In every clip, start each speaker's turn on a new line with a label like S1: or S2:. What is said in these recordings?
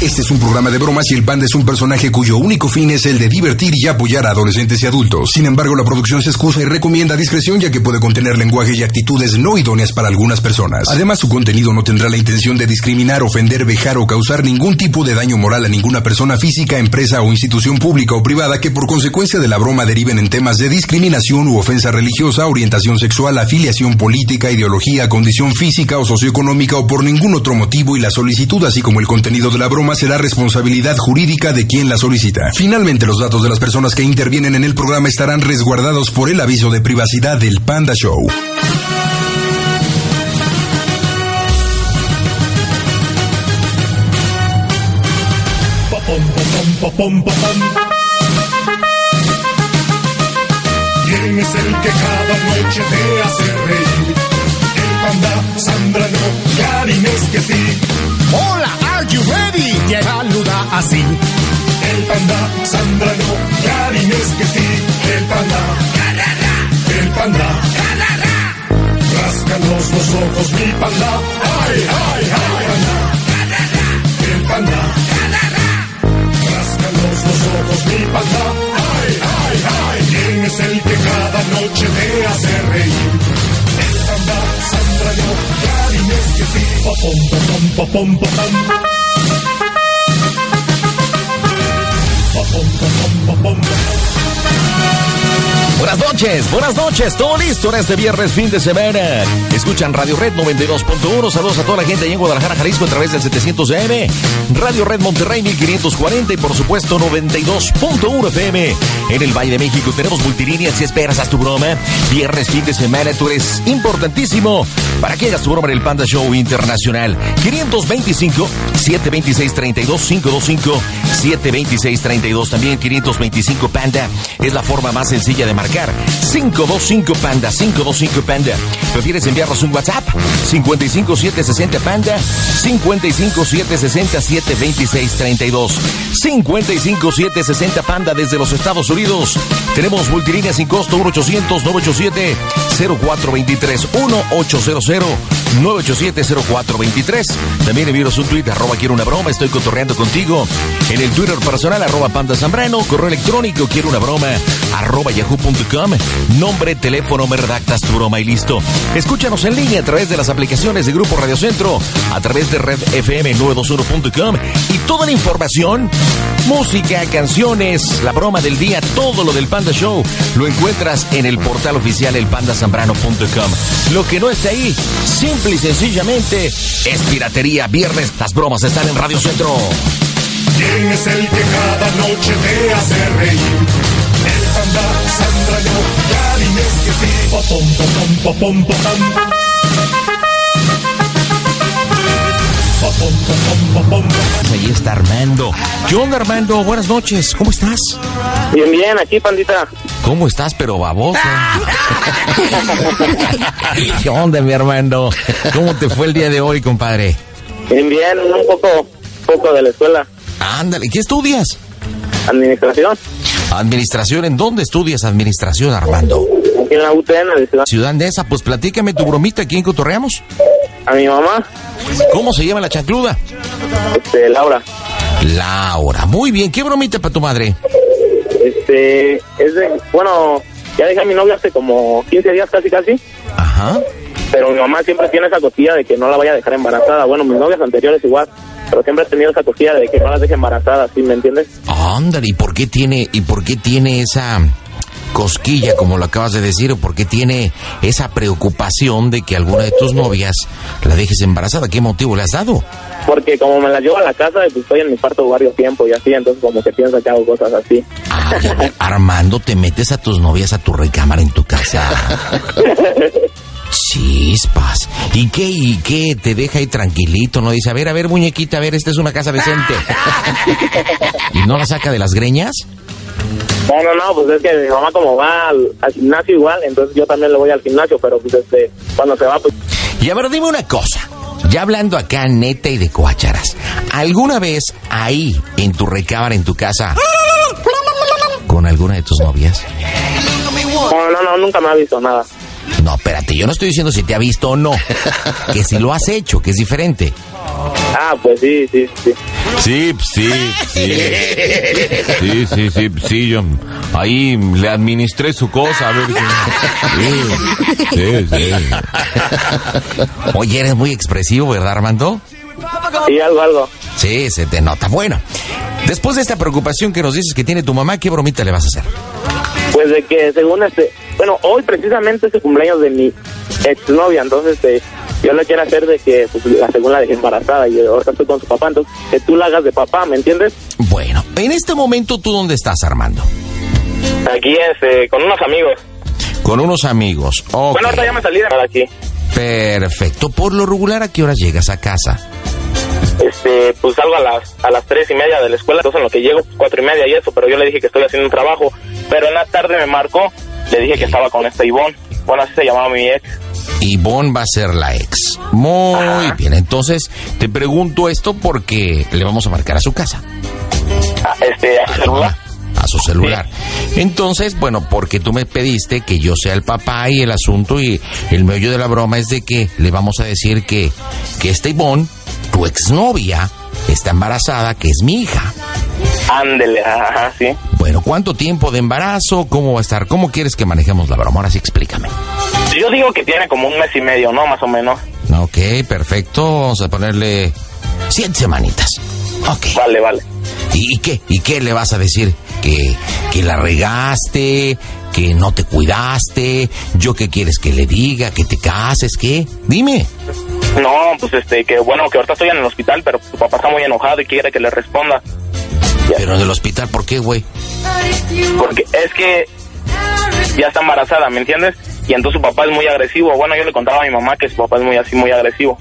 S1: Este es un programa de bromas y el panda es un personaje cuyo único fin es el de divertir y apoyar a adolescentes y adultos. Sin embargo, la producción se excusa y recomienda discreción ya que puede contener lenguaje y actitudes no idóneas para algunas personas. Además, su contenido no tendrá la intención de discriminar, ofender, vejar o causar ningún tipo de daño moral a ninguna persona física, empresa o institución pública o privada que por consecuencia de la broma deriven en temas de discriminación u ofensa religiosa, orientación sexual, afiliación política, ideología, condición física o socioeconómica o por ningún otro motivo y la solicitud así como el contenido de la broma será responsabilidad jurídica de quien la solicita. Finalmente, los datos de las personas que intervienen en el programa estarán resguardados por el aviso de privacidad del Panda Show.
S2: ¿Quién es el que cada noche te hace reír? El panda, Sandra, no, Karin es que sí.
S3: Hola, are you ready? Te saluda así.
S2: El panda, Sandra, no, Karin es que sí. El panda, el panda, ráscanos los ojos, mi panda. ¡Ay, ay, ay! El panda, el panda. Ráscanos los ojos, mi panda. ¡Ay, ay, ay! ¿Quién es el que cada noche te hace reír? El panda, Sandra, yo, Karin, es que sí. Popom, popom, popom, popom. Popom, popom, popom, popom.
S4: Buenas noches, buenas noches, todo listo en este viernes fin de semana. Escuchan Radio Red 92.1, saludos a toda la gente allá en Guadalajara, Jalisco a través del 700 AM, Radio Red Monterrey 1540 y por supuesto 92.1 FM. En el Valle de México tenemos multilíneas si esperas haz tu broma. Viernes fin de semana, tú eres importantísimo para que hagas tu broma en el Panda Show Internacional. 525 726 32 525 726 32 también 525 Panda es la forma más sencilla de marcar marcar 525 Panda 525 Panda. ¿Prefieres enviarnos un WhatsApp? 55760 Panda 55760 72632. 55760 Panda desde los Estados Unidos. Tenemos multilínea sin costo 1800 987 0423 1800 987-0423. También envíos un tweet, arroba quiero una broma, estoy cotorreando contigo. En el Twitter personal, arroba panda zambrano, correo electrónico, quiero una broma, arroba yahoo.com, nombre, teléfono, me redactas tu broma y listo. Escúchanos en línea a través de las aplicaciones de Grupo Radio Centro, a través de red fm921.com y toda la información, música, canciones, la broma del día, todo lo del Panda Show, lo encuentras en el portal oficial elpandazambrano.com. Lo que no está ahí, simple simple y sencillamente es piratería. Viernes, las bromas están en Radio Centro.
S2: ¿Quién es el que cada noche te hace reír? El panda, Sandra, yo, Karin, es que sí. Popom, popom, popom, popom. Popom, popom, popom, popom.
S4: Pues Ahí está Armando. ¿Qué onda, Armando? Buenas noches. ¿Cómo estás?
S5: Bien, bien, aquí, pandita.
S4: ¿Cómo estás, pero baboso? ¿Qué onda, mi Armando? ¿Cómo te fue el día de hoy, compadre?
S5: Bien, bien, un poco, poco de la escuela.
S4: Ándale, ¿qué estudias?
S5: Administración,
S4: Administración, ¿en dónde estudias administración, Armando?
S5: aquí en la UTN, de ciudad.
S4: Ciudad Neza, pues platícame tu bromita, ¿a quién cotorreamos?
S5: A mi mamá,
S4: ¿Cómo se llama la chancluda?
S5: este, Laura,
S4: Laura, muy bien, ¿qué bromita para tu madre?
S5: este, es de, bueno, ya dejé a mi novia hace como 15 días casi, casi,
S4: Ajá.
S5: pero mi mamá siempre tiene esa cosilla de que no la vaya a dejar embarazada. Bueno, mis novias anteriores igual, pero siempre he tenido esa cosilla de que no las deje embarazada, ¿sí me entiendes?
S4: Ándale, ¿y por qué tiene, y por qué tiene esa cosquilla, como lo acabas de decir, o por qué tiene esa preocupación de que alguna de tus novias la dejes embarazada? ¿Qué motivo le has dado?
S5: Porque como me la llevo a la casa, pues estoy en mi parto varios tiempos y así, entonces como que piensa que hago cosas así.
S4: Ay, a ver, Armando, te metes a tus novias a tu recámara en tu casa. Chispas. ¿Y qué? ¿Y qué? Te deja ahí tranquilito, ¿no? Dice, a ver, a ver, muñequita, a ver, esta es una casa decente. ¿Y no la saca de las greñas?
S5: No, no, no, pues es que mi mamá como va al, al gimnasio igual, entonces yo también le voy al gimnasio, pero pues este, cuando se va, pues
S4: Y a ver, dime una cosa. Ya hablando acá neta y de coacharas, ¿alguna vez ahí, en tu recámara, en tu casa, con alguna de tus novias?
S5: no, no, no, nunca me ha visto nada.
S4: No, espérate, yo no estoy diciendo si te ha visto o no, que si lo has hecho, que es diferente.
S5: Ah, pues sí, sí, sí.
S6: Sí, sí, sí. Sí, sí, sí, sí, yo ahí le administré su cosa, a ver qué- Sí, sí, sí.
S4: Oye, eres muy expresivo, ¿verdad, Armando?
S5: Sí, algo, algo.
S4: Sí, se te nota. Bueno, después de esta preocupación que nos dices que tiene tu mamá, ¿qué bromita le vas a hacer?
S5: Pues de que según este, bueno, hoy precisamente es el cumpleaños de mi exnovia, entonces este, yo le quiero hacer de que pues, la según la dejé embarazada y ahorita estoy con su papá, entonces que tú la hagas de papá, ¿me entiendes?
S4: Bueno, en este momento, ¿tú dónde estás, Armando?
S5: Aquí es con unos amigos.
S4: Con unos amigos. Ok,
S5: Bueno, ahorita ya me salí de para aquí.
S4: Perfecto. Por lo regular, ¿a qué hora llegas a casa?
S5: Este, pues salgo a las a las tres y media de la escuela, entonces en lo que llego pues, cuatro y media y eso, pero yo le dije que estoy haciendo un trabajo, pero en la tarde me marcó, le dije que estaba con esta Ivonne, bueno así se llamaba mi ex.
S4: Ivonne va a ser la ex. Muy bien. Entonces, te pregunto esto porque le vamos a marcar a su casa.
S5: Ah, Este, ¿a su celular?
S4: a su celular. Entonces, bueno, porque tú me pediste que yo sea el papá y el asunto y el meollo de la broma es de que le vamos a decir que, que esta Ivonne, tu exnovia, está embarazada, que es mi hija.
S5: Ándele, ajá, sí.
S4: Bueno, ¿cuánto tiempo de embarazo? ¿Cómo va a estar? ¿Cómo quieres que manejemos la broma? Ahora sí, explícame.
S5: Yo digo que tiene como un mes y medio, ¿no? Más o menos.
S4: Ok, perfecto. Vamos a ponerle 100 semanitas. Ok.
S5: Vale, Eh, vale.
S4: ¿Y, y qué? ¿Y qué le vas a decir? Que, que la regaste, que no te cuidaste, yo qué quieres que le diga, que te cases, qué? Dime.
S5: No, pues este, que bueno, que ahorita estoy en el hospital, pero pues, su papá está muy enojado y quiere que le responda.
S4: Pero en el hospital, ¿por qué, güey?
S5: Porque es que ya está embarazada, ¿me entiendes? Y entonces su papá es muy agresivo. Bueno, yo le contaba a mi mamá que su papá es muy así, muy agresivo.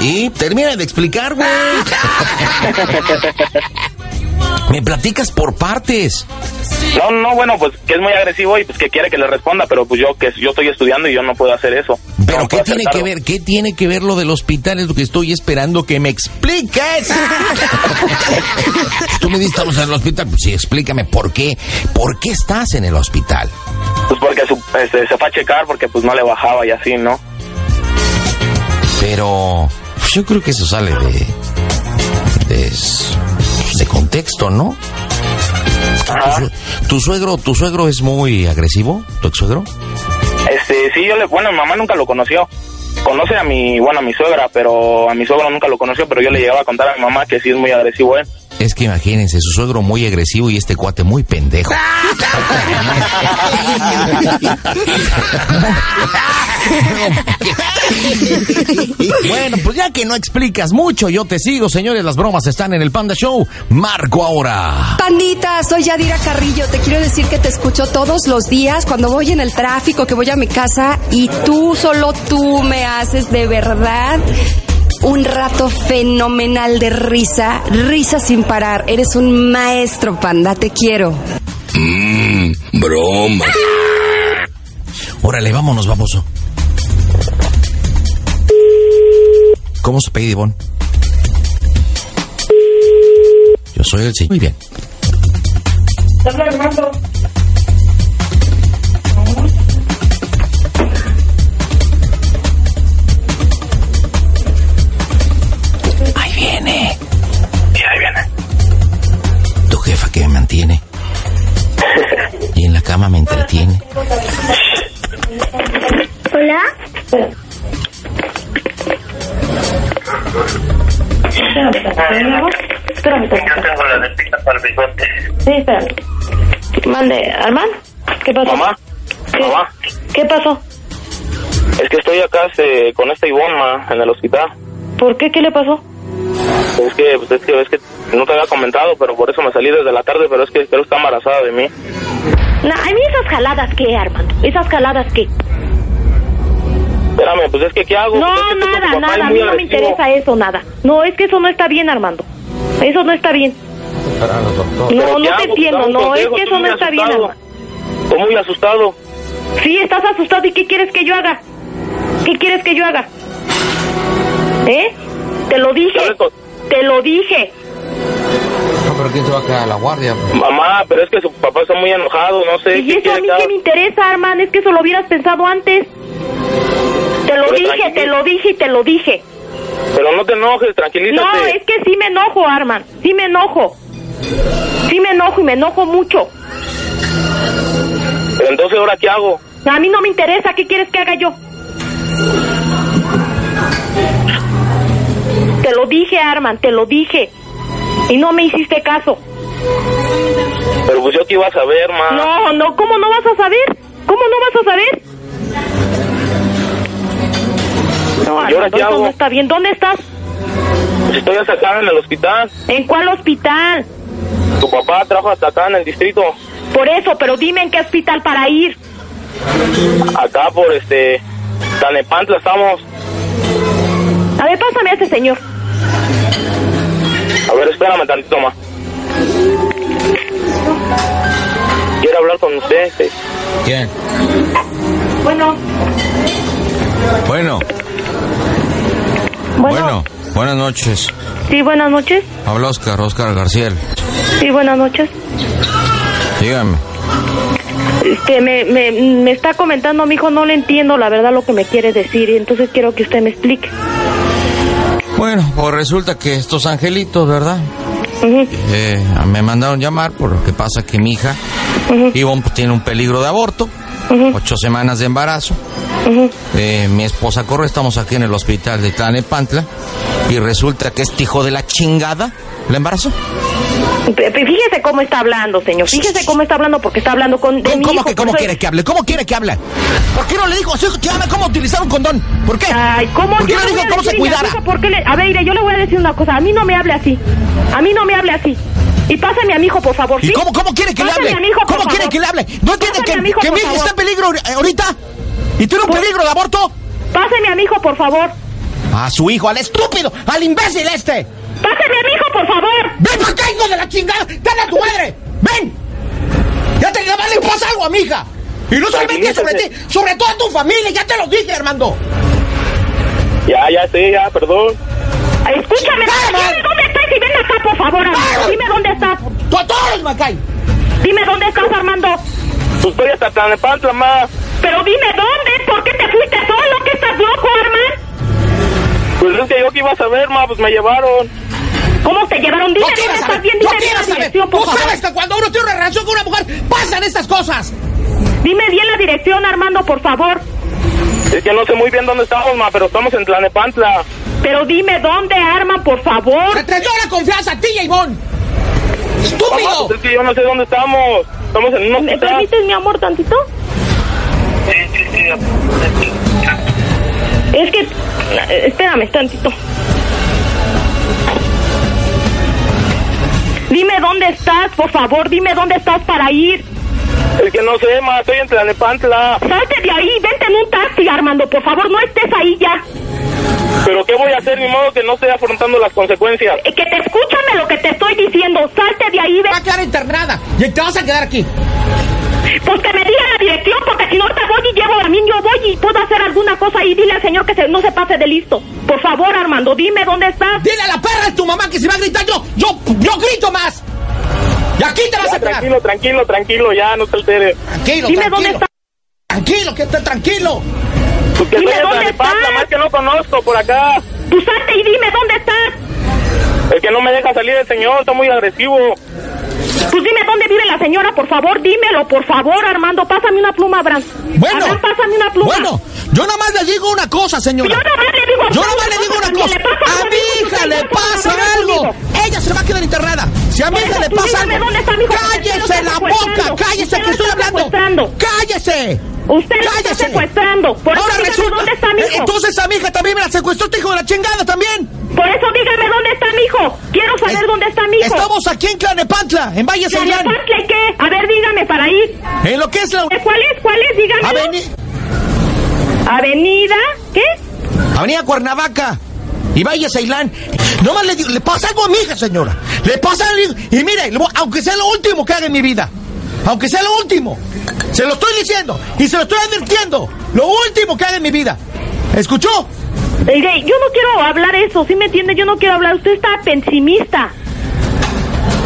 S4: Y termina de explicar, güey. Me platicas por partes.
S5: No, no, bueno, pues que es muy agresivo y pues que quiere que le responda, pero pues yo que yo estoy estudiando y yo no puedo hacer eso.
S4: Pero
S5: No
S4: ¿qué
S5: puedo
S4: tiene
S5: aceptarlo.
S4: que ver? ¿Qué tiene que ver lo del hospital? Es lo que estoy esperando que me expliques. Tú me dices, estamos en el hospital. Pues sí, explícame por qué. ¿Por qué estás en el hospital?
S5: Pues porque su- este, se fue a checar porque pues no le bajaba y así, ¿no?
S4: Pero pues, yo creo que eso sale de. de, de contexto, ¿no?
S5: Ajá.
S4: ¿Tu, sue- tu suegro, ¿Tu suegro es muy agresivo? ¿Tu ex suegro?
S5: Este, sí, yo le, bueno, mi mamá nunca lo conoció. Conoce a mi, bueno, a mi suegra, pero a mi suegro nunca lo conoció, pero yo le llegaba a contar a mi mamá que sí es muy agresivo él.
S4: Es que imagínense, su suegro muy agresivo y este cuate muy pendejo. bueno, pues ya que no explicas mucho, yo te sigo, señores. Las bromas están en el Panda Show. Marco ahora.
S7: Pandita, soy Yadira Carrillo. Te quiero decir que te escucho todos los días cuando voy en el tráfico, que voy a mi casa y tú, solo tú me haces de verdad un rato fenomenal de risa, risa sin parar. Eres un maestro, panda, te quiero.
S8: Broma.
S4: Órale, vámonos, baboso. ¿Cómo se apellida Ivonne? Yo soy el sí. Muy bien. Ahí viene.
S5: Y ahí viene.
S4: Tu jefa que me mantiene. Y en la cama me entretiene.
S9: Hola. Espérame, espérame.
S5: tengo la despista para el bigote.
S9: Sí, espérame. Mande, Armán, ¿qué pasó?
S5: Mamá,
S9: ¿Qué,
S5: mamá,
S9: ¿Qué pasó?
S5: es que estoy acá este, con esta Ivonne ma, en el hospital.
S9: ¿Por qué? ¿Qué le pasó?
S5: Es que, pues, es que, es que no te había comentado, pero por eso me salí desde la tarde, pero es que creo que está embarazada de mí.
S9: No, a mí esas jaladas qué, Armando. Esas jaladas qué.
S5: Espérame, pues es que ¿qué hago?
S9: No,
S5: Pues es que tu
S9: nada,
S5: papá es
S9: nada. A
S5: muy
S9: mí no me
S5: agresivo.
S9: interesa eso, nada. No, es que eso no está bien, Armando. Eso no está bien.
S5: Pero
S9: No,
S5: ¿qué
S9: no te
S5: hago? Pues,
S9: entiendo.
S5: dame un
S9: No, es
S5: consejo,
S9: que eso
S5: estoy
S9: no
S5: muy
S9: está bien,
S5: asustado.
S9: Armando.
S5: Estoy muy asustado.
S9: Sí, estás asustado. ¿Y qué quieres que yo haga? ¿Qué quieres que yo haga? ¿Eh? Te lo dije.
S5: Ya le to-
S9: Te lo dije.
S4: No, pero ¿quién se va a quedar a la guardia?
S5: Mamá, pero es que su papá está muy enojado, no sé.
S9: Y eso a
S5: quiere
S9: mí
S5: que haga.
S9: que me interesa, Armand. Es que eso lo hubieras pensado antes. Te lo
S5: Pero
S9: dije,
S5: tranquilo.
S9: te lo dije y te lo dije.
S5: Pero no te enojes, tranquilízate.
S9: No, es que sí me enojo, Arman. Sí me enojo. Sí me enojo y me enojo mucho.
S5: Pero entonces, ¿ahora qué hago?
S9: A mí no me interesa. ¿Qué quieres que haga yo? Te lo dije, Arman, te lo dije. Y no me hiciste caso.
S5: Pero pues yo qué iba a saber, ma.
S9: No, no, ¿cómo no vas a saber? ¿Cómo no vas a saber? No,
S5: ¿Y ahora
S9: Armando,
S5: qué
S9: esto no
S5: hago?
S9: está bien. ¿Dónde estás?
S5: Pues estoy hasta acá en el hospital.
S9: ¿En cuál hospital?
S5: Tu papá trabaja hasta acá en el distrito.
S9: Por eso, pero dime en qué hospital para ir.
S5: Acá por este. Tanepantla estamos.
S9: A ver, pásame a este señor.
S5: A ver, espérame tantito, ma. Quiero hablar con usted. este.
S3: ¿Quién?
S9: Bueno,
S3: Bueno,
S9: bueno,
S3: bueno, buenas noches.
S9: Sí, buenas noches.
S3: Habla Oscar, Oscar García.
S9: Sí, buenas noches.
S3: Dígame.
S9: Este, me, me, me está comentando mi hijo, no le entiendo la verdad lo que me quiere decir y entonces quiero que usted me explique.
S3: Bueno, pues resulta que estos angelitos, ¿verdad?
S9: Ujú.
S3: Eh, me mandaron llamar por lo que pasa que mi hija Ivonne pues, tiene un peligro de aborto, ocho semanas de embarazo. Eh, mi esposa corre, estamos aquí en el hospital de Tlanepantla y resulta que este hijo de la chingada la embarazó.
S9: Pe- pe- Fíjese cómo está hablando, señor. Fíjese cómo está hablando porque está hablando con de mi
S10: ¿Cómo,
S9: hijo,
S10: que,
S9: por
S10: cómo
S9: eso-
S10: quiere que hable? ¿Cómo quiere que hable? ¿Por qué no le dijo a su hijo que ame cómo utilizar un condón? ¿Por qué?
S9: Ay, ¿cómo
S10: ¿Por qué
S9: yo
S10: no
S9: le
S10: dijo
S9: voy a
S10: cómo se
S9: decir y a mi
S10: cuidara?
S9: hija por qué le- A ver, mire, yo le voy a decir una cosa. A mí no me hable así. A mí no me hable así. Y pásame a mi hijo, por favor.
S10: ¿Y
S9: ¿sí?
S10: cómo, cómo quiere que le
S9: Pásame
S10: hable?
S9: a mi hijo, por
S10: ¿Cómo quiere
S9: favor.
S10: que le hable? ¿No entiende
S9: Pásame
S10: que,
S9: a mi hijo,
S10: que
S9: por
S10: mi hija está en
S9: favor.
S10: peligro ahor- ahorita? ¿Y tiene un peligro de aborto?
S9: Pásame a mi hijo, por favor.
S10: A su hijo, al estúpido, al imbécil este.
S9: Pásame a mi hijo, por favor.
S10: ¡Ven para acá, hijo de la chingada! ¡Dale a tu madre! ¡Ven! ¡Ya te nada más le pasa algo a mi hija! Y no solamente sobre ti, sobre toda tu familia, ya te lo dije, Armando.
S5: Ya, ya sé, ya, perdón.
S9: Escúchame.
S10: Arman.
S9: Dime dónde estás y ven acá, por favor. Armando.
S10: Arman.
S9: Dime dónde estás.
S10: ¡Tú a todos, Macay!
S9: Dime dónde estás, Armando.
S5: Pues estoy hasta Tlanepantla, ma.
S9: Pero dime dónde. ¿Por qué te fuiste solo? ¿Que estás loco, Arman?
S5: Pues es que yo qué iba a saber, ma. Pues me llevaron.
S9: ¿Cómo te llevaron? Dime
S10: ¡No
S9: dónde
S10: quieras
S9: estás
S10: saber!
S9: bien.
S10: ¡No
S9: Dime bien la
S10: quieras saber!
S9: dirección,
S10: ¡Tú
S9: por favor.
S10: sabes que cuando uno tiene una relación con una mujer, pasan estas cosas!
S9: Dime bien la dirección, Armando, por favor.
S5: Es que no sé muy bien dónde estamos, ma. Pero estamos en Tlanepantla.
S9: Pero dime dónde, Arman, por favor.
S10: ¡Te traigo la confianza a ti, Ivonne!
S5: Mamá,
S10: ¡Estúpido!
S5: pues es que yo no sé dónde estamos. Estamos en un
S9: ¿Me
S5: hospital.
S9: permites, mi amor, tantito? Es que... eh, Espérame, tantito. Dime dónde estás, por favor. Dime dónde estás para ir.
S5: Es que no sé, ma. Estoy en Tlanepantla.
S9: Salte de ahí, vente en un taxi, Armando. Por favor, no estés ahí ya.
S5: Pero ¿qué voy a hacer? Ni modo que no esté afrontando las consecuencias.
S9: Eh, Que te escúchame lo que te estoy diciendo. Salte de ahí,
S10: Va a
S9: vente.
S10: quedar internada y te vas a quedar aquí.
S9: Pues que me diga la dirección, porque si no te voy y llevo a mí, yo voy y puedo hacer alguna cosa y dile al señor que se- no se pase de listo. Por favor, Armando, dime dónde estás.
S10: Dile a la perra de tu mamá que si va a gritar yo, yo, yo grito más. Y aquí te vas
S5: Ya,
S10: a quedar.
S5: tranquilo, tranquilo, tranquilo. Ya, no te alteres.
S10: Tranquilo,
S9: Dime dónde
S10: tranquilo.
S9: estás.
S10: Tranquilo, que está tranquilo.
S5: Pues que
S9: Dime,
S5: estoy en
S9: ¿dónde
S5: Tlanepantla,
S9: estás?
S5: ma. Es que no conozco por acá.
S9: Tú salte y dime dónde estás.
S5: Es que no me deja salir el señor. Está muy agresivo.
S9: Pues dime dónde vive la señora, por favor, dímelo, por favor, Armando. Pásame una pluma, Abraham.
S10: Bueno,
S9: Abraham, pásame una pluma.
S10: bueno, yo nada más le digo una cosa,
S9: Yo
S10: señora.
S9: nomás le digo a
S10: Yo
S9: usted
S10: nada más le digo una
S9: si
S10: cosa.
S9: le pasa
S10: A
S9: algo,
S10: mi
S9: dijo
S10: hija
S9: usted,
S10: le
S9: yo
S10: pasa
S9: conmigo.
S10: algo. Ella se va a quedar internada. Si a mi
S9: Por
S10: hija
S9: eso,
S10: le
S9: tú
S10: pasa
S9: dígame
S10: algo,
S9: dónde está mi hijo, porque lo
S10: cállese
S9: están
S10: la
S9: secuestrando.
S10: boca, cállese
S9: Usted
S10: que
S9: lo
S10: estoy
S9: está
S10: hablando.
S9: secuestrando.
S10: Cállese.
S9: Usted lo está
S10: Cállese. Eh,
S9: secuestrando. Por eso dígame dónde está mi hijo.
S10: Entonces a mi hija también me la secuestró este hijo de la chingada también.
S9: Por eso dígame dónde está mi hijo. Quiero saber
S10: Es-
S9: dónde está mi hijo.
S10: Estamos aquí en Clanepantla, en Valle Soriano.
S9: ¿Tlanepantla y qué? A ver, dígame para ir.
S10: En lo que es la
S9: ¿Eh, ¿Cuál es? ¿Cuál es? Dígame.
S10: aveni-
S9: Avenida. ¿Qué?
S10: Avenida Cuernavaca y Valle Ceilán. Nomás le, digo, le pasa algo a mi hija, señora. Le pasa algo. Y mire, lo- aunque sea lo último que haga en mi vida. Aunque sea lo último. Se lo estoy diciendo y se lo estoy advirtiendo. Lo último que haga en mi vida. ¿Escuchó?
S9: Mire, yo no quiero hablar eso, ¿sí me entiende? Yo no quiero hablar. Usted está pesimista.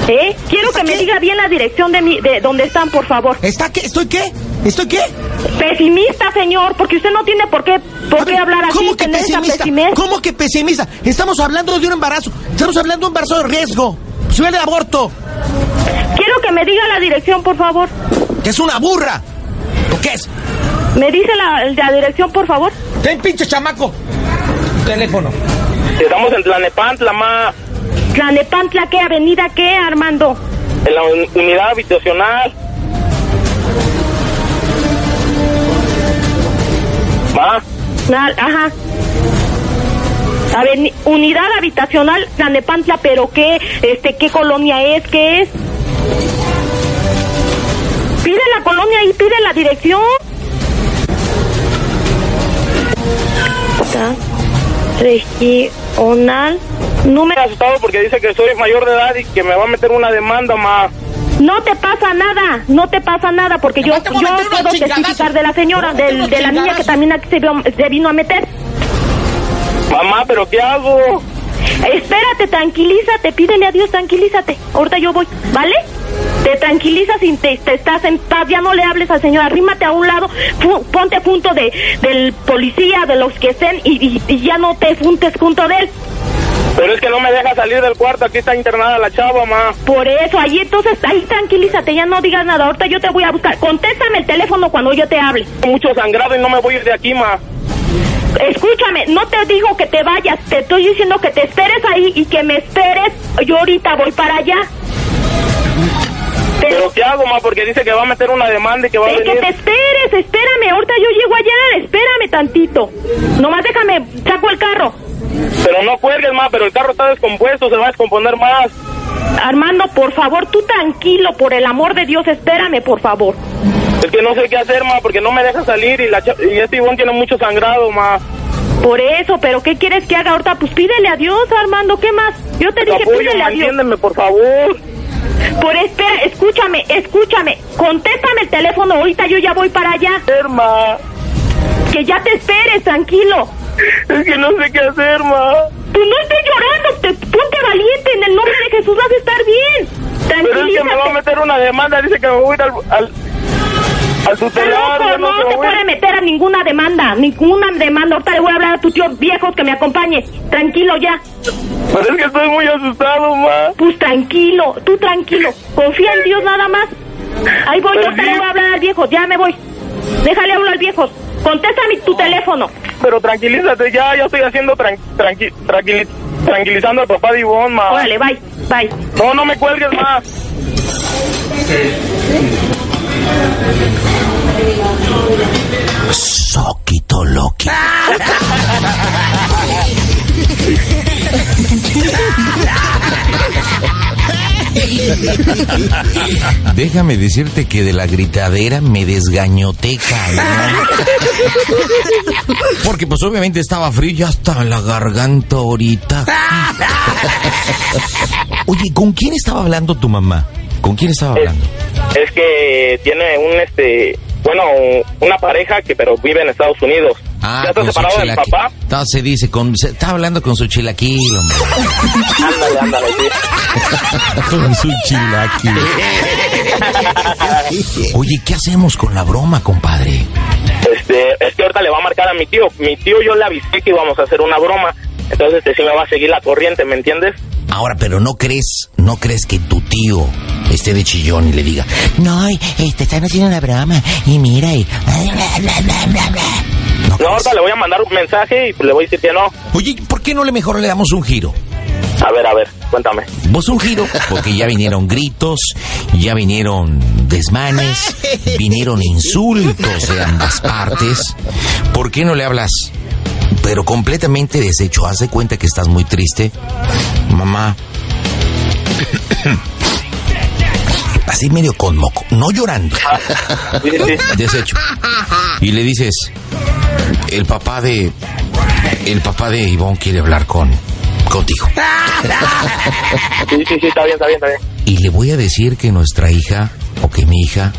S9: ¿Eh? Quiero
S10: ¿Está
S9: que me
S10: qué?
S9: diga bien la dirección de, mi, de dónde están, por favor.
S10: ¿Está qué? ¿Estoy qué?
S6: ¿Estoy qué?
S9: Pesimista, señor, porque usted no tiene por qué, por
S6: A
S9: qué
S6: ver,
S9: hablar así.
S6: ¿Cómo que
S9: tendencia
S6: pesimista?
S9: pesimista.
S6: ¿Cómo que pesimista? Estamos hablando de un embarazo. Estamos hablando de un embarazo de riesgo. Si hubiera aborto,
S9: Quiero que me diga la dirección, por favor.
S6: que es una burra. ¿O qué es?
S9: ¿Me dice la, la dirección, por favor?
S6: Ten pinche chamaco. Teléfono.
S5: Estamos en Tlanepantla, ma,
S9: Tlanepantla, ¿qué avenida qué, Armando?
S5: en la un- unidad habitacional. Ma,
S9: Na- ajá. Aveni- unidad habitacional Tlanepantla, pero qué, este, qué colonia es, qué es. Pide la colonia y pide la dirección. Ta- Regional número.
S5: estoy asustado porque dice que soy mayor de edad y que me va a meter una demanda, ma.
S9: No te pasa nada, no te pasa nada, porque yo,
S6: Además, te voy a meter
S9: yo
S6: unos
S9: puedo
S6: chingadazos.
S9: testificar de la señora,
S6: Te voy a meter
S9: del-
S6: unos
S9: de la niña que
S6: chingadazos.
S9: también aquí se, vio- se vino a meter.
S5: Mamá, Ah, ¿pero qué hago?
S9: Espérate, tranquilízate, pídele a Dios, tranquilízate. Ahorita yo voy, ¿vale? Te tranquilizas y te, te estás en paz, ya no le hables al señor, arrímate a un lado, fu- ponte a punto de, del policía, de los que estén, y, y- y ya no te juntes junto de él.
S5: Pero es que no me deja salir del cuarto, aquí está internada la chava, ma.
S9: Por eso, ahí entonces, ahí tranquilízate, ya no digas nada, ahorita yo te voy a buscar. Contéstame el teléfono cuando yo te hable.
S5: Mucho sangrado y no me voy a ir de aquí, ma.
S9: Escúchame, no te digo que te vayas, te estoy diciendo que te esperes ahí y que me esperes. Yo ahorita voy para allá. Te-
S5: ¿Pero qué hago, ma? Porque dice que va a meter una demanda y que va a
S9: es que
S5: venir.
S9: te esperes, espérame, ahorita yo llego allá, espérame tantito. Nomás déjame, saco el carro.
S5: Pero no cuelgues, ma, pero el carro está descompuesto, se va a descomponer más.
S9: Armando, por favor, tú tranquilo, por el amor de Dios, espérame, por favor.
S5: Es que no sé qué hacer, ma, porque no me deja salir y, la cha- y este Ivonne tiene mucho sangrado, ma.
S9: Por eso, pero ¿qué quieres que haga ahorita? Pues pídele a Dios, Armando, ¿qué más? Yo te
S5: Te
S9: dije,
S5: apoyo,
S9: pídele
S5: ma,
S9: a Dios.
S5: entiéndeme, por favor.
S9: Por espera, escúchame, escúchame. Contéstame el teléfono, ahorita yo ya voy para allá.
S5: Hacer, ma.
S9: Que ya te esperes, tranquilo.
S5: Es que no sé qué hacer, ma.
S9: Tú no estés llorando, te, ponte valiente, en el nombre de Jesús vas a estar bien.
S5: Pero es que me va a
S9: Tranquilízate.
S5: meter una demanda, dice que me voy a ir al... al al
S9: Está
S5: tutelar, ya
S9: loco, no
S5: se
S9: te
S5: voy a ir.
S9: puede meter a ninguna demanda, ninguna demanda. Ahorita le voy a hablar a tu tío viejo que me acompañe. Tranquilo ya.
S5: Pero es que estoy muy asustado, ma.
S9: Pues tranquilo, tú tranquilo. Confía en Dios nada más. Ahí voy,
S3: Pues
S5: Pero
S9: ahorita
S5: sí.
S9: le voy a hablar al viejo, ya me voy. Déjale hablar al viejo. Contéstame
S3: Ah.
S9: tu teléfono.
S5: Pero tranquilízate ya, ya estoy haciendo tran- tranqui- tranquili- tranquilizando al papá de Ivonne, ma.
S9: Órale, bye, bye.
S5: No, no me cuelgues más.
S6: Soquito Loki.
S4: Déjame decirte que de la gritadera me desgañoté, cabrón. Porque pues obviamente estaba frío y hasta la garganta ahorita. Oye, ¿con quién estaba hablando tu mamá? ¿Con quién estaba
S5: Eh,
S4: hablando?
S5: Es que tiene un este, bueno, una pareja que pero vive en Estados Unidos.
S4: Ah,
S5: ya está separado del
S4: chilaquil.
S5: papá.
S4: No, se dice, con, se- estaba hablando con su chilaquil, hombre.
S5: Ándale, ándale, sí.
S4: Con su chilaquil. Oye, ¿qué hacemos con la broma, compadre?
S5: Este, es que ahorita le va a marcar a mi tío. Mi tío yo le avisé que íbamos a hacer una broma. Entonces, este sí me va a seguir la corriente, ¿me entiendes?
S4: Ahora, pero no crees, no crees que tu tío esté de chillón y le diga, no, y, eh, te están haciendo una broma, y mira, y... No
S5: No,
S4: crees.
S5: ahorita le voy a mandar un mensaje y pues, le voy a decir que no.
S4: Oye, ¿por qué no le mejor le damos un giro?
S5: A ver, a ver, cuéntame.
S4: Vos un giro, porque ya vinieron gritos, ya vinieron desmanes, vinieron insultos de ambas partes. ¿Por qué no le hablas? Pero completamente deshecho, haz de cuenta que estás muy triste. Mamá. Así medio con moco, no llorando,
S5: Ah, Sí, sí, sí.
S4: deshecho. Y le dices, el papá de. El papá de Ivonne quiere hablar con. contigo.
S5: Sí, sí, sí, está bien, está bien, está bien.
S4: y le voy a decir que nuestra hija o que mi hija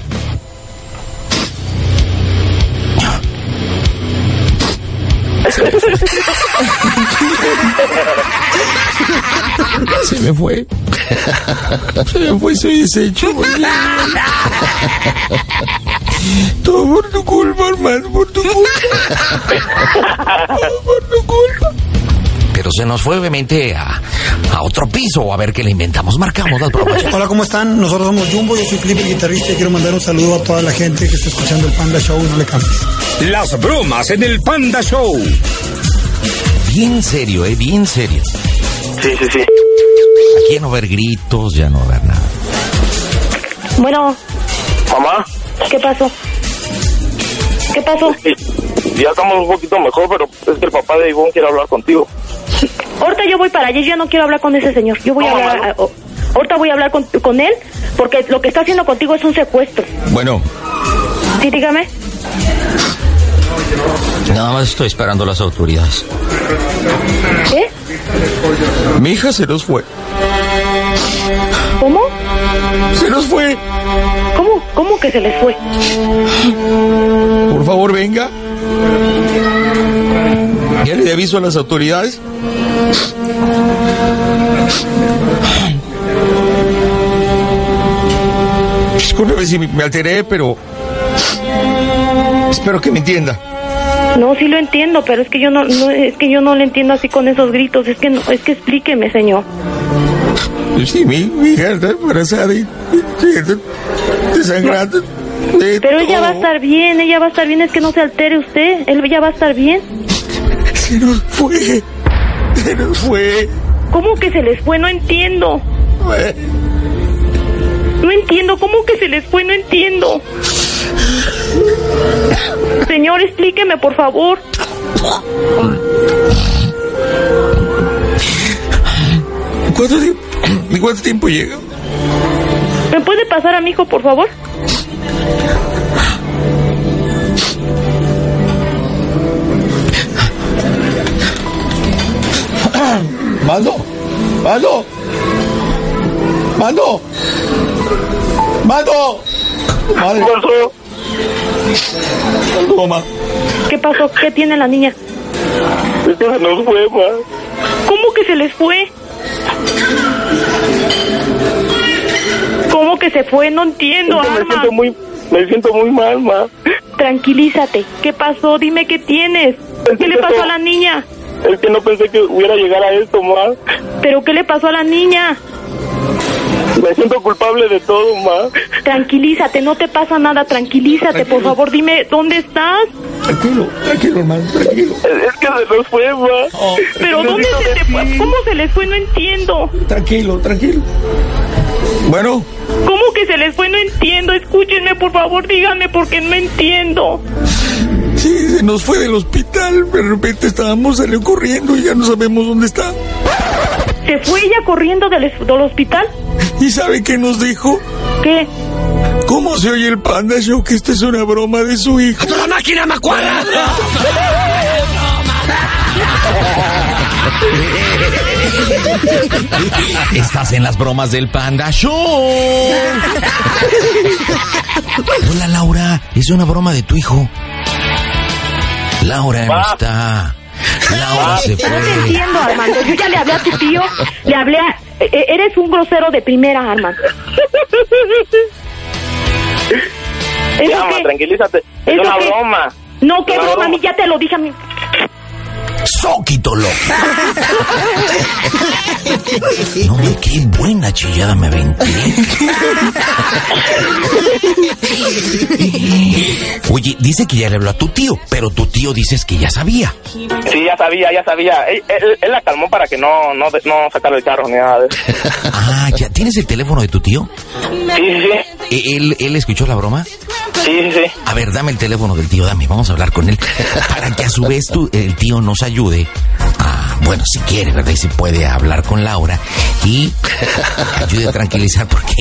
S4: se me fue se me fue soy deshecho
S10: Todo por tu culpa, hermano, por tu culpa. Todo por tu culpa.
S4: Pero se nos fue obviamente a, a otro piso a ver qué le inventamos. Marcamos las bromas.
S11: Hola, ¿cómo están? Nosotros somos Jumbo, yo soy Flip, el guitarrista, y quiero mandar un saludo a toda la gente que está escuchando el Panda Show, no le cambies.
S12: Las bromas en el Panda Show.
S4: Bien serio, eh, bien serio.
S5: Sí, sí, sí.
S4: Aquí ya no va a haber gritos, ya no va a haber nada.
S9: Bueno,
S5: Mamá,
S9: ¿qué pasó? ¿Qué pasó?
S5: sí, ya estamos un poquito mejor, pero es que el papá de Ivonne quiere hablar contigo.
S9: Ahorita yo voy para allá, yo ya no quiero hablar con ese señor. Yo voy a
S5: No,
S9: hablar.
S5: mamá,
S9: a- o- ahorita voy a hablar con, con él porque lo que está haciendo contigo es un secuestro.
S3: Bueno,
S9: Sí, dígame.
S4: Nada más estoy esperando las autoridades.
S9: ¿Qué?
S3: mi hija se nos fue.
S9: ¿Cómo?
S3: Se nos fue.
S9: ¿Cómo? ¿Cómo que se les fue?
S3: Por favor, venga. Ya le di aviso a las autoridades. Discúlpeme si me alteré, pero espero que me entienda.
S9: No, sí lo entiendo, pero es que yo no, no es que yo no le entiendo así con esos gritos. Es que no, es que explíqueme, señor.
S3: Sí, mi, mi hija está embarazada y y está desangrando. de
S9: Pero ella va a
S3: todo.
S9: estar bien, ella va a estar bien. Es que no se altere usted. Él ya va a estar bien.
S3: Se nos fue. Se nos fue.
S9: ¿Cómo que se les fue? No entiendo. No entiendo, ¿cómo que se les fue? No entiendo. Señor, explíqueme, por favor.
S3: ¿Cuánto tiempo, ¿Cuánto tiempo llega?
S9: ¿Me puede pasar a mi hijo, por favor?
S10: Mando, mando, mando, mando. Madre, toma.
S9: ¿Qué pasó? ¿Qué tiene la niña?
S5: Es que se nos fue, ma.
S9: ¿Cómo que se les fue? ¿Cómo que se fue? No entiendo,
S5: Es que me
S9: Alma.
S5: siento muy, me siento muy mal, ma.
S9: Tranquilízate. ¿Qué pasó? Dime qué tienes. ¿Qué le pasó a la niña?
S5: Es que no pensé que hubiera llegar a esto, ma.
S9: ¿Pero qué le pasó a la niña?
S5: Me siento culpable de todo, ma.
S9: Tranquilízate, no te pasa nada. Tranquilízate, por favor. Dime, ¿dónde estás?
S10: Tranquilo, tranquilo, hermano, tranquilo.
S5: Es, es que se nos fue, ma.
S9: Oh. ¿Pero dónde
S5: Necesito
S9: se
S5: de
S9: te
S5: ti.
S9: fue? ¿Cómo se les fue? No entiendo.
S10: Tranquilo, tranquilo.
S3: Bueno,
S9: ¿Cómo que se les fue? No entiendo. Escúchenme, por favor, díganme porque no entiendo.
S3: sí, se nos fue del hospital. De repente estábamos salió corriendo y ya no sabemos dónde está.
S9: ¿Se fue ella corriendo del, es- del hospital?
S3: ¿Y sabe qué nos dijo?
S9: ¿Qué?
S3: ¿Cómo se oye el panda show que esta es una broma de su hija?
S4: ¡Toda máquina macuada! Estás en las bromas del Panda Show. Hola Laura, es una broma de tu hijo. Laura no está. Laura se
S9: No te
S4: fue.
S9: entiendo, Armando. Yo ya le hablé a tu tío, le hablé a... e- e- Eres un grosero de primera, Armando. ¿Eso
S5: Ya, ma,
S9: qué?
S5: tranquilízate. Es
S9: ¿Eso
S5: una
S9: qué?
S5: broma.
S9: No, qué
S5: Una
S9: broma, a mí ya te lo dije a mí.
S4: Zóquito loco. No, hombre, qué buena chillada me aventé. Oye, dice que ya le habló a tu tío, pero tu tío dices que ya sabía.
S5: Sí, ya sabía, ya sabía. Él, él- él la calmó para que no, no, de- no sacara el carro ni nada de eso.
S4: Ah, ya. ¿Tienes el teléfono de tu tío?
S5: Sí, sí,
S4: ¿E- ¿Él, él escuchó la broma?
S5: sí, sí, sí.
S4: A ver, dame el teléfono del tío, dame, vamos a hablar con él. Para que a su vez tú- el tío nos ayude. Ah, bueno, si quiere, ¿verdad? Y si puede hablar con Laura y ayude a tranquilizar porque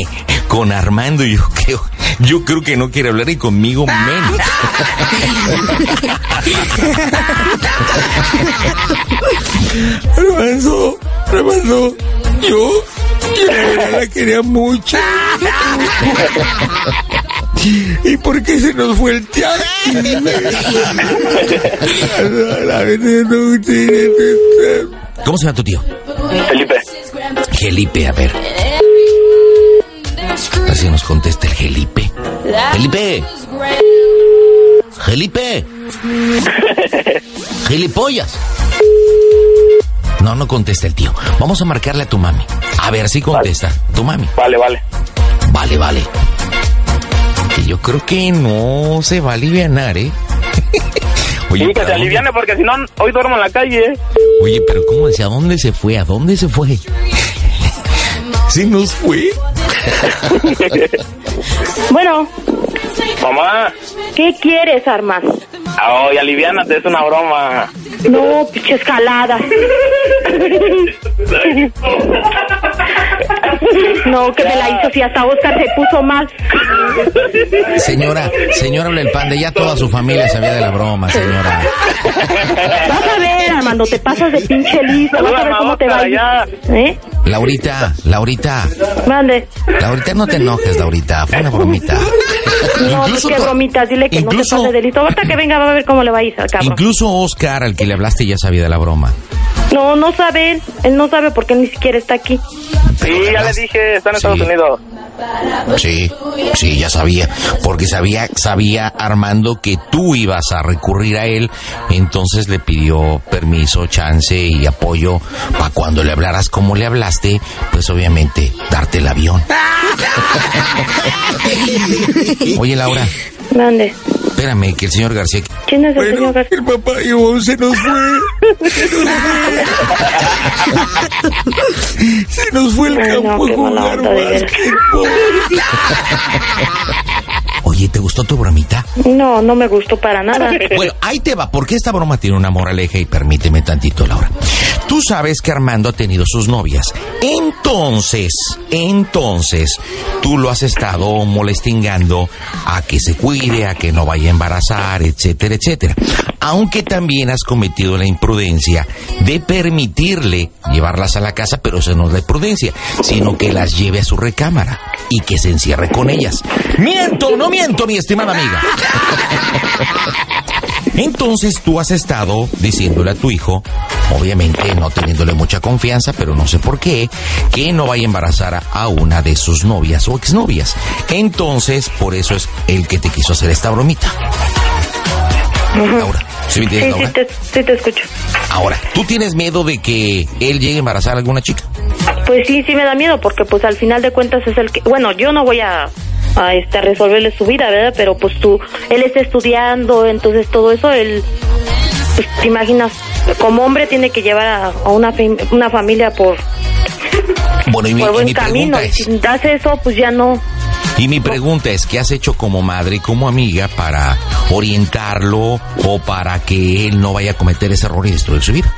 S4: con Armando yo creo, yo creo que no quiere hablar y conmigo menos.
S3: Remanso, remanso. Yo, yo la verdad la quería mucho. ¿Y por qué se nos fue el tianguis? La verdad no tiene-
S4: ¿Cómo se llama tu tío?
S5: Felipe.
S4: Felipe, a ver. A ver si nos contesta el Felipe. Felipe, Felipe. Gilipollas. No, no contesta el tío. Vamos a marcarle a tu mami. A ver si contesta. Tu mami.
S5: Vale, vale.
S4: Vale, vale. Que yo creo que no se va a alivianar, ¿eh? Oye,
S5: sí, que
S4: ¿a
S5: se
S4: dónde-
S5: aliviane porque si no, hoy duermo en la calle.
S4: Oye, pero ¿cómo decía? ¿A dónde se fue? ¿A dónde se fue? ¿Sí nos fue?
S9: Bueno,
S5: Mamá,
S9: ¿qué quieres, Armando?
S5: ay, aliviánate, es una broma.
S9: No, pinche escalada. No, que me la hizo si hasta Oscar se puso mal.
S4: Señora, señora el Panda, ya toda su familia sabía de la broma, señora.
S9: Vas a ver, Armando, te pasas de pinche listo. Vas a ver cómo te va. a ir. ¿Eh?
S4: Laurita, Laurita,
S9: Mande.
S4: Laurita, no te enojes, Laurita. Fue una bromita.
S9: No, pues
S4: Incluso
S9: qué
S4: to-
S9: bromitas, dile que
S4: incluso-
S9: no se pase de listo. Ahorita que venga va a ver cómo le va a ir al cabrón.
S4: Incluso Oscar, al que le hablaste, ya sabía de la broma.
S9: No, no sabe él. Él no sabe porque él ni siquiera está aquí.
S5: Sí, ya le dije, está en Estados Unidos.
S4: Sí, sí, ya sabía, porque sabía, sabía Armando que tú ibas a recurrir a él, entonces le pidió permiso, chance y apoyo para cuando le hablaras como le hablaste, pues obviamente darte el avión. Oye Laura,
S9: Mande.
S4: espérame que el señor García
S9: ¿Quién es el señor García?
S4: El papá y vos se nos fue.
S2: Se nos fue el campo a jugar básquetbol.
S4: Oye, ¿te gustó tu bromita?
S9: No, no me gustó para nada.
S4: Bueno, ahí te va, porque esta broma tiene una moraleja y permíteme tantito, Laura. Tú sabes que Armando ha tenido sus novias. Entonces, entonces, tú lo has estado molestingando a que se cuide, a que no vaya a embarazar, etcétera, etcétera. Aunque también has cometido la imprudencia de permitirle llevarlas a la casa, pero eso no es la imprudencia, sino que las lleve a su recámara y que se encierre con ellas. Miento, o no miento, mi estimada amiga. Entonces tú has estado diciéndole a tu hijo, obviamente no teniéndole mucha confianza, pero no sé por qué, que no vaya a embarazar a- a una de sus novias o exnovias. Entonces, por eso es el que te quiso hacer esta bromita. Laura, ¿sí me
S9: Sí,
S4: entiendes,
S9: sí
S4: Laura?
S9: te, sí te escucho.
S4: Ahora, ¿tú tienes miedo de que él llegue a embarazar a alguna chica?
S9: Pues sí, sí me da miedo porque pues al final de cuentas es el que... Bueno, yo no voy a, a, este, a resolverle su vida, ¿verdad? Pero pues tú, él está estudiando, entonces todo eso, él... Pues te imaginas, como hombre tiene que llevar a, a una, fam- una familia por,
S4: Bueno, y mi,
S9: por
S4: y
S9: buen
S4: mi
S9: camino.
S4: pregunta
S9: Y
S4: es...
S9: si das eso, pues ya no.
S4: Y mi pregunta es, ¿qué has hecho como madre y como amiga para orientarlo o para que él no vaya a cometer ese error y destruir su vida?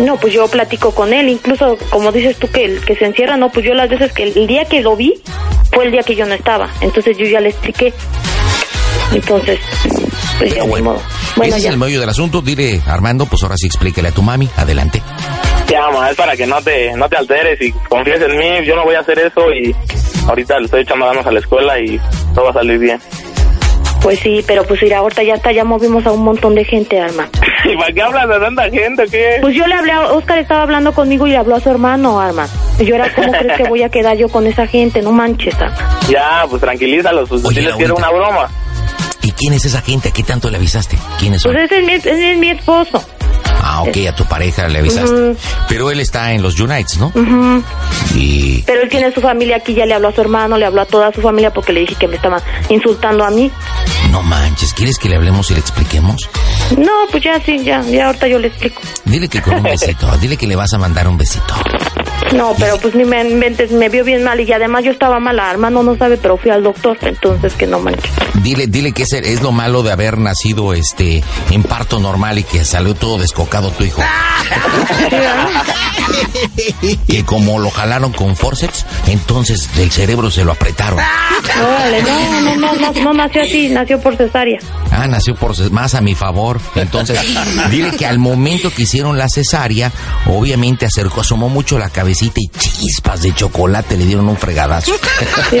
S9: No, pues yo platico con él, incluso como dices tú que, el- que se encierra, no, pues yo las veces que el, el día que lo vi fue el día que yo no estaba, entonces yo ya le expliqué. Entonces, pues ya, ni modo. Bueno,
S4: Ese
S9: ya.
S4: es el meollo del asunto. Dile, Armando, pues ahora sí explícale a tu mami. Adelante.
S5: Te amo, es para que no te, no te alteres y confíes en mí, yo no voy a hacer eso y ahorita le estoy echando ganas a la escuela y todo va a salir bien.
S9: Pues sí, pero pues mira, ahorita ya está, ya movimos a un montón de gente, Arma.
S5: ¿Y para qué hablas de tanta gente o qué?
S9: Pues yo le hablé, a Oscar estaba hablando conmigo y le habló a su hermano, Arma. Y yo era, ¿cómo crees que voy a quedar yo con esa gente? No manches, Arma.
S5: Ya, pues tranquilízalos, pues
S4: Oye,
S5: diles que era
S4: Laurita.
S5: una broma.
S4: ¿Y quién es esa gente? ¿A qué tanto le avisaste? ¿Quiénes son?
S9: Pues ese es mi, ese es mi esposo.
S4: Ah, ok, a tu pareja le avisaste.
S9: Eh. Ujú.
S4: Pero él está en los Unites, ¿no?
S9: Ujú.
S4: Y...
S9: Pero él tiene su familia aquí, ya le habló a su hermano, le habló a toda su familia porque le dije que me estaban insultando a mí.
S4: No manches, ¿quieres que le hablemos y le expliquemos?
S9: No, pues ya sí, ya, ya ahorita yo le explico.
S4: Dile que con un besito, dile que le vas a mandar un besito.
S9: No, pero pues ni me inventes, me vio bien mal y además yo estaba mala, hermano no sabe, pero fui al doctor, entonces que no manches.
S4: Dile, dile que ese es lo malo de haber nacido este en parto normal y que salió todo descocado tu hijo. que como lo jalaron con forceps, entonces el cerebro se lo apretaron.
S9: Órale, no, no, no, no, no nació así, nació por cesárea.
S4: Ah, nació por ces- más a mi favor. Entonces, dile que al momento que hicieron la cesárea, obviamente acercó, asomó mucho la cabecita y chispas de chocolate le dieron un fregadazo.
S9: Sí,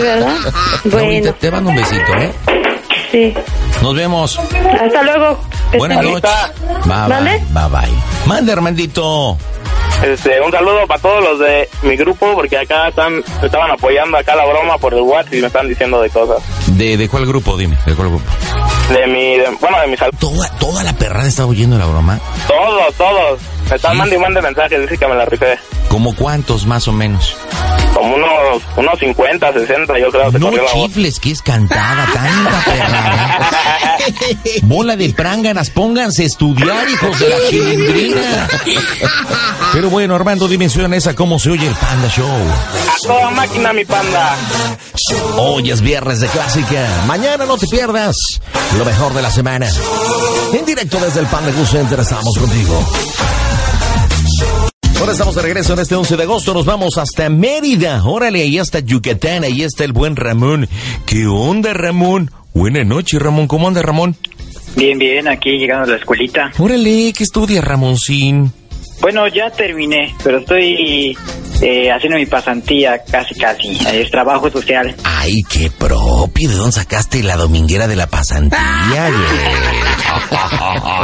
S9: ¿verdad?
S4: Laurita,
S9: Bueno,
S4: te mando un besito, ¿eh?
S9: sí.
S4: Nos vemos.
S9: Hasta luego.
S4: Buenas
S9: Este,
S4: noches. Bye,
S9: ¿Mande?
S4: bye, bye, bye. Mande, Armandito.
S5: Este, un saludo para todos los de mi grupo, porque acá están, me estaban apoyando acá la broma por el WhatsApp y me están diciendo de cosas.
S4: ¿De, de cuál grupo? Dime, ¿de cuál grupo?
S5: De mi, de- bueno, de mi salud.
S4: Toda, toda la perrada estaba oyendo la broma.
S5: Todos, todos. Me están mandando y mandando mensajes, dice que me la rifé.
S4: ¿Como cuántos más o menos?
S5: Como unos, unos 50, 60, yo creo. se
S4: No
S5: corrió la voz.
S4: chifles, que es cantada, tanta perrada. Bola de pránganas, pónganse a estudiar, hijos de la chilindrina. Pero bueno, Armando, dimensiones a cómo se oye el Panda Show.
S5: A toda máquina, mi panda.
S4: Hoy es viernes de clásica. Mañana no te pierdas lo mejor de la semana. En directo desde el Panda Goose Center estamos contigo. Ahora estamos de regreso en este 11 de agosto. Nos vamos hasta Mérida. Órale, ahí está Yucatán. Ahí está el buen Ramón. ¿Qué onda, Ramón? Buena noche, Ramón. ¿Cómo anda, Ramón?
S13: Bien, bien, aquí llegando a la escuelita.
S4: Órale, ¿qué estudia, Ramoncín?
S13: Bueno, ya terminé, pero estoy eh, haciendo mi pasantía casi, casi. Es trabajo social.
S4: Ay, qué propio. ¿De dónde sacaste la dominguera de la pasantía, güey?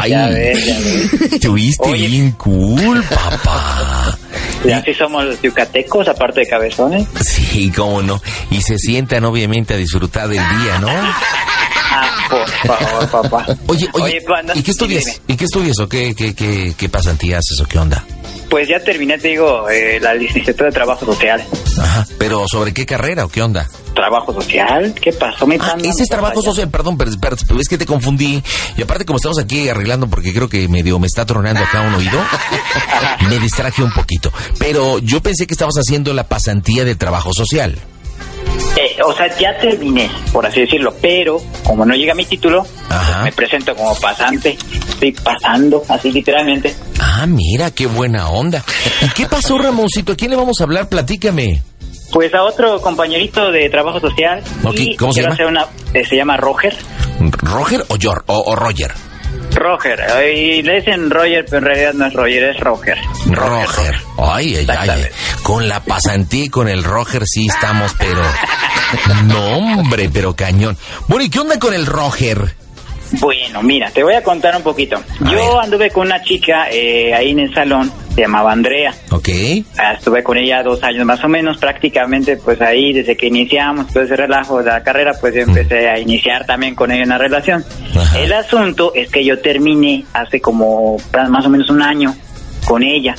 S13: Ya ves, ya
S4: Ay, tuviste bien cool, papá.
S13: Y así somos los yucatecos, aparte de cabezones.
S4: Sí, cómo no. Y se sientan, obviamente, a disfrutar del día, ¿no?
S13: Ah, por favor, papá.
S4: Oye, oye,
S13: Panda,
S4: ¿y qué estudias?
S13: dime.
S4: ¿Y qué estudias o qué, qué, qué, qué pasantía haces o qué onda?
S13: Pues ya terminé, te digo, eh, la licenciatura de trabajo social.
S4: Ajá. ¿Pero sobre qué carrera o qué onda?
S13: ¿Trabajo social? ¿Qué pasó, mi
S4: Ah,
S13: panda?
S4: ese es trabajo social, perdón, pero, pero- pero es que te confundí. Y aparte, como estamos aquí arreglando, porque creo que medio me está tronando acá un oído, me distraje un poquito. Pero yo pensé que estabas haciendo la pasantía de trabajo social.
S13: Eh, o sea, ya terminé, por así decirlo, pero como no llega mi título,
S4: Ajá.
S13: me presento como pasante. Estoy pasando, así literalmente.
S4: Ah, mira, qué buena onda. ¿Y qué pasó, Ramoncito? ¿A quién le vamos a hablar? Platícame.
S13: Pues a otro compañerito de trabajo social.
S4: Ok,
S13: y
S4: ¿cómo se
S13: quiero
S4: llama?
S13: hacer una- eh, se llama Roger.
S4: ¿Roger o, Yor, o, o Roger?
S13: Roger. eh, Y le dicen Roger, pero en realidad no es Roger, es Roger.
S4: Roger. Ay, ay, ay, ay. Con la pasantía y con el Roger sí estamos, pero... No, hombre, pero cañón. Bueno, ¿y qué onda con el Roger?
S13: Bueno, mira, te voy a contar un poquito. Yo anduve con una chica eh, ahí en el salón, se llamaba Andrea.
S4: Ok.
S13: Ah, Estuve con ella dos años más o menos, prácticamente pues ahí desde que iniciamos todo ese relajo de la carrera, pues yo empecé a iniciar también con ella una relación. El asunto es que yo terminé hace como pra- más o menos un año con ella,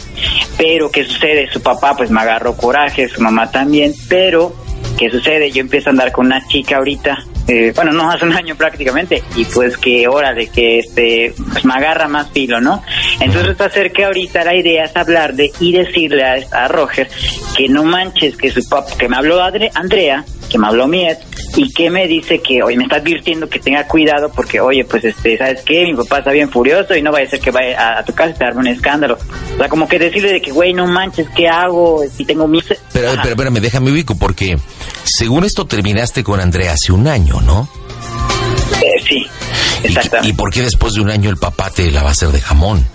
S13: pero ¿qué sucede? Su papá pues me agarró coraje, su mamá también, pero ¿qué sucede? Yo empiezo a andar con una chica ahorita, eh, bueno, no hace un año prácticamente, y pues que órale, que este, pues me agarra más filo, ¿no? Entonces está cerca ahorita la idea es hablar de y decirle a, a Roger que no manches, que su papá, que me habló Adre- Andrea, que me habló Miet, y que me dice que, oye, me está advirtiendo que tenga cuidado porque, oye, pues este, ¿sabes qué? Mi papá está bien furioso y no vaya a ser que vaya a, a tu casa y te arme un escándalo. O sea, como que decirle de que, güey, no manches, ¿qué hago? Si tengo mis...
S4: Pero,
S13: Ajá.
S4: Eh, pero, espérame, déjame ubico, porque según esto terminaste con Andrea hace un año, ¿no?
S13: Eh, sí,
S4: ¿Y, qué- ¿Y por qué después de un año el papá te la va a hacer de jamón?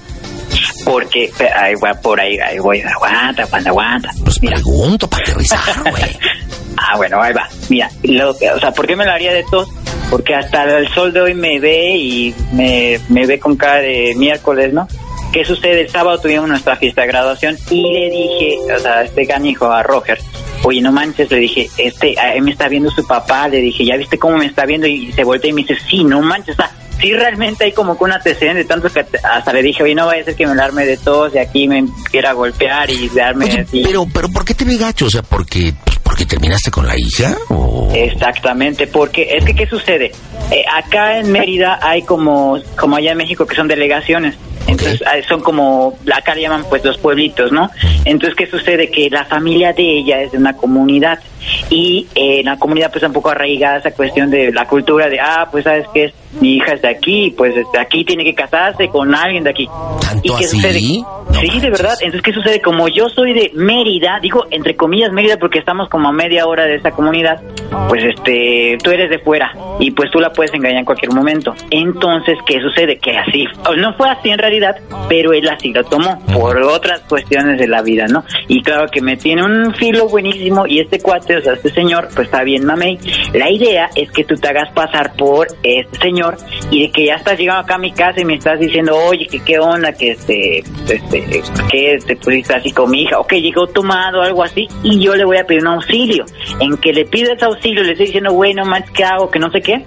S13: porque, ahí va por ahí, ahí voy, aguanta, panda, aguanta.
S4: Pues pregunto para aterrizar, güey.
S13: Ah, bueno, ahí va. Mira, lo que- o sea, ¿por qué me lo haría de tos? Porque hasta el sol de hoy me ve y me, me ve con cara de miércoles, ¿no? ¿Qué sucede? El sábado tuvimos nuestra fiesta de graduación y le dije, o sea, a este canijo, a Roger, oye, no manches, le dije, este, a él me está viendo su papá, le dije, ¿ya viste cómo me está viendo? Y se voltea y me dice, sí, no manches, o sea, sí realmente hay como que un antecedente, tanto que hasta le dije, oye, no vaya a ser que me alarme de tos y aquí me quiera golpear y darme así.
S4: Pero, pero, ¿por qué te ve gacho? O sea, porque, pues, porque terminaste con la hija o...
S13: Eh, Exactamente, porque es que ¿qué sucede? Eh, acá en Mérida hay como, como allá en México que son delegaciones. Entonces ah, son como, acá le llaman pues los pueblitos, ¿no? Entonces, ¿qué sucede? Que la familia de ella es de una comunidad y eh, la comunidad pues está un poco arraigada esa cuestión de la cultura de, ah, pues sabes que mi hija es de aquí, pues de aquí tiene que casarse con alguien de aquí. ¿Y qué
S4: así?
S13: sucede? sí, de verdad. Entonces, ¿qué sucede? Como yo soy de Mérida, digo entre comillas Mérida porque estamos como a media hora de esa comunidad, pues este, tú eres de fuera y pues tú la puedes engañar en cualquier momento. Entonces, ¿qué sucede? Que así, o no fue así en realidad, pero él así lo tomó por otras cuestiones de la vida, ¿no? Y claro que me tiene un filo buenísimo y este cuate, o sea, este señor, pues está bien, mamey. La idea es que tú te hagas pasar por este señor y de que ya estás llegando acá a mi casa y me estás diciendo, oye, que qué onda, que este, este, que te pusiste así con mi hija, o que llegó tomado, algo así, y yo le voy a pedir un auxilio. En que le pides auxilio, le estoy diciendo, bueno, más ¿qué hago? Que no sé qué.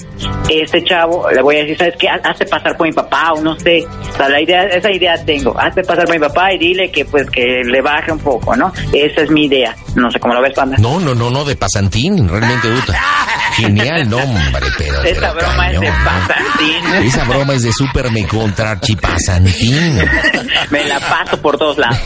S13: Este chavo, le voy a decir, ¿sabes qué? Haz- Hazte pasar por mi papá, o no sé. O sea, la idea, esa idea tengo. Hazte pasar por mi papá y dile que, pues, que le baje un poco, ¿no? Esa es mi idea. No sé cómo lo ves, Panda.
S4: No, no, no, no, de pasantín, realmente Uta. Genial nombre, pero.
S13: Esta
S4: pero
S13: broma es de
S4: cañón, ¿no?
S13: pasantín.
S4: Esa broma es de super me contra archipasantín.
S13: Me la paso por todos lados.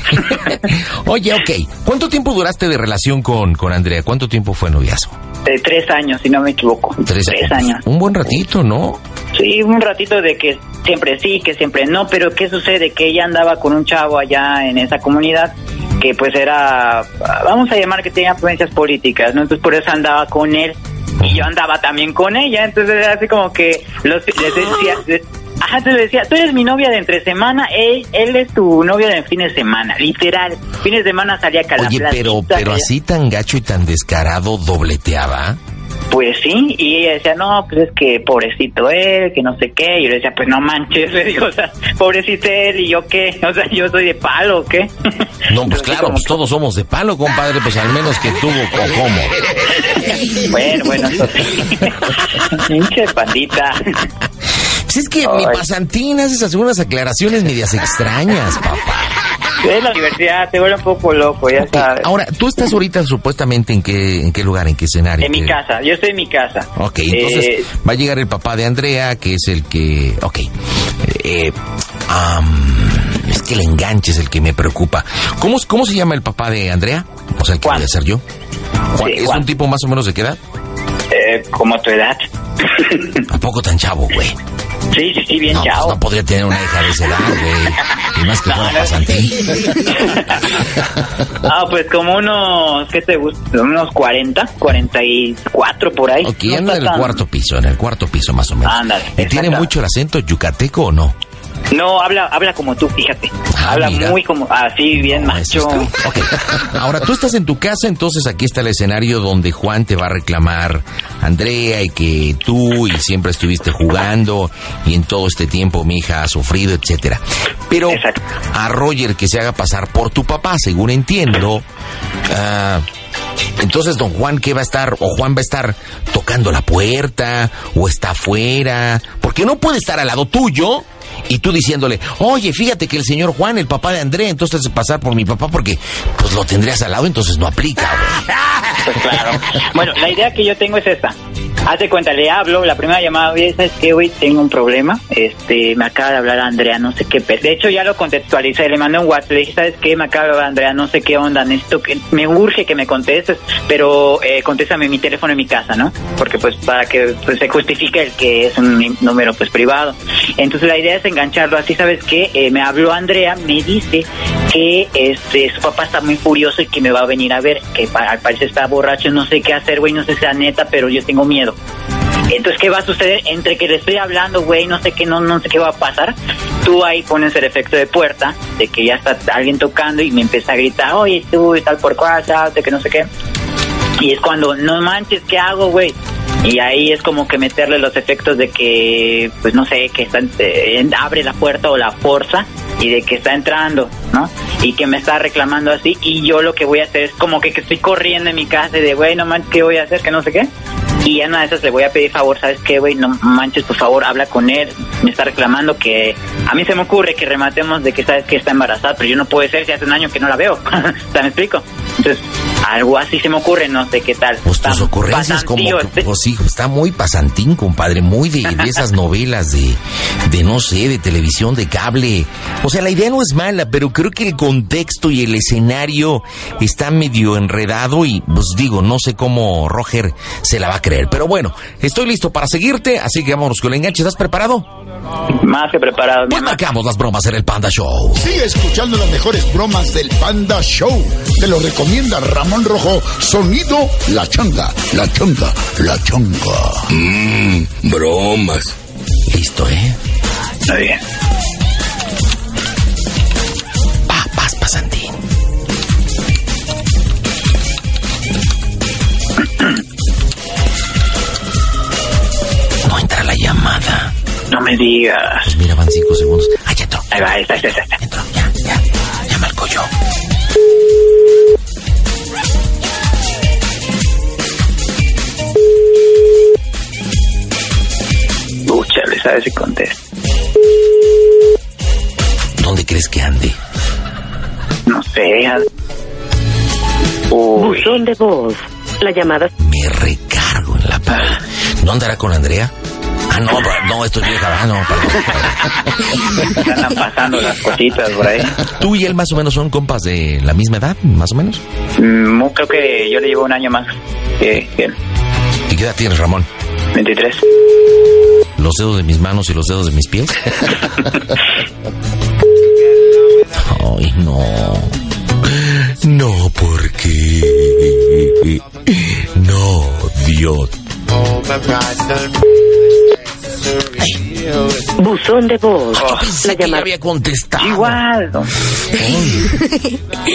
S4: Oye, ok. ¿Cuánto tiempo duraste de relación con, con Andrea? ¿Cuánto tiempo fue noviazgo?
S13: De tres años, si no me equivoco.
S4: Tres,
S13: años.
S4: Un buen ratito, ¿no?
S13: Sí, un ratito de que siempre sí, que siempre no, pero ¿qué sucede? Que ella andaba con un chavo allá en esa comunidad que pues era, vamos a llamar que tenía influencias políticas, ¿no? Entonces por eso andaba con él y yo andaba también con ella, entonces era así como que los, les decía... les- Ajá, entonces le decía, tú eres mi novia de entre semana, él, él es tu novio de fin de semana, literal. Fines de semana salía a la
S4: Oye, pero,
S13: placita,
S4: pero
S13: salía-
S4: así tan gacho y tan descarado dobleteaba.
S13: Pues sí, y ella decía, no, pues es que pobrecito él, que no sé qué. Y yo le decía, pues no manches, le digo, o sea, pobrecito él, y yo qué, o sea, yo soy de palo, ¿o qué?
S4: No, pues claro, pues todos somos de palo, compadre, pues al menos que tuvo o cómo.
S13: bueno, bueno, eso sí. Pinche pandita.
S4: Pues es que mi pasantín haces algunas aclaraciones medias extrañas, papá.
S13: Es la universidad, te vuelve un poco loco, ya sabes.
S4: Ahora, tú estás ahorita supuestamente en qué, en qué lugar, en qué escenario.
S13: En mi
S4: ¿Qué-
S13: casa, yo estoy en mi casa.
S4: Ok, entonces
S13: Eh,
S4: va a llegar el papá de Andrea, que es el que... Ok. Eh, am, es que el enganche es el que me preocupa. ¿Cómo, es- ¿Cómo se llama el papá de Andrea? O sea, el que voy a ser yo. Juan,
S13: Sí,
S4: ¿Es
S13: Juan.
S4: un tipo más o menos de qué edad?
S13: eh, como tu edad.
S4: ¿A poco tan chavo, güey?
S13: Sí, sí, sí, bien
S4: no, pues
S13: chao.
S4: no podría tener una hija de esa edad, güey. Y más que fuera pasantín.
S13: Ah, pues como unos, ¿qué te gusta? Unos 40, 44 por ahí.
S4: Ok,
S13: No
S4: anda
S13: está
S4: en el
S13: tan-
S4: cuarto piso, en el cuarto piso más o menos.
S13: Ándale,
S4: ¿Y tiene
S13: exacto.
S4: mucho el acento yucateco o no?
S13: No, habla, habla como tú, fíjate. habla
S4: Ah, mira.
S13: muy como, así, bien macho.
S4: Ok. Ahora, tú estás en tu casa, entonces aquí está el escenario donde Juan te va a reclamar Andrea y que tú y siempre estuviste jugando y en todo este tiempo mi hija ha sufrido, etcétera. Pero a Roger que se haga pasar por tu papá, según entiendo, ah, entonces don Juan que va a estar, o Juan va a estar tocando la puerta, o está afuera, porque no puede estar al lado tuyo y tú diciéndole, oye, fíjate que el señor Juan, el papá de Andrea, entonces pasar por mi papá porque pues lo tendrías al lado, entonces no aplica, güey.
S13: Pues claro. Bueno, la idea que yo tengo es esta. Hazte cuenta, le hablo, la primera llamada, oye, ¿sabes qué? Hoy tengo un problema. Este, me acaba de hablar Andrea, no sé qué. pe- De hecho, ya lo contextualicé, le mandé un WhatsApp, le dije, ¿sabes qué? Me acaba de hablar Andrea, no sé qué onda, necesito que, me urge que me contestes, pero eh, contéstame mi teléfono en mi casa, ¿no? Porque pues para que pues, se justifique el que es un número pues privado. Entonces la idea es engancharlo así, ¿sabes qué? Eh, me habló Andrea, me dice que este su papá está muy furioso y que me va a venir a ver, que pa- al parecer está borracho, no sé qué hacer, güey, no sé si sea neta, pero yo tengo miedo. Entonces, ¿qué va a suceder? Entre que le estoy hablando, güey, no sé qué, no, no sé qué va a pasar. Tú ahí pones el efecto de puerta, de que ya está alguien tocando y me empieza a gritar, oye, tú, y tal por cual, tal, de que no sé qué. Y es cuando, no manches, ¿qué hago, güey? Y ahí es como que meterle los efectos de que, pues no sé, que está, eh, abre la puerta o la forza y de que está entrando, ¿no? Y que me está reclamando así y yo lo que voy a hacer es como que, que estoy corriendo en mi casa y de, güey, no manches, ¿qué voy a hacer? Que no sé qué. Y ya una de esas le voy a pedir favor, ¿sabes qué, güey? No manches, por favor, habla con él. Me está reclamando que... A mí se me ocurre que rematemos de que, ¿sabes que Está embarazada, pero yo no puede ser si hace un año que no la veo. O sea, ¿me explico? Entonces, algo así se me ocurre, no sé qué tal.
S4: Pues tus ocurrencias como
S13: Pasantío, este.
S4: que, pues hijo, está muy pasantín, compadre, muy de, de esas novelas de, de no sé, de televisión, de cable. O sea, la idea no es mala, pero creo que el contexto y el escenario está medio enredado y pues digo, no sé cómo Roger se la va a creer. Pero bueno, estoy listo para seguirte, así que vámonos con el enganche. ¿Estás preparado?
S13: Más que preparado.
S4: Pues marcamos las bromas en el Panda Show.
S10: Sigue escuchando las mejores bromas del Panda Show. Te lo recomienda Ramón Rojo. Sonido La Changa, La Changa, La Changa.
S3: Mm.
S14: Mmm, bromas.
S4: Listo, ¿eh?
S13: Está bien.
S4: Pa, pas, pasantín.
S13: me digas.
S4: Pues mira, van cinco segundos. Ay, ya entró.
S13: Ahí va, ahí está, ahí está, ahí está.
S4: Llama al coyo.
S13: Búchale, ¿sabes si contesta?
S4: ¿Dónde crees que ande?
S13: No sé. a-
S15: Buzón de voz. La llamada.
S4: Me recargo en la pala. ¿No andará con Andrea? Ah, no, pa- no, esto es vieja. Ah, no,
S13: Están pasando las cositas por ahí.
S4: ¿Tú y él más o menos son compas de la misma edad, más o menos?
S13: Mm, no, creo que yo le llevo un año más que, que él.
S4: ¿Y qué edad tienes, Ramón?
S13: 23.
S4: ¿Los dedos de mis manos y los dedos de mis pies? Ay, no. No, porque... No, Dios.
S15: Buzón de voz.
S4: la llamada. Ah, había contestado.
S13: Igual.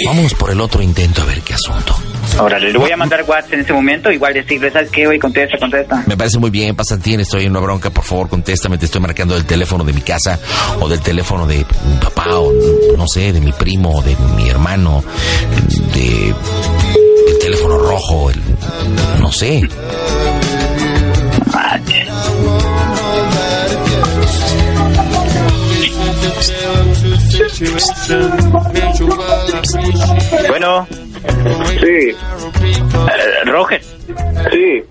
S4: Vamos por el otro intento a ver qué asunto.
S13: Órale, le voy a mandar WhatsApp en ese momento. Igual decirle, ¿sabes qué? Hoy contesta, contesta.
S4: Me parece muy bien, Pasantín, estoy en una bronca, por favor, contéstame, te estoy marcando del teléfono de mi casa o del teléfono de mi papá o no sé, de mi primo o de mi hermano, de el teléfono rojo, el- no sé.
S13: Bueno. Sí. Eh, Roger. Sí.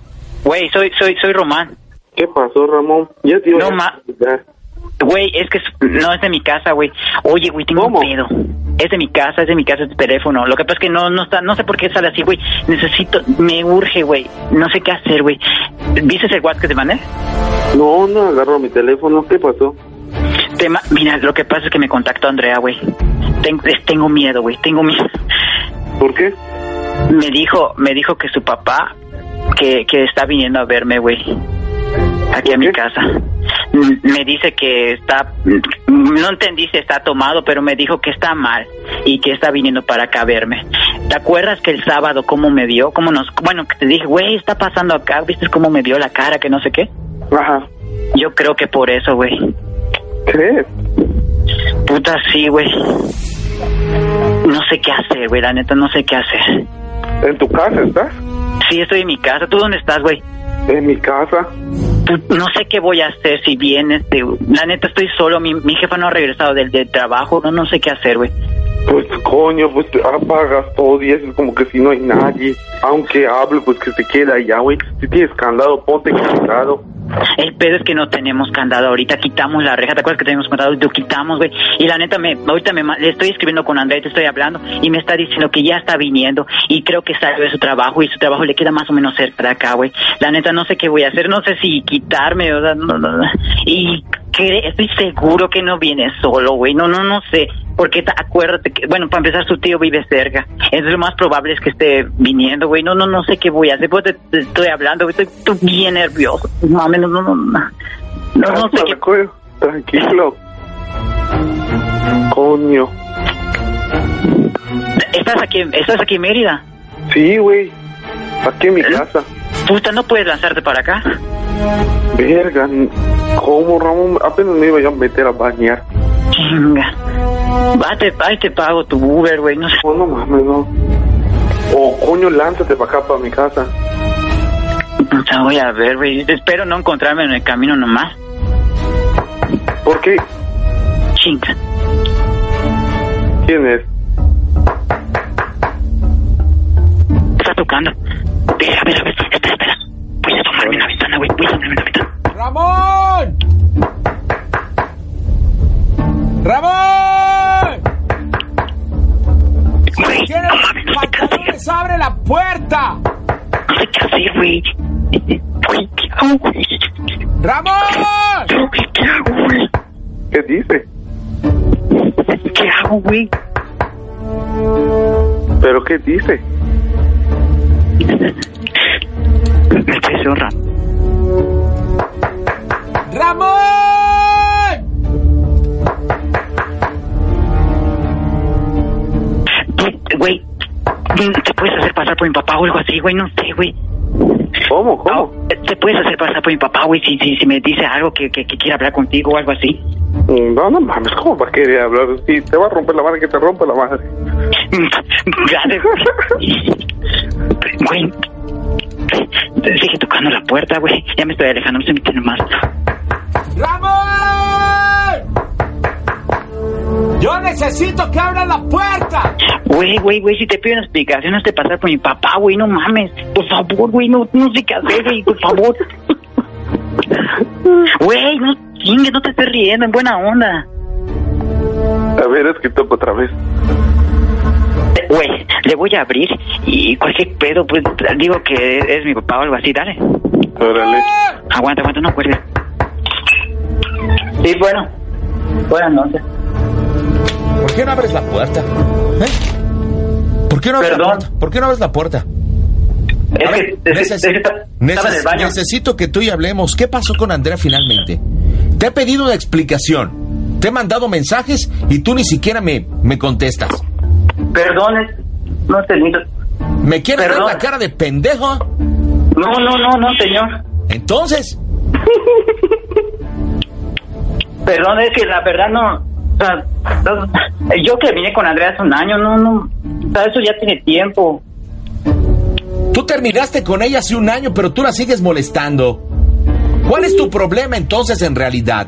S13: Güey, soy, soy, soy Román. ¿Qué pasó, Ramón? Ya te No, ma... Güey, es que es- no es de mi casa, güey. Oye, güey, tengo un pedo. Es de mi casa, es de mi casa, es tu teléfono. Lo que pasa es que no, no está, no sé por qué sale así, güey. Necesito, me urge, güey. No sé qué hacer, güey. ¿Viste el WhatsApp que te mandé?
S16: No, no agarro mi teléfono. ¿Qué pasó?
S13: Te ma- Mira, lo que pasa es que me contactó Andrea, güey. Ten- les tengo miedo, güey, tengo miedo.
S16: ¿Por qué?
S13: Me dijo, me dijo que su papá, que, que está viniendo a verme, güey. Aquí a mi casa. M- Me dice que está, no entendí si está tomado, pero me dijo que está mal y que está viniendo para acá a verme. ¿Te acuerdas que el sábado cómo me vio? ¿Cómo nos, bueno, que te dije, güey, está pasando acá, viste cómo me vio la cara, que no sé qué? Ajá. Yo creo que por eso, güey.
S16: ¿Crees?
S13: Puta, sí, güey. No sé qué hacer, güey, la neta, no sé qué hacer.
S16: ¿En tu casa estás?
S13: Sí, estoy en mi casa. ¿Tú dónde estás, güey?
S16: En mi casa.
S13: Pu- No sé qué voy a hacer si vienes. te- La neta, estoy solo. Mi, mi jefa no ha regresado del, del trabajo. No, no sé qué hacer, güey.
S16: Pues coño, pues te apagas todo y es como que si no hay nadie. Aunque hable, pues que se quede allá, güey. Si tienes candado, ponte candado.
S13: El pedo es que no tenemos candado ahorita. Quitamos la reja. ¿Te acuerdas que tenemos candado? Lo quitamos, güey. Y la neta, me, ahorita me, ma- le estoy escribiendo con Andrés, te estoy hablando. Y me está diciendo que ya está viniendo. Y creo que salió de su trabajo. Y su trabajo le queda más o menos cerca de acá, güey. La neta, no sé qué voy a hacer. No sé si quitarme. O sea, no, no, no. Y cre- estoy seguro que no viene solo, güey. No, no, no sé. Porque ta- acuérdate que, bueno, para empezar, su tío vive cerca. Es lo más probable es que esté viniendo, güey. No, no, no sé qué voy a hacer. Pues te, te estoy hablando, güey. Estoy, estoy bien nervioso. Mame, no, no, no. No, no, no sé qué.
S16: Tranquilo. Coño.
S13: ¿Estás aquí, estás aquí en Mérida?
S16: Sí, güey. Aquí en mi
S5: ¿Eh?
S16: casa.
S13: Puta, no puedes lanzarte para acá.
S16: Verga. n- ¿Cómo, Ramón? Apenas me iba yo a meter a bañar.
S13: Chinga. Va, te, ay, te pago tu Uber, güey. No sé.
S16: Oh, No, no mames, no. O coño, lánzate para acá, para mi casa.
S13: Puta, voy a ver, güey. Espero no encontrarme en el camino nomás.
S16: ¿Por qué?
S13: Chinga.
S16: ¿Quién es?
S13: Está tocando. Espera, espera, espera, espera, espera. Voy a tomarme una ventana, güey. Voy a tomarme una ventana.
S2: ¡Ramón! ¡Ramón! ¿Quién es? ¿Para qué no les abre la puerta?
S13: No sé qué hacer, güey. Güey, ¿qué hago, güey?
S2: ¡Ramón!
S13: ¿Qué hago, güey?
S16: ¿Qué dice?
S13: ¿Qué hago, güey?
S16: ¿Pero qué dice?
S13: Me presionan.
S2: ¡Ramón!
S13: Güey, güey, ¿te puedes hacer pasar por mi papá o algo así, güey? No sé, güey.
S16: ¿Cómo? ¿Cómo?
S13: ¿Te puedes hacer pasar por mi papá, güey? Si, si, si me dice algo que, que, que quiera hablar contigo o algo así.
S16: Mm, No, no mames, ¿cómo va a querer hablar? Si te va a romper la madre, que te rompa la madre.
S13: Gracias. Güey. Sigue tocando la puerta, güey. Ya me estoy alejando, no se me tiene más.
S17: Yo necesito que abra la puerta.
S13: Güey, güey, güey, si te pido una explicación, no te pasar por mi papá, güey, no mames. Por favor, güey, no, no sé qué hacer, güey, por favor. Güey, no chingues, no te estés riendo, en buena onda.
S16: A ver, es que toco otra vez.
S13: Eh, Güey, le voy a abrir y cualquier pedo, pues digo que es mi papá o algo así, dale.
S16: Órale.
S13: Aguanta, aguanta, no cuelgues. Sí, bueno. Buenas noches.
S10: ¿Por qué no abres la puerta? ¿Eh? ¿Por qué no abres la puerta? ¿Por qué no abres la puerta?
S13: Es
S10: A ver,
S13: que- es-
S10: necesi-
S13: es que estaba- estaba en el
S10: neces-
S13: baño.
S10: necesito que tú y hablemos. ¿Qué pasó con Andrea finalmente? Te he pedido una explicación. Te he mandado mensajes y tú ni siquiera me, me contestas.
S13: Perdón, eh, no te
S10: ¿Me quieres ver
S13: Perdón.
S10: la cara de pendejo?
S13: No, no, no, no, señor.
S10: Entonces,
S13: Perdón, es que la verdad no. o sea, no- yo que vine con Andrea hace un año, no, no. o sea, eso ya tiene tiempo.
S10: tú terminaste con ella hace un año, pero tú la sigues molestando. ¿Cuál es tu problema entonces en realidad?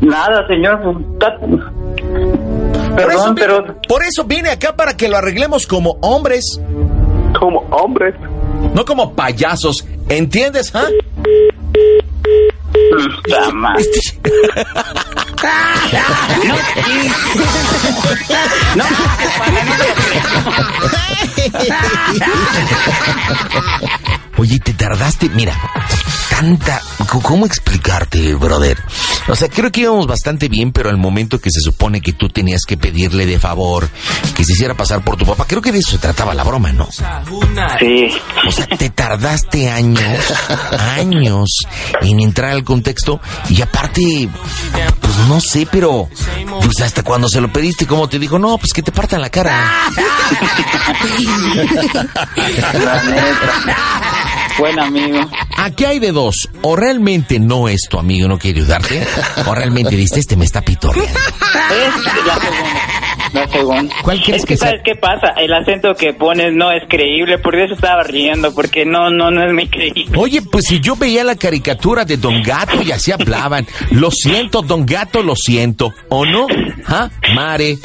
S13: Nada, señor. Está-
S10: por
S13: Perdón,
S10: eso, vi-
S13: pero.
S10: por eso vine acá para que lo arreglemos como hombres.
S16: Como hombres.
S10: No como payasos. ¿Entiendes, ah? Este,
S13: Puta madre.
S4: Oye, te tardaste, mira, tanta... c- ¿Cómo explicarte, brother? O sea, creo que íbamos bastante bien, pero al momento que se supone que tú tenías que pedirle de favor que se hiciera pasar por tu papá, creo que de eso se trataba la broma, ¿no?
S13: Sí.
S4: O sea, te tardaste años, años en entrar al contexto y aparte, pues no sé, pero pues hasta cuando se lo pediste, ¿cómo te dijo? No, pues que te partan la cara.
S13: La neta. Buen amigo.
S4: Aquí hay de dos. O realmente no es tu amigo, no quiere ayudarte. O realmente diste, este me está pitorreando.
S13: Es la segunda. La segunda. es que, ¿sabes qué pasa? El acento que pones no es creíble, por eso estaba riendo, porque no, no, no es muy creíble.
S4: Oye, pues si yo veía la caricatura de Don Gato y así hablaban. Lo siento, Don Gato, lo siento. ¿O no? ¿Ah? Mare.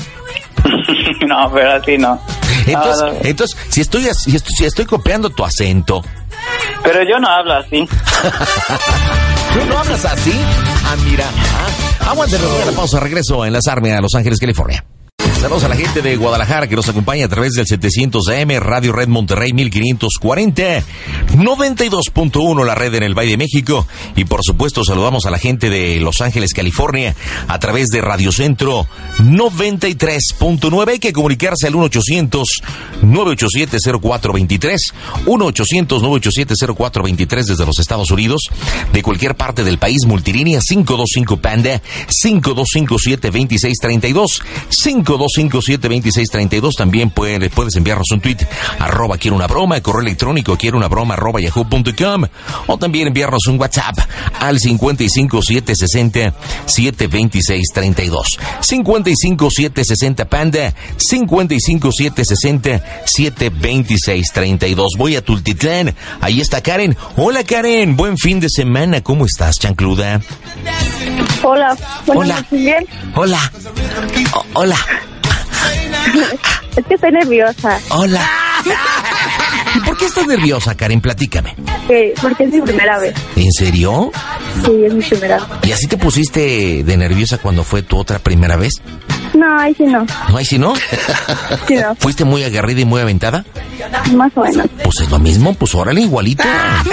S13: no, pero así no.
S4: Entonces,
S13: No, no.
S4: entonces si, estoy, as- si estoy, si estoy copiando tu acento,
S13: Pero yo no hablo así.
S4: ¿tú no hablas así? Ah, mira. Ah, aguante, voy a la pausa. Regreso a enlazarme a Los Ángeles, California. Saludos a la gente de Guadalajara que nos acompaña a través del 700 AM, Radio Red Monterrey 1540, 92.1 la red en el Valle de México y por supuesto saludamos a la gente de Los Ángeles, California a través de Radio Centro 93.9. Hay que comunicarse al 1-800-987-0423, 1-800-987-0423 desde los Estados Unidos, de cualquier parte del país, multilínea 525 Panda 5257-2632, 5257-2632. También puede- puedes enviarnos un tweet, arroba quiero una broma, correo electrónico quiero una broma, arroba yahoo.com, o también enviarnos un WhatsApp al 55-760-726-32. 55-760 Panda, 55-760-726-32. Voy a Tultitlán, ahí está Karen. Hola Karen, buen fin de semana, ¿cómo estás, chancluda?
S7: Hola, buenas
S4: Hola.
S7: noches, bien.
S4: Hola. O- hola.
S7: Es que estoy nerviosa,
S4: Hola. ¿Y por qué estás nerviosa, Karen? Platícame.
S7: que- porque es mi primera vez.
S4: ¿En serio?
S7: Sí, es mi primera vez.
S4: ¿Y así te pusiste de nerviosa cuando fue tu otra primera vez?
S7: No, ahí sí no,
S4: ¿No hay si no?
S7: Sí, no.
S4: ¿Fuiste muy aguerrida y muy aventada?
S7: más o menos.
S4: Pues es lo mismo, pues órale, igualito.
S7: No,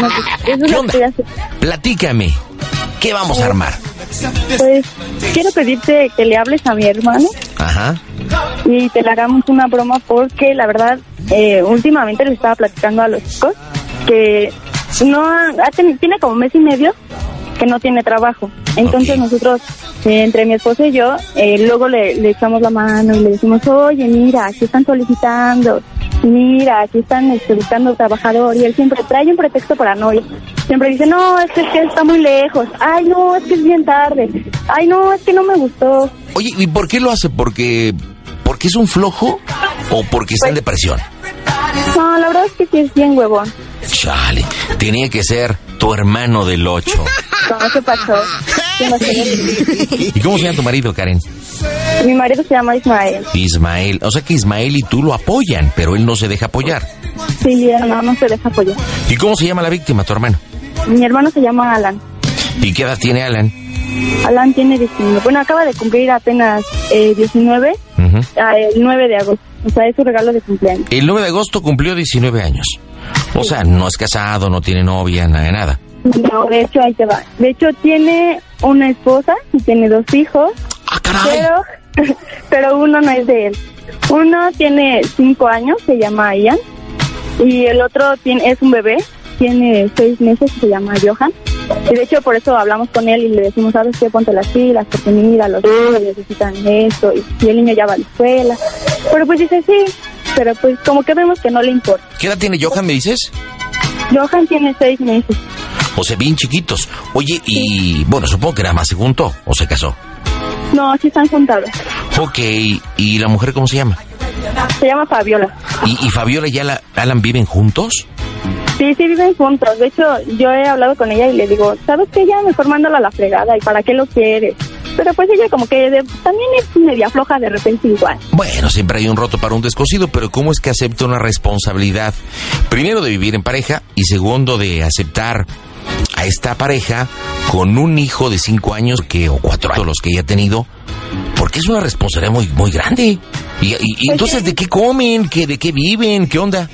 S7: pues, eso es lo que estoy haciendo.
S4: Platícame. ¿Qué vamos a armar?
S7: Pues quiero pedirte que le hables a mi hermano
S4: Ajá.
S7: y te le hagamos una broma porque la verdad, eh, últimamente le estaba platicando a los chicos que no ha- ha ten- tiene como mes y medio que no tiene trabajo. Entonces nosotros, eh, entre mi esposo y yo, eh, luego le, le echamos la mano y le decimos, oye, mira, aquí están solicitando mira, aquí están este, buscando trabajador y él siempre trae un pretexto para no ir. Siempre dice, no, es que, es que está muy lejos. Ay, no, es que es bien tarde. Ay, no, es que no me gustó.
S4: Oye, ¿y por qué lo hace? ¿Porque, porque es un flojo o porque está en
S7: Pues
S4: depresión?
S7: No, la verdad es que sí es bien huevón.
S4: Chale, tenía que ser tu hermano del 8.
S7: ¿Cómo se pasó? ¿Qué más tenés?
S4: ¿Y cómo se llama tu marido, Karen?
S7: Mi marido se llama Ismael.
S4: Ismael. O sea que Ismael y tú lo apoyan, pero él no se deja apoyar.
S7: Sí, hermano, no se deja apoyar.
S4: ¿Y cómo se llama la víctima, tu hermano?
S7: Mi hermano se llama Alan.
S4: ¿Y qué edad tiene Alan?
S7: Alan tiene 19. Bueno, acaba de cumplir apenas eh, 19,
S4: Ujú.
S7: ah, el 9 de agosto. O sea, es su regalo de cumpleaños.
S4: El 9 de agosto cumplió 19 años. O sea, no es casado, no tiene novia, nada de nada.
S7: No, de hecho, ahí te va. De hecho, tiene una esposa y tiene dos hijos. Pero, pero uno no es de él. Uno tiene cinco años, se llama Ian. Y el otro tiene, es un bebé, tiene seis meses, se llama Johan. Y de hecho, por eso hablamos con él y le decimos, ¿sabes qué? Ponte las pilas, porque mira, los niños necesitan esto. Y, y el niño ya va a la escuela. Pero pues dice, sí. Pero pues como que vemos que no le importa.
S4: ¿Qué edad tiene Johan, me dices?
S7: Johan tiene seis meses.
S4: O sea, bien chiquitos. Oye, y bueno, supongo que nada más se juntó o se casó.
S7: No, sí están juntados.
S4: Ok, ¿y la mujer cómo se llama?
S7: Se llama Fabiola.
S4: ¿Y, y Fabiola y Ala- Alan viven juntos?
S7: Sí, sí viven juntos. De hecho, yo he hablado con ella y le digo, ¿sabes qué? Ya mejor mándalo a la fregada y para qué lo quieres. Pero pues ella como que de- también es media floja de repente igual.
S4: Bueno, siempre hay un roto para un descosido, pero ¿cómo es que acepta una responsabilidad? Primero de vivir en pareja y segundo de aceptar a esta pareja con un hijo de cinco años que o cuatro años los que ella ha tenido, porque es una responsabilidad muy muy grande. Y, y- y entonces, ¿de qué comen? ¿Qué, ¿De qué viven? ¿Qué onda?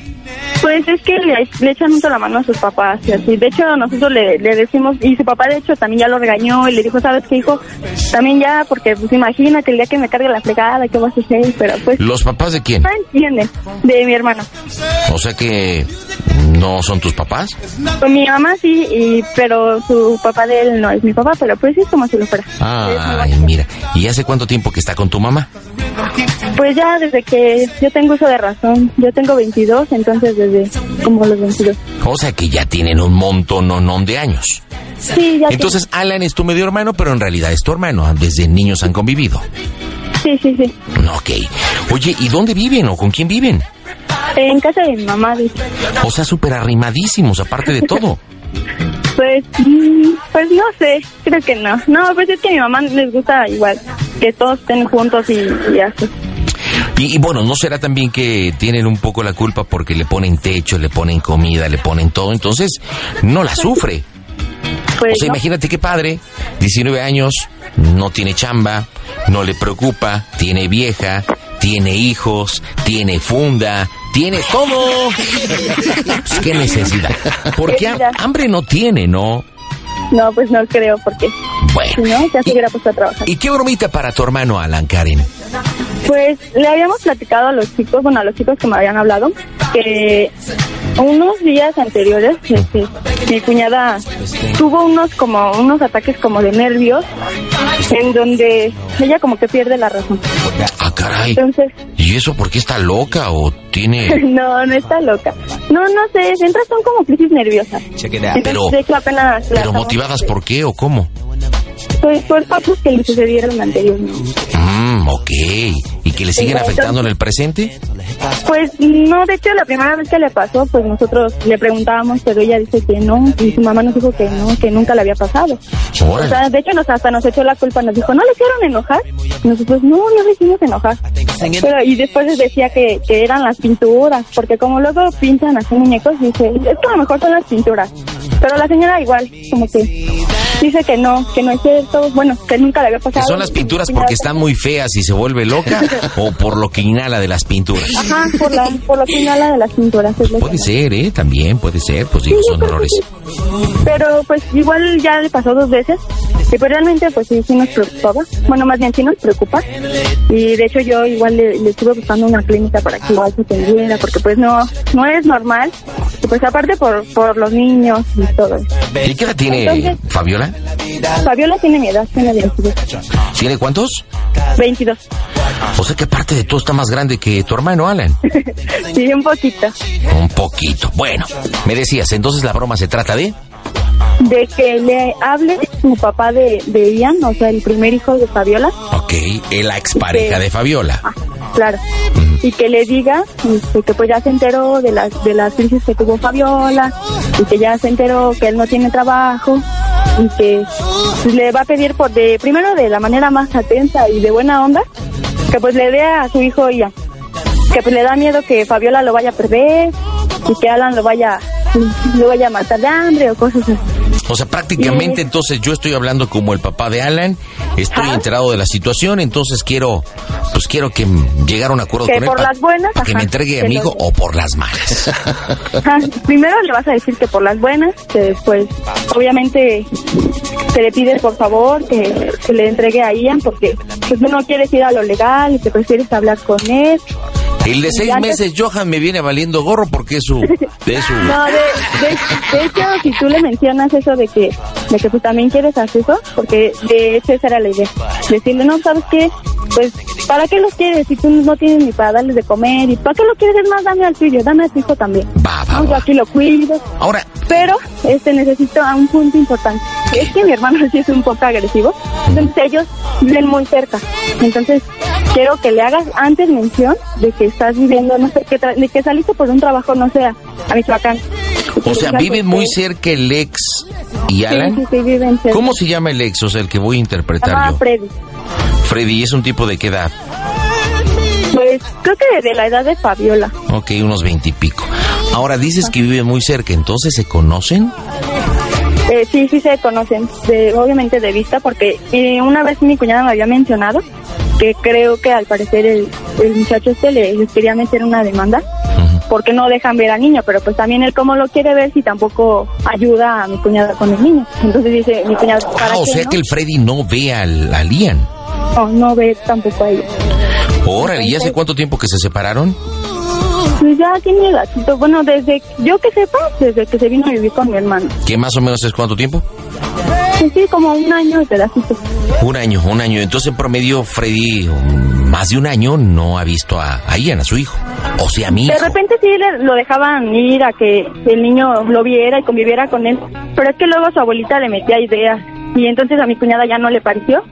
S7: Pues es que le, le echan mucho la mano a sus papás y así. De hecho, nosotros le, le decimos, y su papá de hecho también ya lo regañó y le dijo, ¿sabes qué, hijo? También ya, porque pues imagínate el día que me cargue la fregada, ¿qué vas a hacer? Pero pues...
S4: ¿Los papás de quién?
S7: No entiende, de mi hermano.
S4: O sea que no son tus papás.
S7: Pues mi mamá sí, y, pero su papá de él no es mi papá, pero pues sí es como si lo fuera.
S4: Ay, mira. ¿Y hace cuánto tiempo que está con tu mamá?
S7: Pues ya desde que yo tengo uso de razón, yo tengo 22, entonces desde como los 22.
S4: O sea que ya tienen un montón de años.
S7: Sí, ya
S4: Entonces, Alan es tu medio hermano, pero en realidad es tu hermano. Desde niños han convivido.
S7: Sí, sí, sí.
S4: Ok. Oye, ¿y dónde viven o con quién viven?
S7: En casa de mi mamá, de hecho.
S4: O sea, súper arrimadísimos, aparte de todo.
S7: pues, mm, pues no sé, creo que no. No, pues es que a mi mamá les gusta igual que todos estén juntos y, y así.
S4: Y, y bueno, ¿no será también que tienen un poco la culpa porque le ponen techo, le ponen comida, le ponen todo? Entonces, no la sufre.
S7: Pues
S4: o sea,
S7: no.
S4: imagínate qué padre, 19 años, no tiene chamba, no le preocupa, tiene vieja, tiene hijos, tiene funda, tiene todo. Pues, qué necesidad. Porque ha- hambre no tiene, ¿no?
S7: No, pues no creo, porque
S4: Bueno.
S7: si no, ya se hubiera puesto a trabajar.
S4: ¿Y qué bromita para tu hermano Alan, Karen?
S7: Pues le habíamos platicado a los chicos, bueno, a los chicos que me habían hablado, que unos días anteriores este, mi cuñada tuvo unos como unos ataques como de nervios en donde ella como que pierde la razón.
S4: Ah, caray.
S7: Entonces,
S4: ¿Y eso por qué está loca o tiene...?
S7: no, no está loca. No, no sé, entras son como crisis nerviosas. Entonces,
S4: Pero,
S7: de hecho, apenas la
S4: pero
S7: acabo-
S4: motivadas por qué o cómo?
S7: Pues por cosas que le sucedieron anteriormente.
S4: Mm, ok. ¿Y que le siguen afectando en el presente?
S7: Pues no, de hecho la primera vez que le pasó, pues nosotros le preguntábamos, pero ella dice que no, y su mamá nos dijo que no, que nunca le había pasado.
S4: Órale.
S7: O sea, de hecho nos hasta nos echó la culpa, nos dijo, ¿no le hicieron enojar? Y Nosotros, no, no le hicimos enojar. Pero, y después les decía que, que eran las pinturas, porque como luego pintan así muñecos, dice, es que a lo mejor son las pinturas. Pero la señora igual, como que dice que no, que no es cierto, bueno, que nunca le había
S4: ¿Que
S7: pasado.
S4: son las pinturas porque están muy feas y se vuelve loca o por lo que inhala de las pinturas?
S7: Ajá, por, la, por lo que inhala de las pinturas. es lo que-
S4: Puede ser, ¿eh? También puede ser, pues digo, son errores.
S7: Pero pues igual ya le pasó dos veces. Y pues realmente pues sí, sí nos preocupaba. Bueno, más bien sí nos preocupa. Y de hecho yo igual le, le estuve buscando una clínica para que igual se atendiera porque pues no no es normal. Y, pues aparte por, por los niños y todo.
S4: ¿Y qué edad tiene
S7: Entonces-
S4: Fabiola?
S7: Fabiola tiene mi edad, tiene 22.
S4: ¿Tiene cuántos?
S7: 22.
S4: O sea que parte de tú está más grande que tu hermano Alan.
S7: Sí, un poquito.
S4: Un poquito. Bueno, me decías, entonces la broma se trata de...
S7: De que le hable su papá de, de Ian, o sea, el primer hijo de Fabiola,
S4: Ok, eh, la expareja de Fabiola.
S7: claro. Y que le diga este, que pues ya se enteró de las, de las crisis que tuvo Fabiola, y que ya se enteró que él no tiene trabajo, y que le va a pedir por de, primero de la manera más atenta y de buena onda, que pues le dé a su hijo Ian. Que pues le da miedo que Fabiola lo vaya a perder, y que Alan lo vaya, lo vaya a matar de hambre o cosas así.
S4: O sea, prácticamente entonces yo estoy hablando como el papá de Alan, estoy enterado de la situación, entonces quiero, pues quiero que m- llegar a un acuerdo
S7: Que
S4: con él
S7: por
S4: pa-
S7: las buenas,
S4: pa' que
S7: ajá,
S4: me entregue a
S7: que
S4: mi
S7: lo-
S4: hijo o por las malas.
S7: Ajá, Primero le vas a decir que por las buenas, que después, obviamente, que le pides por favor que, que le entregue a Ian porque pues, tú no quieres ir a lo legal y que prefieres hablar con él.
S4: El de
S7: Y
S4: seis
S7: antes-
S4: meses, Johan, me viene valiendo gorro porque es su, es su,
S7: No, de, de- de hecho, si tú le mencionas eso de que, de que tú también quieres a su hijo, porque de hecho esa era la idea. Decirle, no, ¿sabes qué? Pues, ¿para qué los quieres si tú no tienes ni para darles de comer? ¿Y para qué lo quieres? Es más, dame al tuyo, dame a tu hijo también. No, yo aquí lo cuido.
S4: Ahora.
S7: Pero, este, necesito a un punto importante. Es que mi hermano sí es un poco agresivo. Entonces, ellos viven muy cerca. Entonces, quiero que le hagas antes mención de que estás viviendo, no sé, que tra- de que saliste por un trabajo, no sé, a a Michoacán.
S4: o sea, viven muy cerca el ex y
S7: Sí, sí,
S4: Alan.
S7: sí, viven cerca.
S4: ¿Cómo se llama el ex? O sea, el que voy a
S7: Se
S4: interpretar
S7: llama
S4: yo.
S7: Freddy.
S4: Freddy, ¿y es un tipo de qué edad?
S7: Pues, creo que desde la edad de Fabiola.
S4: Ok, unos veintipico. Ahora dices que vive muy cerca, entonces se conocen.
S7: Eh, sí, sí se conocen, de- obviamente de vista, porque eh, una vez mi cuñada me había mencionado que creo que al parecer el, el muchacho este le, les quería meter una demanda porque no dejan ver al niño, pero pues también él cómo lo quiere ver si tampoco ayuda a mi cuñada con el niño. Entonces dice mi cuñada, ¿para
S4: Ah, o
S7: qué,
S4: sea
S7: no?
S4: que el Freddy no ve al, al Ian.
S7: No, no ve tampoco a ella.
S4: Órale, ¿y hace cuánto tiempo que se separaron?
S7: Pues ya tiene gatito, bueno, desde, yo que sepa, desde que se vino a vivir con mi hermano.
S4: ¿Qué más o menos es cuánto tiempo?
S7: Sí, sí, como un año de pedacito.
S4: Un año, un año. Entonces, en promedio, Freddy, mm, más de un año no ha visto a, a Ian, a su hijo. O sea, a mí.
S7: De repente sí le- lo dejaban ir a que el niño lo viera y conviviera con él, pero es que luego su abuelita le metía ideas y entonces a mi cuñada ya no le pareció,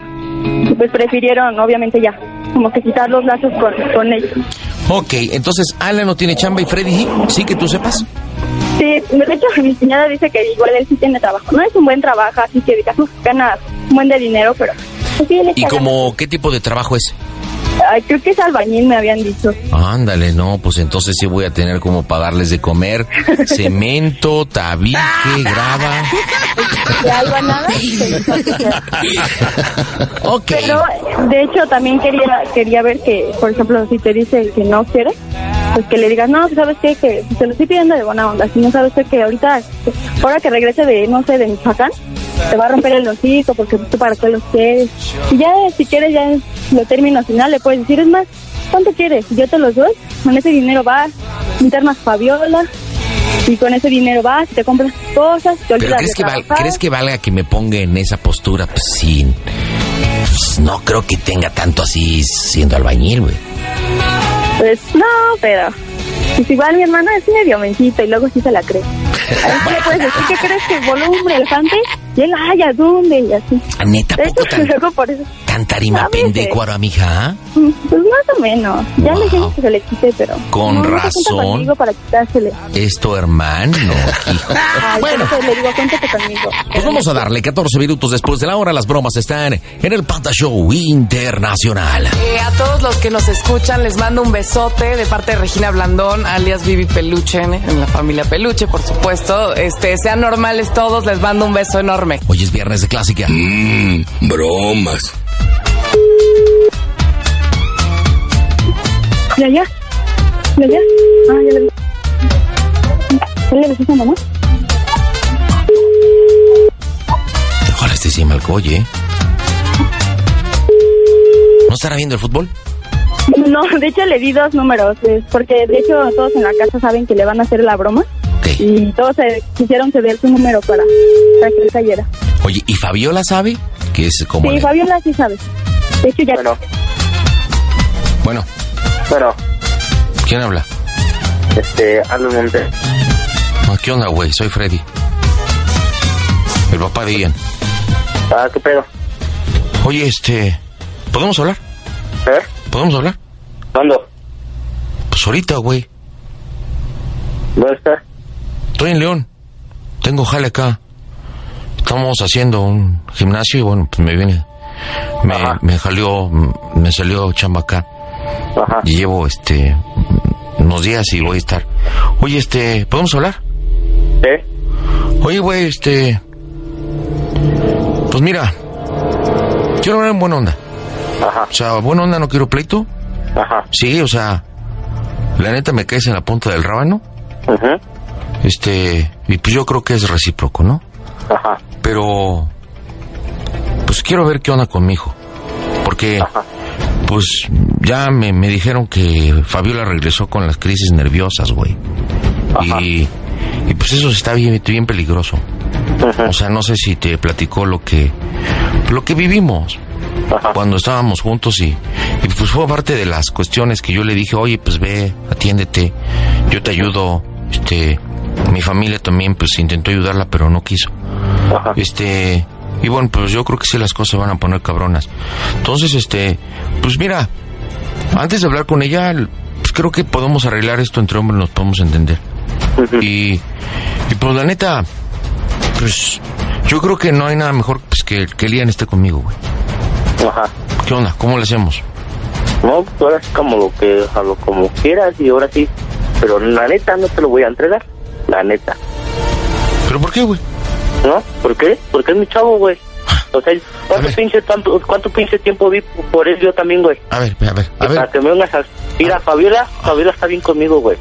S7: y pues prefirieron obviamente ya, como que quitar los lazos con, con él.
S4: Ok, entonces Alan no tiene chamba y Freddy sí, sí que tú sepas.
S7: Sí, de hecho mi cuñada dice que igual él sí tiene trabajo, no es un buen trabajo, así que digas, "Uf, gana un buen de dinero, pero... pues, sí, le
S4: ¿Y
S7: echa
S4: como qué tipo de trabajo es?
S7: ganas". Ay, creo que es albañil, me habían dicho.
S4: Ándale, no, pues entonces sí voy a tener como para darles de comer cemento, tabique, grava.
S7: De albanada, pues,
S4: Ok.
S7: Pero de hecho también quería quería ver que, por ejemplo, si te dice que no quiere, pues que le digas, no, ¿sabes qué? Que te lo estoy pidiendo de buena onda. Si no sabes qué, que ahorita, ahora que regrese de, no sé, de Michoacán, te va a romper el hocico porque tú para qué lo quieres. Y ya, si quieres, ya en lo término final le puedes decir, es más, ¿cuánto quieres? Yo te los doy, con ese dinero vas, internas Fabiola, y con ese dinero vas, te compras cosas, te
S4: Pero
S7: olvidas
S4: ¿crees
S7: de
S4: que, val-
S7: trabajar.
S4: ¿crees que valga que me ponga en esa postura? Pues sí. Pues, no creo que tenga tanto así siendo albañil, güey.
S7: Pues no, pero. Pues igual mi hermano es medio mencito y luego sí se la cree. A ver, le puedes decir que crees que volumen elefante y él, ay, ¿a dónde? Y así.
S4: Neta,
S7: De hecho, luego por eso.
S4: tan tarima
S7: Ábrete.
S4: pendecuaro a mi hija. ¿ah?
S7: Pues más o menos. Ya le dije que se le quite, pero.
S4: Con
S7: no, no se junta
S4: razón.
S7: conmigo para quitársele.
S4: Es tu hermano, hijo.
S7: Ay, bueno. le digo, cuéntate conmigo.
S4: Ah, Pues vamos a darle 14 minutos después de la hora. Las bromas están en el Panda Show Internacional.
S18: Eh, a todos los que nos escuchan les mando un besote de parte de Regina Blandón, alias Vivi Peluche, en- en la familia Peluche, por supuesto. Este, sean normales todos, les mando un beso enorme.
S4: Hoy es viernes de clásica.
S14: Mmm, bromas.
S7: ¿Ya, ya? ¿Ya, ya? Ah, ya le ¿Ya le besé a mamá?
S4: Ojalá esté sin alcohol, ¿eh? ¿No estará viendo el fútbol?
S7: No, de hecho le di dos números, pues, porque de hecho todos en la casa saben que le van a hacer la broma. Y todos se quisieron ceder su número para, para que él cayera.
S4: Oye, ¿y Fabiola sabe? Que es como...
S7: Sí,
S4: la-
S7: Fabiola sí sabe. De hecho, ya.
S4: Bueno,
S5: Bueno,
S4: ¿quién habla?
S5: este, Aldo Monte.
S4: Ah, ¿Qué onda, güey? Soy Freddy. El papá de Ian.
S5: Ah, qué pedo.
S4: Oye, este... ¿Podemos hablar?
S5: ¿Eh?
S4: ¿Podemos hablar?
S5: ¿Cuándo?
S4: Pues ahorita, güey.
S5: ¿Dónde estás?
S4: Estoy en León. Tengo jale acá. Estamos haciendo un gimnasio y bueno, pues me viene. Me, me jalió, me salió chamba acá. Y llevo este unos días y voy a estar. Oye, este, ¿podemos hablar?
S5: ¿Eh?
S4: Oye, güey, este. Pues mira, quiero hablar en buena onda. O sea, buena onda, no quiero pleito. Sí, o sea, la neta me caes en la punta del rábano. Este, y pues yo creo que es recíproco, ¿no? Pero, pues quiero ver qué onda con mi hijo. Porque, pues ya me, me dijeron que Fabiola regresó con las crisis nerviosas, güey. Y, y pues eso está bien, bien peligroso. O sea, no sé si te platicó lo que, lo que vivimos cuando estábamos juntos y, y pues fue parte de las cuestiones que yo le dije, oye, pues ve, atiéndete, yo te ayudo, este, mi familia también pues intentó ayudarla pero no quiso. Este, y bueno, pues yo creo que sí las cosas se van a poner cabronas. Entonces, este, pues mira, antes de hablar con ella, pues creo que podemos arreglar esto entre hombres, nos podemos entender. Y, y pues la neta, pues yo creo que no hay nada mejor pues, que, que Lian esté conmigo, güey. ¿Qué onda? ¿Cómo le hacemos?
S5: No, pues ahora es como lo que, a lo como quieras y ahora sí. Pero la neta no te lo voy a entregar. La neta.
S4: ¿Pero por qué, güey?
S5: ¿No? ¿Por qué? Porque es mi chavo, güey. O sea, ¿cuánto pinche, tanto- cuánto pinche tiempo vi por él yo también, güey?
S4: A ver, a ver, a ver.
S5: Para que me vengas a... Mira, Fabiola, Fabiola está bien conmigo, güey.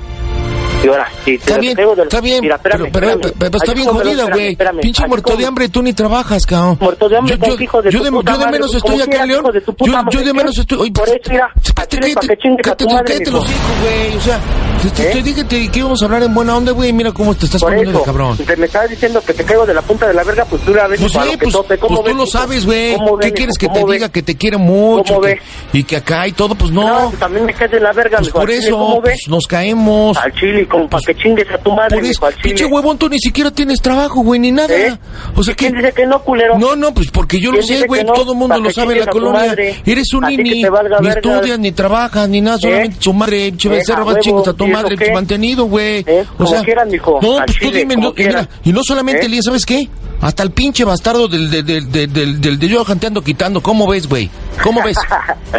S5: Y ahora, si te
S4: Está bien,
S5: despego del-
S4: está bien,
S5: Mira, espérame,
S4: pero, pero-
S5: espérame.
S4: pero está
S5: Así
S4: bien
S5: como lo-
S4: jodida,
S5: espérame,
S4: güey.
S5: espérame.
S4: Pinche
S5: Así
S4: muerto
S5: como-
S4: de hambre, tú ni trabajas, cabrón.
S5: Muerto de hambre,
S4: yo,
S5: estás, hijo de
S4: yo
S5: tu
S4: de,
S5: puta
S4: yo de
S5: madre,
S4: menos
S5: pues,
S4: estoy
S5: ¿cómo
S4: acá en
S5: quieras,
S4: León.
S5: hijo de tu puta
S4: Yo, yo
S5: madre,
S4: de menos
S5: ¿qué?
S4: estoy. Oye,
S5: Por
S4: pues,
S5: eso, mira,
S4: cállate,
S5: así eres pa'
S4: cállate,
S5: que chingue a tu
S4: cállate,
S5: madre,
S4: cállate
S5: mijo.
S4: los hijos, güey. O sea, te, te- te dije que, que íbamos a hablar en buena onda, güey. Mira cómo te estás
S5: Por
S4: poniendo de
S5: eso,
S4: cabrón.
S5: te me estás diciendo que te caigo de la punta de la verga, pues tú la ves
S4: Pues,
S5: para
S4: sí,
S5: lo que
S4: pues,
S5: tope. ¿Cómo
S4: pues
S5: ves,
S4: tú lo
S5: hijo?
S4: sabes, güey.
S5: ¿Cómo
S4: ¿Qué
S5: ves,
S4: quieres que
S5: hijo?
S4: te
S5: ¿Cómo
S4: diga?
S5: ves?
S4: Que te quiere mucho.
S5: ¿Cómo
S4: que-
S5: ves?
S4: Y que acá y todo, pues no.
S5: pues, también me caes de la verga,
S4: Pues
S5: mijo,
S4: por
S5: al chile,
S4: eso
S5: ¿cómo ves?
S4: pues, nos caemos.
S5: Al chile, como para que chingues a tu madre,
S4: Por eso,
S5: mijo, al
S4: pinche
S5: chile.
S4: huevón, tú ni siquiera tienes trabajo, güey, ni nada.
S5: ¿Eh?
S4: O sea que...
S5: ¿Quién dice que no, culero?
S4: No, no, pues porque yo lo
S5: ¿Quién
S4: sé,
S5: dice
S4: güey,
S5: que no?
S4: todo el mundo
S5: Pa'
S4: lo
S5: que
S4: sabe en la
S5: chingues a tu
S4: colonia.
S5: madre.
S4: Eres un
S5: A ti que
S4: nini,
S5: te valga
S4: ni
S5: verga.
S4: estudias, ni trabajas, ni nada, solamente su madre, pinche
S5: ¿Eh?
S4: becerra,
S5: A
S4: vas
S5: huevo,
S4: chingas a tu
S5: ¿y eso
S4: madre,
S5: qué? ¿Eh?
S4: pinche mantenido, güey. O
S5: Como
S4: sea,
S5: quieras, mijo,
S4: no,
S5: al
S4: pues tú
S5: chile,
S4: dime,
S5: como
S4: no, y
S5: quieras.
S4: mira, y no solamente,
S5: ¿Eh?
S4: Elías, ¿sabes qué? Hasta el pinche bastardo del del del del del, del de yo janteando quitando, ¿cómo ves, güey? ¿Cómo ves?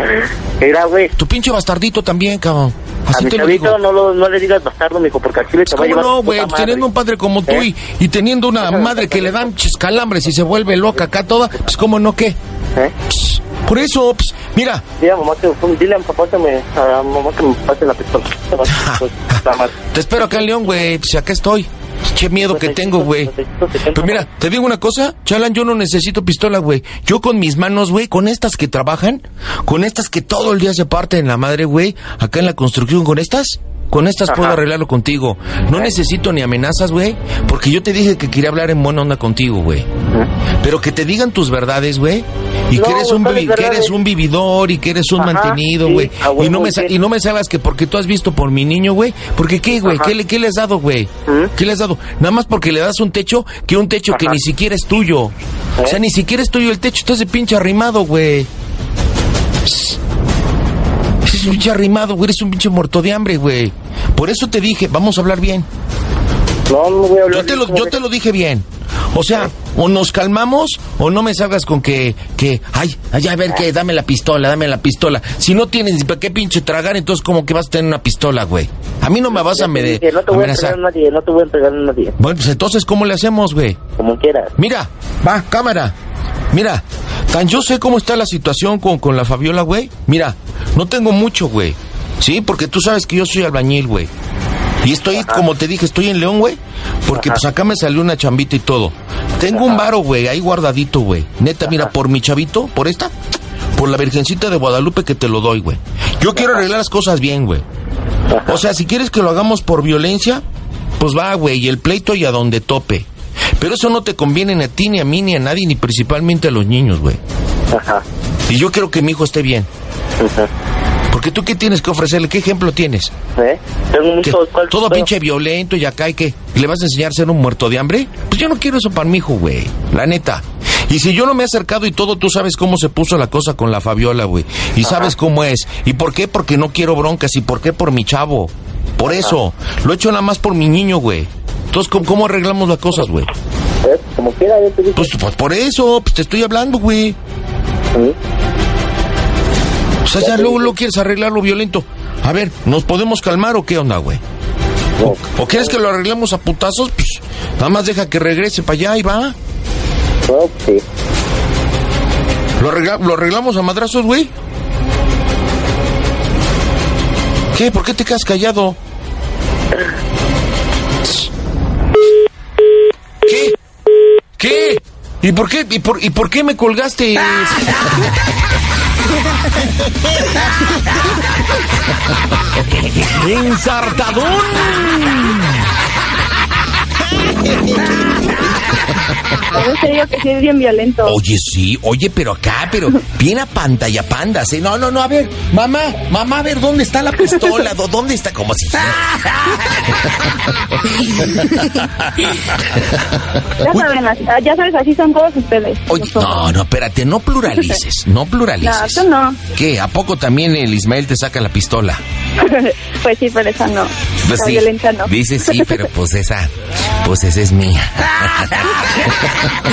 S5: Mira, güey.
S4: Tu pinche bastardito también, cabrón.
S5: A
S4: Así
S5: mi
S4: te lo
S5: chavito
S4: digo.
S5: no, lo- no le digas bastardo, mijo, porque al chile te va a
S4: ¿Cómo
S5: llevar
S4: no,
S5: tu puta
S4: güey? Pues,
S5: madre. ¿Eh?
S4: Teniendo un padre como tú y, y teniendo una madre que le dan chis calambres y se vuelve loca acá toda, pues ¿cómo no qué?
S5: ¿Eh?
S4: Pues, por eso, pues, mira.
S5: Dile a mamá que, dile a mi papá que me, a mamá que me pase la pistola. Te vas a- pues, la madre.
S4: Te espero acá en León, güey. Pues acá estoy. Qué miedo que tengo, güey. Pues mira, te digo una cosa, Chalan, yo no necesito pistola, güey. Yo con mis manos, güey, con estas que trabajan, con estas que todo el día se parten la madre, güey, acá en la construcción, con estas, con estas
S5: Ajá.
S4: puedo arreglarlo contigo. No necesito ni amenazas, güey, porque yo te dije que quería hablar en buena onda contigo, güey. Pero que te digan tus verdades, güey, y
S5: No,
S4: que eres
S5: güey,
S4: un,
S5: ¿cuáles
S4: vi- que eres
S5: verdades?
S4: un vividor y que eres un
S5: Ajá,
S4: mantenido,
S5: sí, Ah,
S4: güey.
S5: a huevo,
S4: y no me sa-
S5: sí.
S4: y no me salgas que porque tú has visto por mi niño, güey. Porque qué, güey,
S5: Ajá. ¿Mm?
S4: ¿Qué, le- ¿qué le has dado, güey? ¿Qué le has dado? Nada más porque le das un techo, que un techo que
S5: Ajá. ¿Eh?
S4: ni siquiera es tuyo. O sea, ni siquiera es tuyo el techo, estás de pinche arrimado, güey. Eres Pues un pinche arrimado, güey, eres un pinche muerto de hambre, güey. Por eso te dije, vamos a hablar bien.
S5: No, no voy a hablar.
S4: Yo te lo, yo te lo dije bien. O sea, o nos calmamos o no me salgas con que, que, ay, ay, a ver qué, dame la pistola, dame la pistola. Si no tienes ni para qué pinche tragar, entonces como que vas a tener una pistola, güey. A mí no me vas a me
S5: Dije, no te voy a entregar
S4: amenazar.
S5: a nadie, no te voy a entregar a nadie.
S4: Bueno, pues entonces, ¿cómo le hacemos, güey?
S5: Como quieras.
S4: Mira, va, cámara. Mira, tan yo sé cómo está la situación con, con la Fabiola, güey. Mira, no tengo mucho, güey. Sí, porque tú sabes que yo soy albañil, güey. Y estoy, como te dije, estoy en León, güey. Porque pues acá me salió una chambita y todo. Tengo un varo, güey, ahí guardadito, güey. Neta, mira, por mi chavito, por esta, por la Virgencita de Guadalupe que te lo doy, güey. Yo quiero arreglar las cosas bien, güey. O sea, si quieres que lo hagamos por violencia, Pues va, güey, el pleito y a donde tope. Pero eso no te conviene ni a ti, ni a mí, ni a nadie, ni principalmente a los niños, güey.
S5: Ajá.
S4: Y yo quiero que mi hijo esté bien.
S5: Ujú.
S4: Porque tú qué tienes que ofrecerle, qué ejemplo tienes.
S5: ¿Eh? Tengo
S4: Que todo pinche violento y acá y qué. ¿Y le vas a enseñar a ser un muerto de hambre? Pues yo no quiero eso para mi hijo, güey. La neta. Y si yo no me he acercado y todo, tú sabes cómo se puso la cosa con la Fabiola, güey. Y sabes cómo es. ¿Y por qué? Porque no quiero broncas. ¿Y por qué? Por mi chavo. Por eso. Lo he hecho nada más por mi niño, güey. Entonces, ¿cómo, cómo arreglamos las cosas, güey?
S5: Como quiera, yo te digo.
S4: Pues, pues por eso, pues te estoy hablando, güey. O sea, ya luego lo quieres arreglar lo violento. A ver, ¿nos podemos calmar o qué onda, güey? ¿O, o quieres que lo arreglemos a putazos? Pues nada más deja que regrese para allá y va. ¿Lo, arregla- ¿Lo arreglamos a madrazos, güey? ¿Qué? ¿Por qué te quedas callado? ¿Qué? ¿Qué? ¿Y por qué? ¿Y por, y por qué me colgaste?
S3: ¡Ensartadón!
S7: En serio que sí es bien violento.
S4: Oye, sí, oye, pero acá, pero bien a pantalla pandas, ¿eh? No, no, no, a ver, mamá, mamá, a ver, ¿dónde está la pistola? ¿Dó- ¿Dónde está? Como si...
S7: Ya saben, así- ah, ya sabes, así son todos ustedes.
S4: Oye, no, no, espérate, no pluralices, no
S7: No,
S4: pluralices.
S7: eso no.
S4: ¿Qué? ¿A poco también el Ismael te saca la pistola?
S7: pues sí, pero esa no.
S4: Pues
S7: la
S4: sí,
S7: violencia no.
S4: dice sí, pero pues esa, pues esa es mía.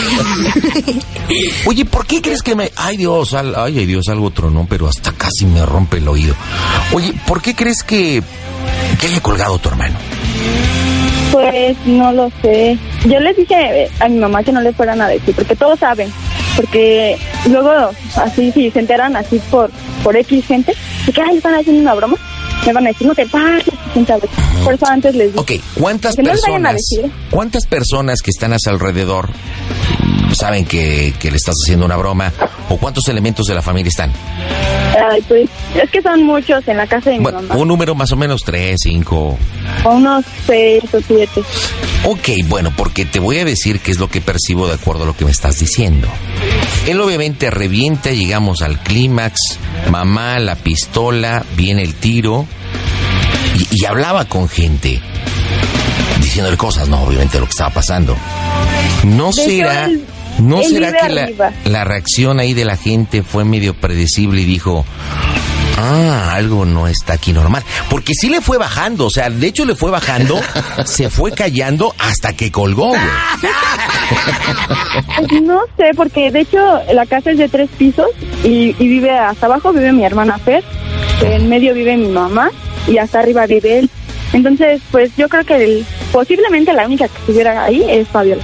S4: Oye, ¿por qué crees que me... Ay Dios, al- ay ay, Dios, algo tronó, pero hasta casi me rompe el oído. Oye, ¿por qué crees que... que haya colgado tu hermano?
S7: Pues no lo sé. Yo les dije eh, a mi mamá que no le fueran a decir, porque todos saben. Porque luego, así, si se enteran así por, por X gente, de que, ay, están haciendo una broma, me van a decir, no te pases, quién sabe. Por eso antes les dije.
S4: Ok, ¿cuántas
S7: Que no les vayan a
S4: personas...
S7: decir.
S4: ¿Cuántas personas que están a su alrededor saben que, que le estás haciendo una broma? ¿O cuántos elementos de la familia están?
S7: Ay, pues, es que son muchos en la casa de mi
S4: Bueno,
S7: mamá.
S4: un número más o menos tres, cinco...
S7: O unos seis o siete.
S4: Ok, bueno, porque te voy a decir qué es lo que percibo de acuerdo a lo que me estás diciendo. Él obviamente revienta, llegamos al clímax, mamá, la pistola, viene el tiro y, y hablaba con gente diciéndole cosas, no, obviamente lo que estaba pasando. No
S7: De hecho,
S4: será,
S7: él-
S4: no
S7: él
S4: será
S7: vive
S4: que la,
S7: arriba.
S4: la reacción ahí de la gente fue medio predecible y dijo, ah, algo no está aquí normal. Porque sí le fue bajando, o sea, de hecho le fue bajando, se fue callando hasta que colgó, güey.
S7: Pues no sé, porque de hecho la casa es de tres pisos y, y vive hasta abajo vive mi hermana Fer, en medio vive mi mamá y hasta arriba vive él. Entonces, pues yo creo que el- posiblemente la única que estuviera ahí es Fabiola.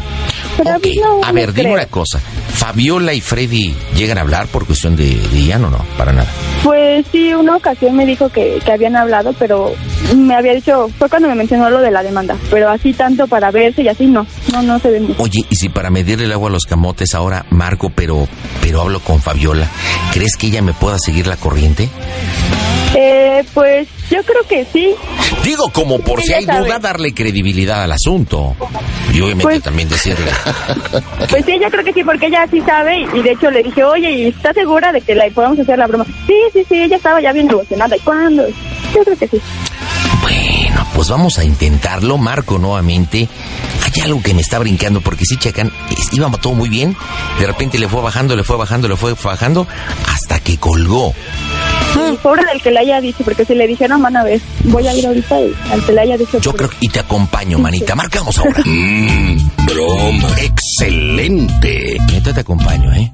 S7: Pero
S4: Ok,
S7: pues, no,
S4: a
S7: no
S4: ver, dime
S7: creo.
S4: una cosa. ¿Fabiola y Freddy llegan a hablar por cuestión de, de Ian o no? Para nada.
S7: Pues sí, una ocasión me dijo que, que habían hablado, pero me había dicho, fue cuando me mencionó lo de la demanda, pero así tanto para verse y así no, no, no se ven mucho.
S4: Oye, y si para medir el agua a los camotes ahora marco, pero, pero hablo con Fabiola, ¿crees que ella me pueda seguir la corriente?
S7: Eh, pues yo creo que sí,
S4: Digo, como por si
S7: Ella
S4: hay duda,
S7: sabe.
S4: darle credibilidad al asunto. Y obviamente
S7: Pues-
S4: también decirle.
S7: Pues sí, yo creo que sí, porque ella sí sabe y de hecho le dije, oye, ¿y estás segura de que la podemos hacer la broma? Sí, sí, sí, ella estaba ya bien emocionada. ¿Y cuándo? Yo creo que sí.
S4: Bueno, pues vamos a intentarlo, Marco, nuevamente. Hay algo que me está brincando, porque sí, checan, es- iba todo muy bien, de repente le fue bajando, le fue bajando, le fue bajando, hasta que colgó. Ah.
S7: Y Pobre del que le haya dicho, porque si le dijeron, van a ver, voy a ir ahorita y al que le haya dicho. pues,
S4: Yo creo que y te acompaño, manita. Marcamos ahora. broma. Excelente. Neta, te acompaño, ¿eh?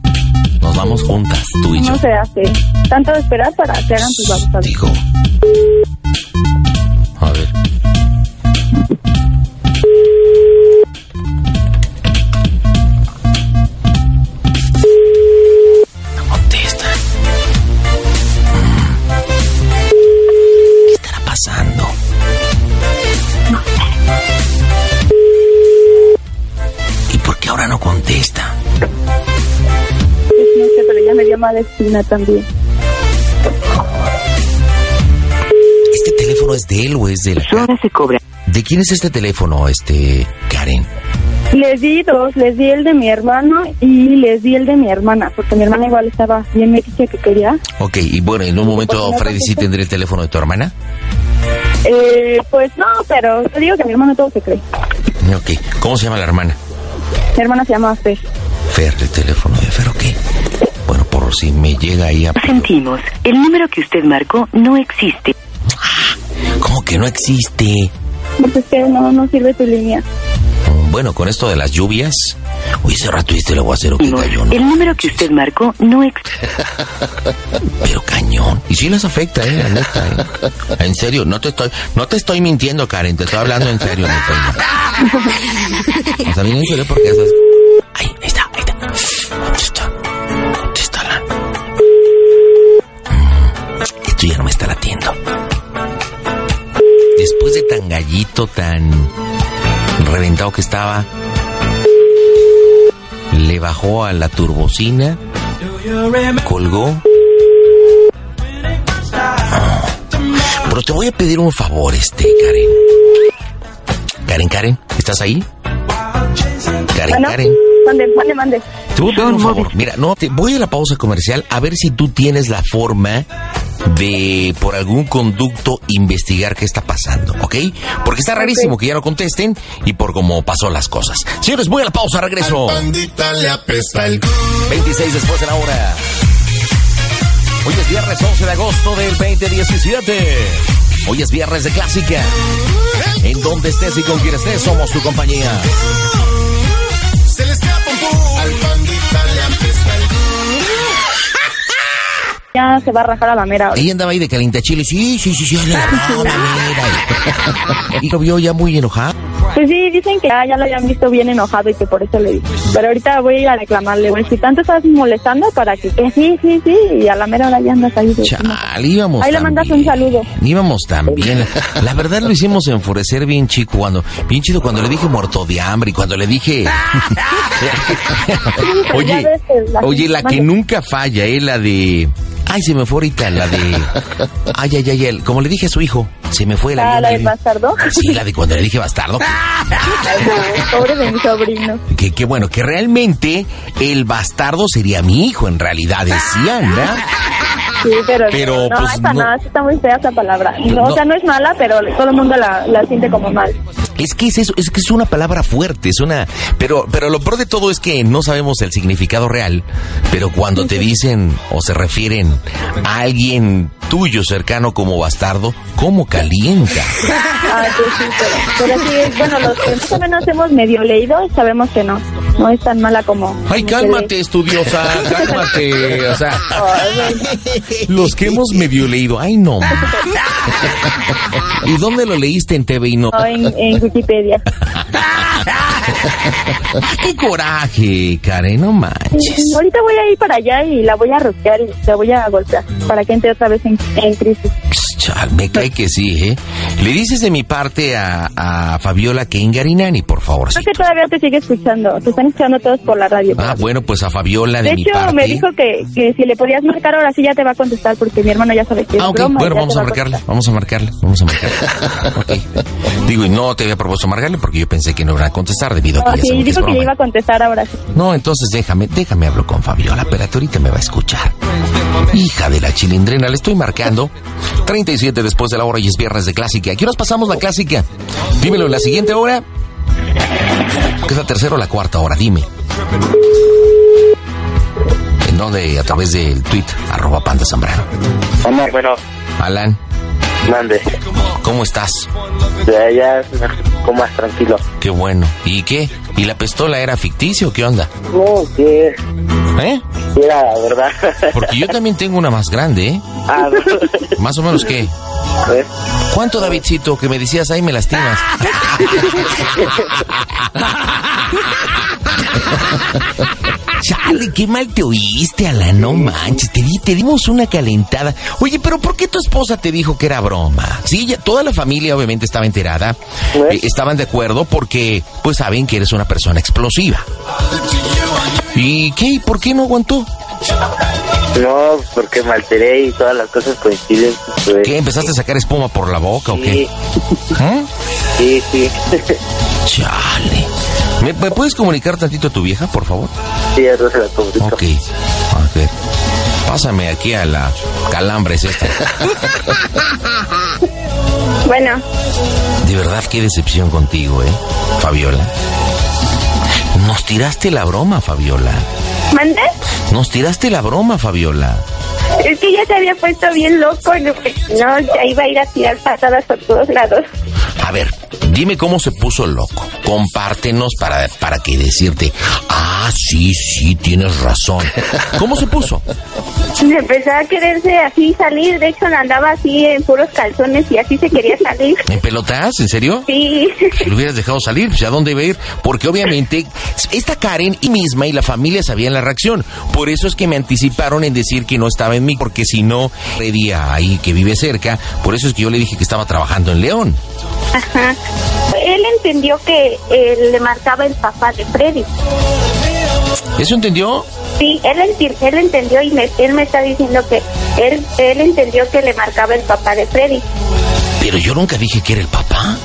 S4: Nos vamos juntas, tú y yo.
S7: No se hace tanto de esperar para que hagan sus babosadas.
S4: Digo. A ver. Contesta. Mm. ¿Qué estará pasando? ¿Y por qué ahora no contesta?
S7: Pues no sé, pero ella me dio mala espina también.
S4: ¿Este teléfono es de él o es de la...
S15: Su hora se cobra.
S4: ¿De quién es este teléfono, este Karen?
S7: Les di dos, les di el de mi hermano y les di el de mi hermana, porque mi hermana igual estaba bien metiche que quería.
S4: Ok, y bueno, en un momento Freddy sí tendrá el teléfono de tu hermana.
S7: Eh, pues no, pero te digo que mi hermano todo se cree.
S4: Ok, ¿cómo se llama la hermana?
S7: Mi hermana se llama Fer.
S4: Fer, el teléfono de Fer, ok. Bueno, por si me llega ahí a...
S15: Sentimos, el número que usted marcó no existe.
S4: ¿Cómo que no existe?
S7: Pues es que no, no sirve tu línea.
S4: Bueno, con esto de las lluvias... Uy, ese este ratuviste el aguacero que cayó, ¿no?
S15: El número que usted marcó no existe.
S4: Pero cañón. Y sí les afecta, ¿eh? La neta, ¿eh? En serio, no te estoy, no te estoy mintiendo, Karen. Te estoy hablando en serio. neta. O sea, bien en serio porque eso es... Ahí, ahí está, ahí está. Contesta. Contéstala. Mm, Esto ya no me está latiendo. Después de tan gallito, tan reventado que estaba, le bajó a la turbocina, colgó. Ah, Pero te voy a pedir un favor, este, Karen. Karen, Karen, ¿estás ahí? Karen,
S7: Bueno,
S4: Karen.
S7: Mande, mande, mande.
S4: Te voy a pedir un favor. Mira, no, te voy a la pausa comercial a ver si tú tienes la forma de, por algún conducto, investigar qué está pasando, ¿ok? Porque está rarísimo que ya no contesten y por cómo pasó las cosas. Señores, voy a la pausa, regreso. 26 después de la hora. Hoy es viernes 11 de agosto del 2017. Hoy es viernes de clásica. En donde estés y con quien estés, somos tu compañía.
S17: Se le escapa un pum, al pandita le apesta el
S7: Ya se va a rajar a la mera. ahora.
S4: Ella andaba ahí de caliente chile. Sí, sí, sí, sí. la- la- la- la- Y lo vio ya muy enojado.
S7: Pues sí, dicen que ya, ya lo habían visto bien enojado y que por eso le di. Pero ahorita voy a ir a reclamarle, güey. Si tanto estás molestando para que, que sí, sí, sí, y a la mera hora ya andas ahí. de-
S4: Chale, íbamos
S7: ahí le
S4: tan
S7: mandas un saludo.
S4: Íbamos también. La, la verdad lo hicimos enfurecer bien chico cuando, bien chido cuando le dije muerto de hambre y cuando le dije. oye, oye, la que nunca falla, eh, la de. Ay, se me fue ahorita, la de. Ay, ay, ay, el- como le dije a su hijo, se me fue la.
S7: Ah, la del bastardo.
S4: Sí, la de cuando le dije bastardo.
S7: Pobre de mi sobrino.
S4: Que, que bueno, que realmente el bastardo sería mi hijo, en realidad, decían, ¿verdad?
S7: Sí, pero,
S4: Pero,
S7: no,
S4: pues,
S7: esa
S4: no.
S7: no, esa está muy fea esa palabra. No,
S4: No.
S7: O sea, no es mala, pero todo el mundo la, la siente como mal.
S4: Es que es eso, es que es una palabra fuerte, es una, pero, pero lo peor de todo es que no sabemos el significado real, pero cuando te dicen o se refieren a alguien tuyo cercano como bastardo, ¿cómo calienta?
S7: Ah, pues sí, pero, pero sí, bueno, los que más o menos hemos medio leído sabemos que no. No es tan mala como...
S3: Ay, cálmate, estudiosa, cálmate. O sea,
S4: Los que hemos medio leído, ay no. ma. ¿Y dónde lo leíste en TV y no?
S7: No, en, en Wikipedia.
S4: Ah, Qué coraje, Karen, no manches.
S7: Sí, ahorita voy a ir para allá y la voy a roquear y la voy a golpear para que entre otra vez en, en crisis.
S4: Chal, me cae que sí, ¿eh? Le dices de mi parte a, a Fabiola que Ingarinani, por favor. sí.
S7: Creo que todavía te sigue escuchando. Te están escuchando todos por la radio.
S4: Ah, bueno, pues a Fabiola de,
S7: De
S4: mi
S7: hecho,
S4: parte.
S7: me dijo que, que si le podías marcar ahora sí ya te va a contestar porque mi hermano ya sabe que es
S4: Ah, ok,
S7: broma.
S4: bueno,
S7: ya
S4: vamos
S7: te
S4: a
S7: va
S4: marcarle, vamos a marcarle, vamos a marcarle. Ok. Digo, y no te había propuesto marcarle porque yo pensé que no iba a contestar debido a
S7: No,
S4: que ya
S7: sí,
S4: saben que es
S7: dijo que le
S4: broma.
S7: iba a contestar ahora sí.
S4: No, entonces déjame, déjame hablo con Fabiola, pero ahorita me va a escuchar. Hija de la chilindrina, le estoy marcando. 37 después de la hora y es viernes de clásica. Aquí nos pasamos la clásica. Dímelo, ¿la siguiente hora? ¿Qué es la tercera o la cuarta hora? Dime. ¿En dónde? A través del tweet, arroba panda Zambrano.
S5: Bueno,
S4: Alan,
S5: mande.
S4: ¿cómo estás?
S5: Ya, ya, como más tranquilo.
S4: Qué bueno. ¿Y qué? ¿Y la pistola era ficticia o qué onda?
S5: No, que.
S4: ¿Eh?
S5: Era la verdad.
S4: Porque yo también tengo una más grande, ¿eh?
S5: Ah,
S4: ¿Más o menos qué? ¿Cuánto, Davidcito, que me decías ahí me lastimas? Chale, qué mal te oíste, Alan, no manches, te, di- te dimos una calentada. Oye, pero ¿por qué tu esposa te dijo que era broma? Sí, ya- toda la familia obviamente estaba enterada, eh, estaban de acuerdo porque pues saben que eres una persona explosiva. ¿Y qué? ¿Por qué no aguantó?
S10: No, porque me alteré y todas las cosas coinciden. pues.
S4: ¿Qué? ¿Empezaste a sacar espuma por la boca o qué? ¿Eh?
S10: Sí, sí.
S4: Chale. ¿Me, me puedes comunicar tantito a tu vieja, por favor?
S10: Sí, ya no se la comunico.
S4: Ok. A ver. Pásame aquí a la calambres esta.
S12: Bueno,
S4: De verdad, qué decepción contigo, ¿eh? Fabiola. Nos tiraste la broma, Fabiola.
S12: ¿mande?
S4: Nos tiraste la broma, Fabiola.
S12: Es que ya se había puesto bien loco. No, no, ya iba a ir a tirar patadas por todos lados.
S4: A ver, dime cómo se puso loco. Compártenos para, para que decirte, ah, sí, sí, tienes razón. ¿Cómo se puso?
S12: Empezó a quererse así salir. De hecho, andaba así en puros calzones y así se quería salir.
S4: ¿En pelotas? ¿En serio?
S12: Sí.
S4: Si lo hubieras dejado salir, pues, ¿a dónde iba a ir? Porque obviamente esta Karen y misma y la familia sabían la reacción. Por eso es que me anticiparon en decir que no estaba en mí, porque si no, día ahí que vive cerca. Por eso es que yo le dije que estaba trabajando en León.
S12: Ajá. Él entendió que eh, le marcaba el papá de Freddy.
S4: ¿Eso entendió?
S12: Sí, él, enti- él entendió y me- él me está diciendo que él, él entendió que le marcaba el papá de Freddy.
S4: Pero yo nunca dije que era el papá.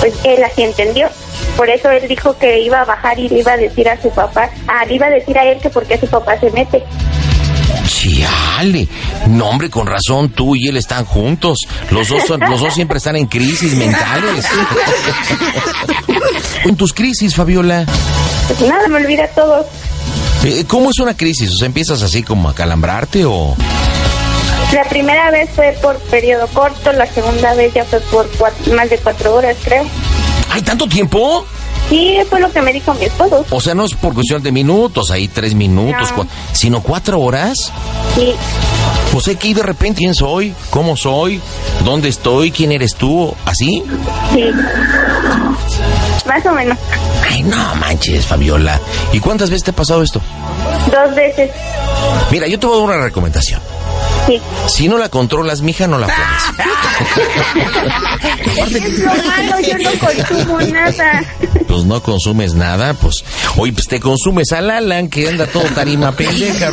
S12: Pues él así entendió. Por eso él dijo que iba a bajar y le iba a decir a su papá, ah, le iba a decir a él que por qué su papá se mete.
S4: Chiale. No, hombre, con razón, tú y él están juntos. Los dos, son- los dos siempre están en crisis mentales. Eh, en tus crisis, Fabiola.
S12: Pues nada, me olvida todo.
S4: Eh, ¿Cómo es una crisis? O sea, ¿empiezas así como a calambrarte o...?
S12: La primera vez fue por periodo corto, la segunda vez ya fue por cuat- más de cuatro horas, creo.
S4: ¿Hay tanto tiempo?
S12: Sí, fue lo que me dijo mi esposo.
S4: O sea, no es por cuestión de minutos, ahí tres minutos,
S12: No.
S4: cua- sino cuatro horas.
S12: Sí,
S4: O sea, que de repente, ¿quién soy? ¿Cómo soy? ¿Dónde estoy? ¿Quién eres tú? ¿Así?
S12: sí. Más o menos.
S4: Ay, no manches, Fabiola. ¿Y cuántas veces te ha pasado esto?
S12: Dos veces,
S4: Mira, yo te voy a dar una recomendación.
S12: sí.
S4: Si no la controlas, mija, no la pones.
S12: Es que es lo malo, yo no consumo nada.
S4: Pues no consumes nada, pues. Oye, pues te consumes al Alan, que anda todo tarima pendeja.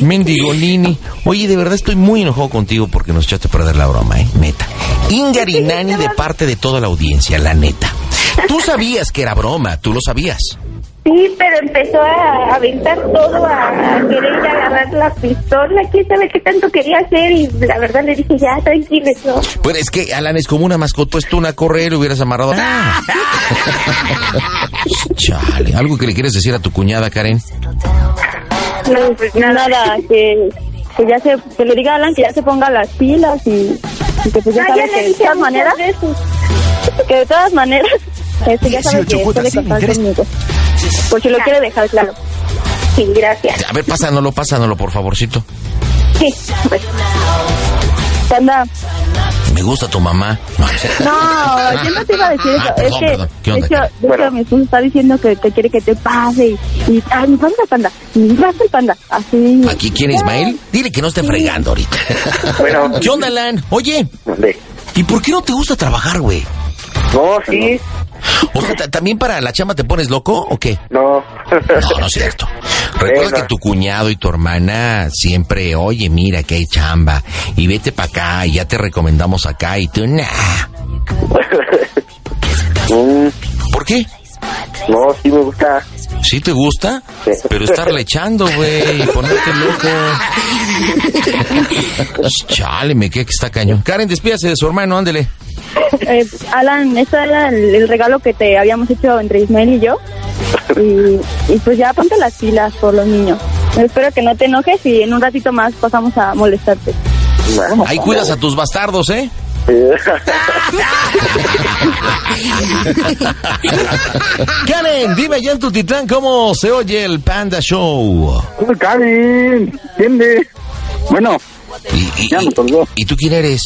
S4: Mendigo Lini. Oye, de verdad estoy muy enojado contigo porque nos echaste a perder la broma, ¿eh? Neta. Ingarinani de parte de toda la audiencia, la neta. Tú sabías que era broma, tú lo sabías.
S12: Sí, pero empezó a aventar todo, a, a querer ir a agarrar la pistola. ¿Quién sabe qué tanto quería hacer? Y la verdad le dije, ya, tranquilo, no.
S4: Pero es que Alan es como una mascota, pues tú una correa le hubieras amarrado. Chale, ¿algo que le quieres decir a tu cuñada, Karen?
S12: No, pues nada, que, que ya se, que le diga a Alan que ya se ponga las pilas y, y que pues ya
S7: Ah,
S12: sabe
S7: ya le
S12: que de
S7: dije
S12: todas
S7: muchas
S12: maneras, que de todas maneras, este, ya sabe
S4: 18
S12: que
S4: cuotas
S12: puede
S4: sin
S12: contar conmigo. Por si lo quiere dejar claro. Sí, gracias.
S4: A ver, pásanoslo, pásanoslo, por favorcito.
S12: Sí, pues. Anda.
S4: Me gusta tu mamá.
S7: No, yo no te iba a decir eso.
S4: Ah, perdón,
S7: es que,
S4: perdón. ¿Qué onda,
S7: de
S4: Karen?
S7: hecho, de hecho, mi esposo está diciendo que, que quiere que te pase. Y, y, ay, mi panda, panda, mi panda, panda. Así.
S4: ¿Aquí quién, Ismael? Dile que no esté fregando ahorita.
S10: Bueno.
S4: ¿Qué onda, Alan? Oye. ¿Y por qué no te gusta trabajar, güey?
S10: No, sí.
S4: O sea, ta- ¿también para la chama te pones loco o qué?
S10: No.
S4: No, no es cierto. Recuerda que tu cuñado y tu hermana siempre, oye, mira que hay chamba y vete para acá y ya te recomendamos acá y tú, nah. ¿Por qué?
S10: mm. No, sí me gusta.
S4: ¿Sí te gusta? Pero estarle echando, güey, y ponerte loco. Chale, me queda que está cañón. Karen, despídase de su hermano, ándele.
S7: Eh, Alan, este era el, el regalo que te habíamos hecho entre Ismael y yo. Y, y pues ya ponte las pilas por los niños. Espero que no te enojes y en un ratito más pasamos a molestarte.
S4: Ahí cuidas a tus bastardos, ¿eh? Karen, dime allá en tu titlán cómo se oye el Panda Show.
S3: Karen, ¿entiende? Bueno,
S4: ¿Y, y- y- ¿y tú quién eres?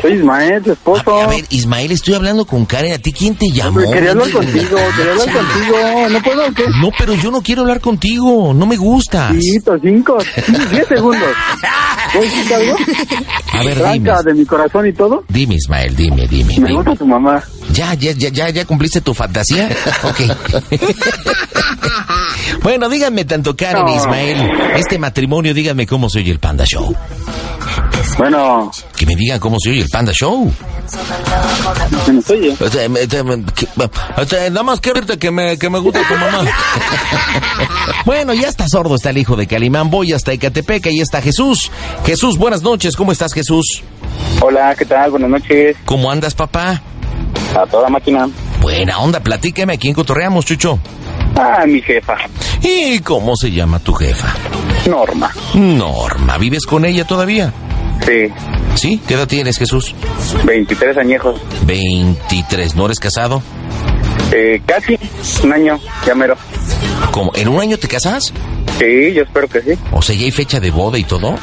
S3: Soy Ismael, tu esposo.
S4: A ver, Ismael, estoy hablando con Karen. ¿A ti quién te llamó?
S3: Hombre, quería hablar
S4: Vete a la
S3: contigo, quería hablar
S4: chingada.
S3: contigo. ¿No puedo o qué?
S4: No, pero yo no quiero hablar contigo. No me gustas.
S3: Chiquito, cinco, diez segundos. ¿Puedes decirte algo?
S4: A ver,
S3: Franca, de mi corazón y todo.
S4: Dime, Ismael, dime, dime.
S3: Me gusta tu mamá.
S4: ¿Ya, ya, ya, ya, ya cumpliste tu fantasía? Ok. Bueno, díganme tanto Karen e Ismael, este matrimonio, díganme cómo se oye el Panda Show.
S19: Bueno.
S4: Que me digan cómo se oye el Panda Show.
S19: ¿Se nos oye?
S4: O sea, me- te- me- que- o sea, Este, nada más que ahorita que me, que me gusta tu mamá. bueno, ya está sordo, está el hijo de Calimán. Voy hasta Ecatepec, ahí está Jesús. Jesús, buenas noches, ¿cómo estás, Jesús?
S19: Hola, ¿qué tal? Buenas noches.
S4: ¿Cómo andas, papá?
S19: A toda máquina.
S4: Buena onda, platíqueme, ¿a quién cotorreamos, Chucho?
S19: Ah, mi jefa.
S4: ¿Y cómo se llama tu jefa?
S19: Norma.
S4: Norma, ¿vives con ella todavía?
S19: Sí.
S4: ¿Sí? ¿Qué edad tienes, Jesús?
S19: 23 añejos.
S4: 23. ¿No eres casado?
S19: Eh, casi. Un año. Ya mero.
S4: ¿Cómo? ¿En un año te casas?
S19: Sí, yo espero que sí.
S4: O sea, ¿ya hay fecha de boda y todo?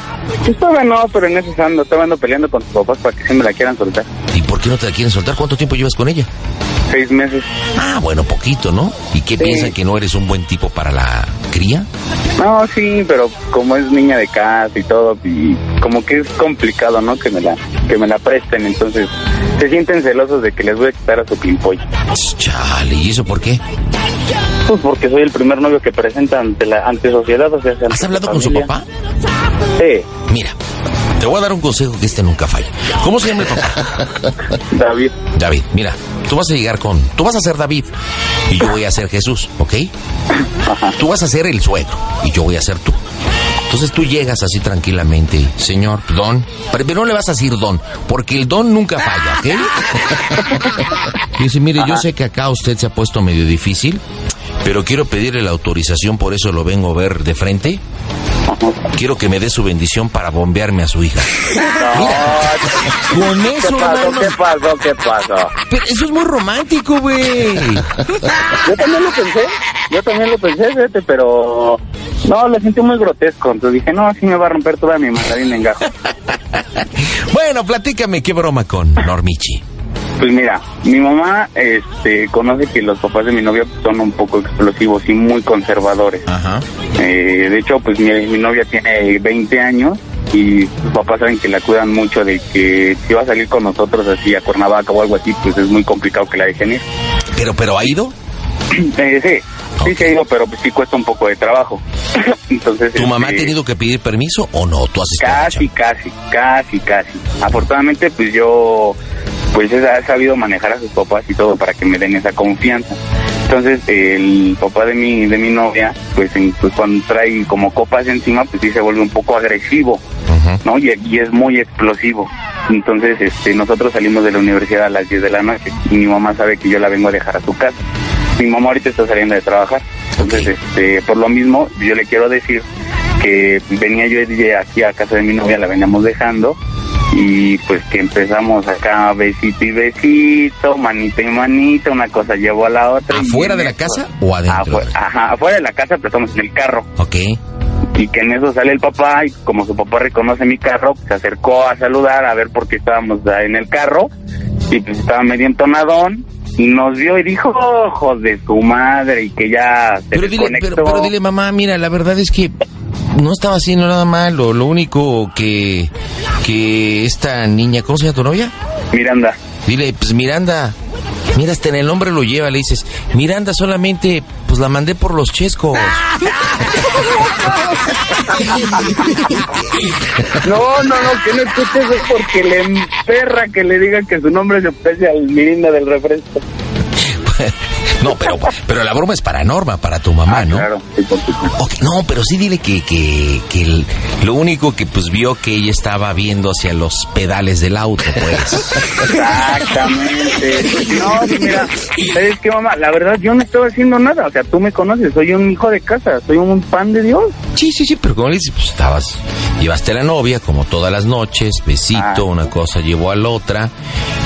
S19: Pues todavía no, pero en eso ando. Todavía ando peleando con tus papás para que sí me la quieran soltar.
S4: ¿Y por qué no te la quieren soltar? ¿Cuánto tiempo llevas con ella?
S19: Seis meses.
S4: Ah, bueno, poquito, ¿no? ¿Y qué
S19: Sí.
S4: piensan que no eres un buen tipo para la cría?
S19: No, sí, pero como es niña de casa y todo, y como que es complicado, ¿no? Que me la, que me la presten. Entonces, se sienten celosos de que les voy a quitar a su climpollo.
S4: Chale, ¿y eso por qué?
S19: Pues porque soy el primer novio que presenta ante la ante sociedad, o sea, ante
S4: ¿Has hablado
S19: la
S4: con su
S19: familia.
S4: papá?
S19: Sí,
S4: Mira, te voy a dar un consejo que este nunca falla. ¿Cómo se llama el papá?
S19: David.
S4: David, mira, tú vas a llegar con... Tú vas a ser David y yo voy a ser Jesús, ¿ok? Tú vas a ser el suegro y yo voy a ser tú. Entonces tú llegas así tranquilamente, señor, don. Pero pero no le vas a decir don, porque el don nunca falla, ¿ok? Dice, mire, yo sé que acá usted se ha puesto medio difícil, pero quiero pedirle la autorización, por eso lo vengo a ver de frente. Quiero que me dé su bendición para bombearme a su hija. Con
S19: ¿Qué
S4: eso,
S19: pasó?
S4: hermano.
S19: ¿Qué pasó? ¿Qué pasó?
S4: Pero eso es muy romántico, güey.
S19: Yo también lo pensé, yo también lo pensé, fíjate, pero no, lo sentí muy grotesco. Entonces dije, no, así me va a romper toda mi mandarina en gajo.
S4: Bueno, platícame, ¿qué broma con Normichi?
S19: Pues mira, mi mamá este, conoce que los papás de mi novia son un poco explosivos y muy conservadores.
S4: Ajá.
S19: Eh, de hecho, pues mi, mi novia tiene 20 años y sus papás saben que la cuidan mucho de que si va a salir con nosotros así a Cuernavaca o algo así, pues es muy complicado que la dejen ir.
S4: ¿Pero, pero ha ido?
S19: Eh, sí, sí, sí ha ido, pero pues, sí cuesta un poco de trabajo. Entonces,
S4: ¿Tu mamá ha
S19: este,
S4: tenido que pedir permiso o no? ¿Tú has estado
S19: Casi, casi, casi, casi. Afortunadamente, pues yo, pues he sabido manejar a sus papás y todo para que me den esa confianza. Entonces, el papá de mi, de mi novia, pues, en- pues, cuando trae como copas encima, pues sí se vuelve un poco agresivo, ¿no? Y, y es muy explosivo. Entonces, este, nosotros salimos de la universidad a las 10 de la noche y mi mamá sabe que yo la vengo a dejar a su casa. Mi mamá ahorita está saliendo de trabajar. Entonces, este, por lo mismo, yo le quiero decir que venía yo de aquí a casa de mi novia, la veníamos dejando y pues que empezamos acá besito y besito, manito y manito, una cosa llevó a la otra.
S4: ¿Afuera
S19: y-
S4: de la casa o adentro?
S19: Afuera, ajá, afuera de la casa, pero estamos en el carro.
S4: Ok.
S19: Y que en eso sale el papá y como su papá reconoce mi carro, se acercó a saludar a ver por qué estábamos en el carro y pues estaba medio entonadón. Y nos vio y dijo, ojos de su madre, y que ya se
S4: Pero dile,
S19: desconectó.
S4: pero, pero dile, mamá, mira, la verdad es que no estaba haciendo nada malo. Lo único que, que esta niña, ¿cómo se llama tu novia?
S19: Miranda.
S4: Dile, pues Miranda, mira, hasta en el nombre lo lleva, le dices, Miranda solamente, pues la mandé por los chescos.
S19: No, no, no, que no escuche eso es porque le emperra que le digan que su nombre se parece al Mirinda del refresco.
S4: No, pero, pero la broma es para Norma, para tu mamá, ¿no? Ok, no, pero sí dile que, que, que el- lo único que pues vio que ella estaba viendo hacia los pedales del auto, pues.
S19: Exactamente. No, sí, mira, ¿sabes qué, mamá? La verdad, yo no estaba haciendo nada. O sea, tú me conoces, soy un hijo de casa, soy un pan de Dios.
S4: Sí, sí, sí, pero como le dices, pues estabas, llevaste a la novia, como todas las noches, besito, una cosa llevó a la otra,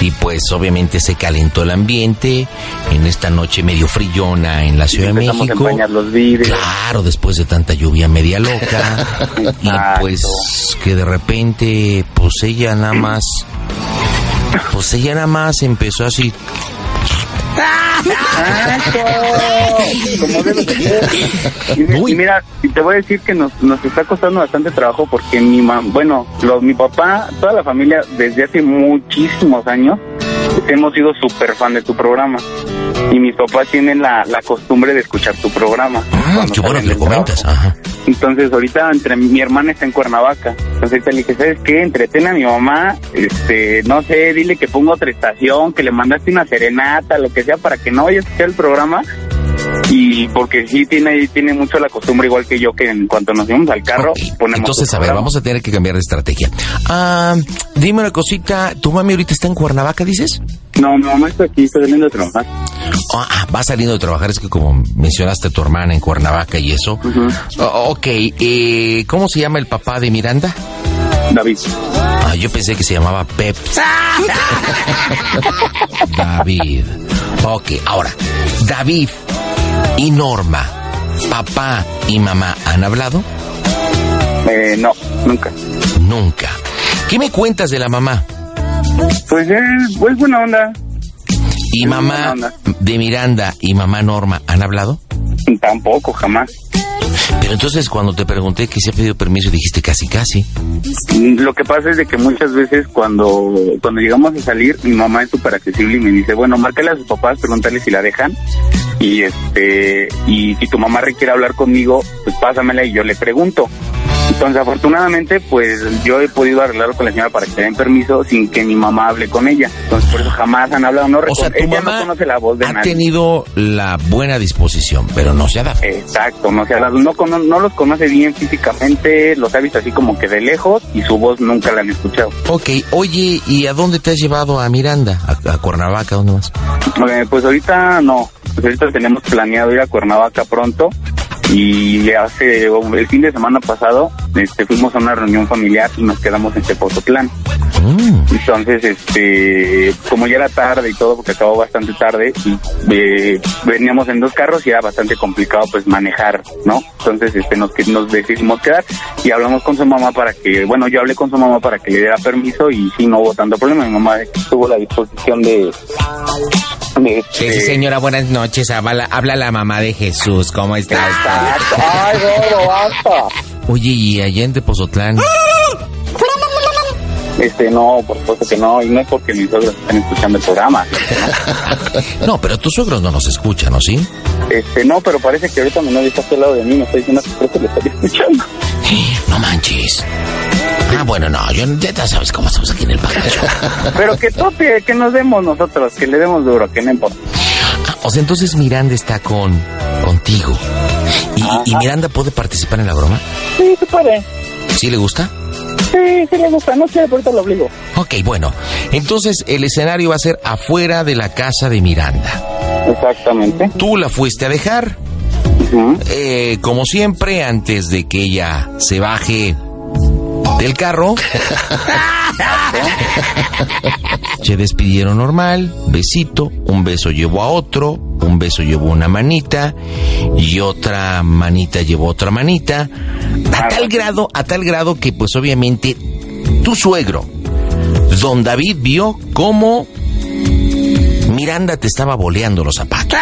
S4: y pues obviamente se calentó el ambiente en esta noche medio frillona en la Ciudad de
S19: empezamos a
S4: México.
S19: empañar los vidrios.
S4: Claro, después de tanta lluvia media loca, y pues que de repente, pues ella nada más, pues ella nada más empezó así,
S19: Como debe de ser. Y mi- Y mira, y te voy a decir que nos, nos está costando bastante trabajo porque mi mamá, bueno, los, mi papá, toda la familia desde hace muchísimos años hemos sido súper fan de tu programa. Y mis papás tienen la, la costumbre de escuchar tu programa.
S4: Ah, qué bueno que lo comentas. Ajá.
S19: Entonces, ahorita entre mi hermana está en Cuernavaca. Entonces, ahorita le dije, ¿sabes qué? Entretén a mi mamá. Este, no sé, dile que ponga otra estación, que le mandaste una serenata, lo que sea, para que no vaya a escuchar el programa. Y porque sí tiene, tiene mucho la costumbre, igual que yo, que en cuanto nos vamos al carro, ponemos.
S4: Entonces,
S19: tu
S4: a ver,
S19: programa.
S4: vamos a tener que cambiar de estrategia. Ah, dime una cosita. ¿Tu mami ahorita está en Cuernavaca, dices?
S19: No, mi mamá está aquí, está saliendo a trabajar.
S4: Ah, ah, va saliendo de trabajar. Es que como mencionaste a tu hermana en Cuernavaca y eso. O- ok, eh, ¿cómo se llama el papá de Miranda?
S19: David.
S4: Ah, yo pensé que se llamaba Pep. David. Ok, ahora, David y Norma, papá y mamá, ¿han hablado?
S19: Eh, no, nunca.
S4: Nunca. ¿Qué me cuentas de la mamá?
S19: Pues es pues buena onda.
S4: ¿Y mamá de Miranda y mamá Norma han hablado?
S19: Tampoco, jamás.
S4: Pero entonces cuando te pregunté que si ha pedido permiso, dijiste casi casi.
S19: Lo que pasa es de que muchas veces cuando, cuando llegamos a salir, mi mamá es súper accesible y me dice, bueno, márcale a sus papás, pregúntale si la dejan. Y este, y si tu mamá requiere hablar conmigo, pues pásamela y yo le pregunto. Entonces, afortunadamente, pues yo he podido arreglarlo con la señora para que le den permiso sin que mi mamá hable con ella. Entonces, por eso jamás han hablado, no
S4: sea,
S19: recon-
S4: tu
S19: ella
S4: mamá
S19: no conoce la voz de
S4: Ha
S19: nadie.
S4: tenido la buena disposición, pero no se ha dado.
S19: Exacto, no, se ha dado- no, cono- no los conoce bien físicamente, los ha visto así como que de lejos y su voz nunca la han escuchado.
S4: Ok, oye, ¿y a dónde te has llevado a Miranda? ¿A, a Cuernavaca? ¿Dónde más?
S19: Eh, pues ahorita no, pues ahorita tenemos planeado ir a Cuernavaca pronto y hace el fin de semana pasado este, fuimos a una reunión familiar y nos quedamos en Tepozotlán.
S4: Mm.
S19: Entonces, este, como ya era tarde y todo, porque acabó bastante tarde, y eh, veníamos en dos carros y era bastante complicado pues manejar, ¿no? Entonces, este, nos, que- nos decidimos quedar y hablamos con su mamá para que, bueno, yo hablé con su mamá para que le diera permiso y sí, no hubo tanto problema. Mi mamá tuvo la disposición de... de
S1: Sí, sí, señora, buenas noches. Habla, habla la mamá de Jesús. ¿Cómo está usted?
S19: ¡Ay, gordo, basta!
S4: Oye, ¿y allá en Tepozotlán?
S19: Este, no, por supuesto que no, y no es porque mis otros están escuchando el programa.
S4: No, pero tus suegros no nos escuchan, ¿o sí?
S19: Este, no, pero parece que ahorita mi novio está aquí al lado de mí, me está diciendo que creo que le estoy escuchando.
S4: No manches. Ah, bueno, no, yo ya te sabes cómo estamos aquí en el pajacho.
S19: Pero que tope, que nos demos nosotros, que le demos duro, que no importa.
S4: Ah, o sea, entonces Miranda está con contigo. ¿Y, y Miranda puede participar en la broma?
S19: Sí, se puede.
S4: ¿Sí le gusta?
S19: Sí, sí le gusta. No sé, ahorita lo obligo.
S4: Ok, bueno. Entonces el escenario va a ser afuera de la casa de Miranda.
S19: Exactamente.
S4: Tú la fuiste a dejar. Eh, como siempre, antes de que ella se baje del carro. Se despidieron normal, besito, un beso llevó a otro, un beso llevó una manita y otra manita llevó otra manita, a tal grado, a tal grado que pues obviamente tu suegro, don David vio cómo Miranda te estaba boleando los zapatos.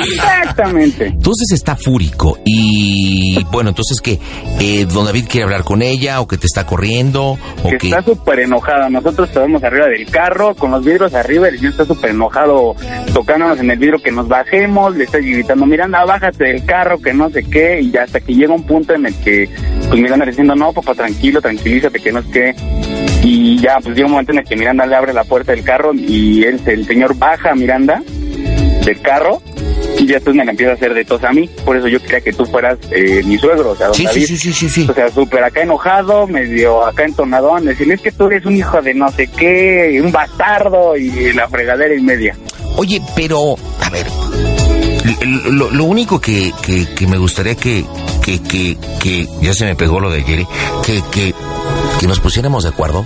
S19: Exactamente.
S4: Entonces está fúrico y bueno, entonces que eh, don David quiere hablar con ella o que te está corriendo o
S19: Que
S4: que...
S19: está súper enojada. Nosotros estábamos arriba del carro, con los vidrios arriba, el señor está súper enojado, tocándonos en el vidrio que nos bajemos, le está gritando, Miranda, bájate del carro, que no sé qué, y hasta que llega un punto en el que, pues Miranda le diciendo, no, papá, tranquilo, tranquilízate, que no sé qué. Y ya, pues llega un momento en el que Miranda le abre la puerta del carro y él, el señor baja a Miranda del carro y ya entonces me la empieza a hacer de tos a mí. Por eso yo quería que tú fueras eh, mi suegro, o sea, don
S4: Sí, sí,
S19: David.
S4: sí, sí, sí,
S19: O sea, súper acá enojado, medio acá entonadón. Decirle, es que tú eres un hijo de no sé qué, un bastardo y la fregadera y media.
S4: Oye, pero, a ver, Lo, lo- lo único que, que- que me gustaría que, que, que, que- ya se me pegó lo de Jerry, que, que, que nos pusiéramos de acuerdo.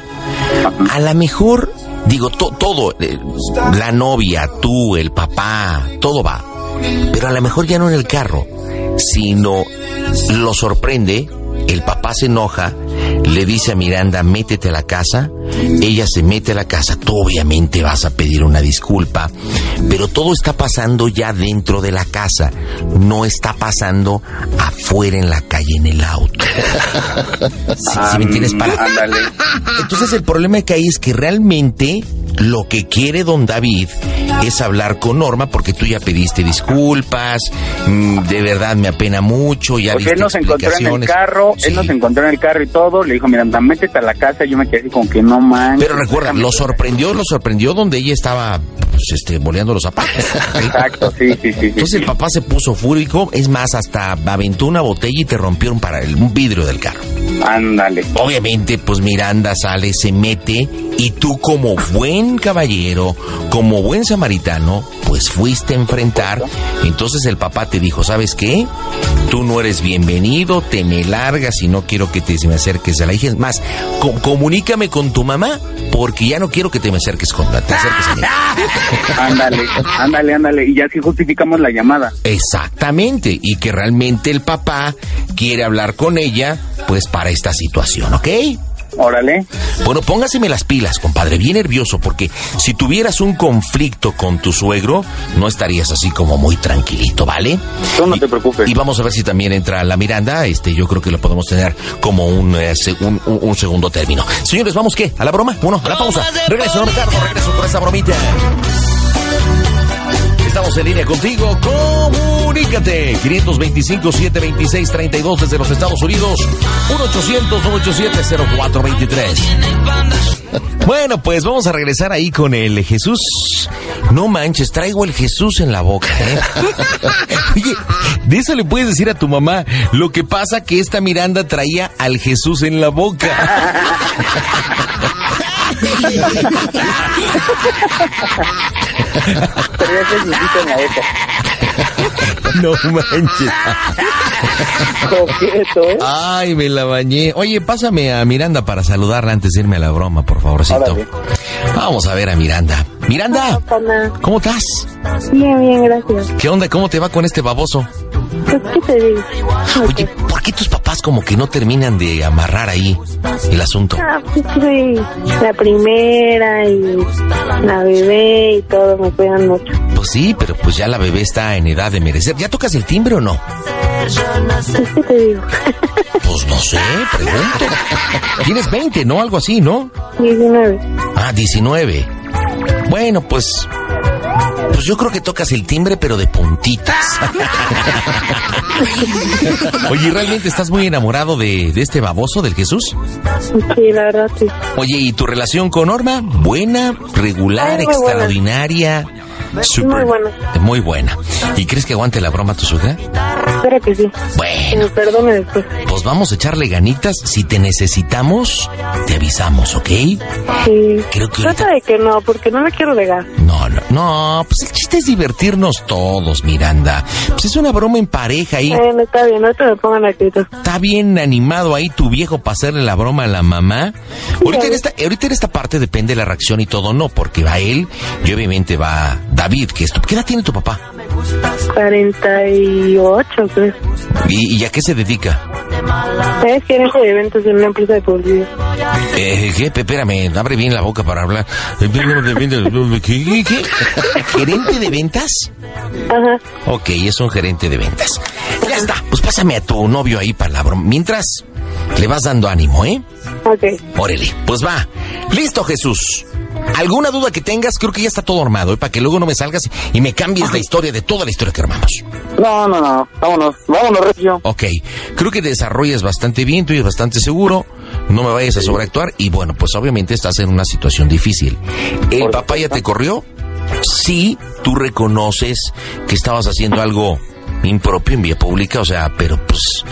S4: A lo mejor, digo, to- todo, eh, la novia, tú, el papá, todo va. Pero a lo mejor ya no en el carro, sino lo sorprende, el papá se enoja, le dice a Miranda, métete a la casa, Ella se mete a la casa, tú obviamente vas a pedir una disculpa, pero todo está pasando ya dentro de la casa, no está pasando afuera en la calle, en el auto. Si me entiendes? Para, entonces el problema que hay es que realmente lo que quiere don David es hablar con Norma porque tú ya pediste disculpas, mm, de verdad me apena mucho, ya
S19: Porque
S4: diste
S19: Pues él nos encontró en el
S4: explicaciones.
S19: carro, él nos encontró en el carro y todo, le dijo, mira, anda, métete a la casa, yo me quedé así como que no manches.
S4: Pero recuerda, lo sorprendió, lo sorprendió donde ella estaba pues, este, boleando los zapatos.
S19: Exacto, sí, sí, sí.
S4: Entonces el papá se puso fúrico, es más, hasta aventó una botella y te rompieron para el, un vidrio del carro.
S19: Ándale.
S4: Obviamente, pues Miranda sale, se mete y tú como buen caballero, como buen samaritano, pues fuiste a enfrentar. Entonces el papá te dijo, ¿sabes qué? Tú no eres bienvenido, te me largas y no quiero que te se me acerques a la hija. Es más, co- comunícame con tu mamá porque ya no quiero que te me acerques con te acerques a ella.
S19: Ándale, ándale, ándale. Y ya sí justificamos la llamada.
S4: Exactamente, y que realmente el papá quiere hablar con ella, pues para esta situación, ¿ok?
S19: Órale.
S4: Bueno, póngaseme las pilas, compadre, bien nervioso, porque si tuvieras un conflicto con tu suegro, no estarías así como muy tranquilito, ¿vale?
S19: no te preocupes.
S4: Y vamos a ver si también entra la Miranda, este, yo creo que lo podemos tener como un, eh, se- un- un- un segundo término. Señores, ¿vamos qué? ¿A la broma? Bueno, a la pausa. Regreso, no me tardo, regreso con esa bromita. Estamos en línea contigo. Comunícate. 525-726-32 desde los Estados Unidos. 1-800-987-0423. Bueno, pues vamos a regresar ahí con el Jesús. No manches, traigo el Jesús en la boca. ¿eh? Oye, de eso le puedes decir a tu mamá. Lo que pasa que esta Miranda traía al Jesús en la boca.
S19: Pero ya se justifica en la boca.
S4: No manches. Ay, me la bañé. Oye, pásame a Miranda para saludarla antes de irme a la broma, por favorcito. Vamos a ver a Miranda. Miranda, ¿cómo estás?
S20: Bien, bien, gracias.
S4: ¿Qué onda? ¿Cómo te va con este baboso?
S20: Pues, ¿qué te digo?
S4: Oye, ¿por qué tus papás como que no terminan de amarrar ahí el asunto?
S20: Ah, pues soy la primera y la bebé y todo, me cuidan mucho.
S4: Pues sí, pero pues ya la bebé está en edad de merecer. ¿Ya tocas el timbre o no?
S20: Pues, ¿qué te digo?
S4: Pues no sé, pregunto. Tienes 20, ¿no? Algo así, ¿no?
S20: 19.
S4: Ah, 19. Bueno, pues. Pues yo creo que tocas el timbre, pero de puntitas. Oye, ¿y ¿realmente estás muy enamorado de, de este baboso del Jesús?
S20: Sí, la verdad, sí.
S4: Oye, ¿y tu relación con Norma? ¿Buena, regular,
S20: Ay, muy buena.
S4: extraordinaria? Súper-
S20: Muy buena.
S4: Muy buena. ¿Y crees que aguante la broma tu suegra?
S20: Espero que sí.
S4: Bueno.
S20: me perdone después.
S4: Pues vamos a echarle ganitas. Si te necesitamos, te avisamos, ¿ok?
S20: Sí. Pues
S4: Creo que ahorita-
S20: Trata de que no, porque no la quiero regar.
S4: No, no, no, pues el chiste es divertirnos todos, Miranda. Pues es una broma en pareja ahí.
S20: Bueno, está bien, Eh, no te me pongan actitud.
S4: Está bien animado ahí tu viejo para hacerle la broma a la mamá. Ahorita en, esta, ahorita en esta parte depende la reacción y todo, no, porque va él y obviamente va David, que es tu... ¿Qué edad tiene tu papá?
S20: 48, creo.
S4: ¿Y, y a qué se dedica?
S20: ¿Sabes gerente de eventos en este una empresa de publicidad?
S4: Eh, ¿qué? Espérame, abre bien la boca para hablar. ¿Qué? ¿Qué? ¿Gerente de ventas?
S20: Ajá.
S4: Ok, es un gerente de ventas. Ya está, pues pásame a tu novio ahí para la broma. Mientras le vas dando ánimo, ¿eh?
S20: Ok.
S4: Órale, pues va. Listo, Jesús. ¿Alguna duda que tengas? Creo que ya está todo armado, ¿eh? Para que luego no me salgas y me cambies la historia de toda la historia que armamos.
S19: No, no, no. Vámonos, vámonos, Regio.
S4: Ok, creo que te desarrollas bastante bien, tú eres bastante seguro, no me vayas a sobreactuar y bueno, pues obviamente estás en una situación difícil. ¿El papá ya te corrió? Sí, tú reconoces que estabas haciendo algo impropio en vía pública, o sea, pero pues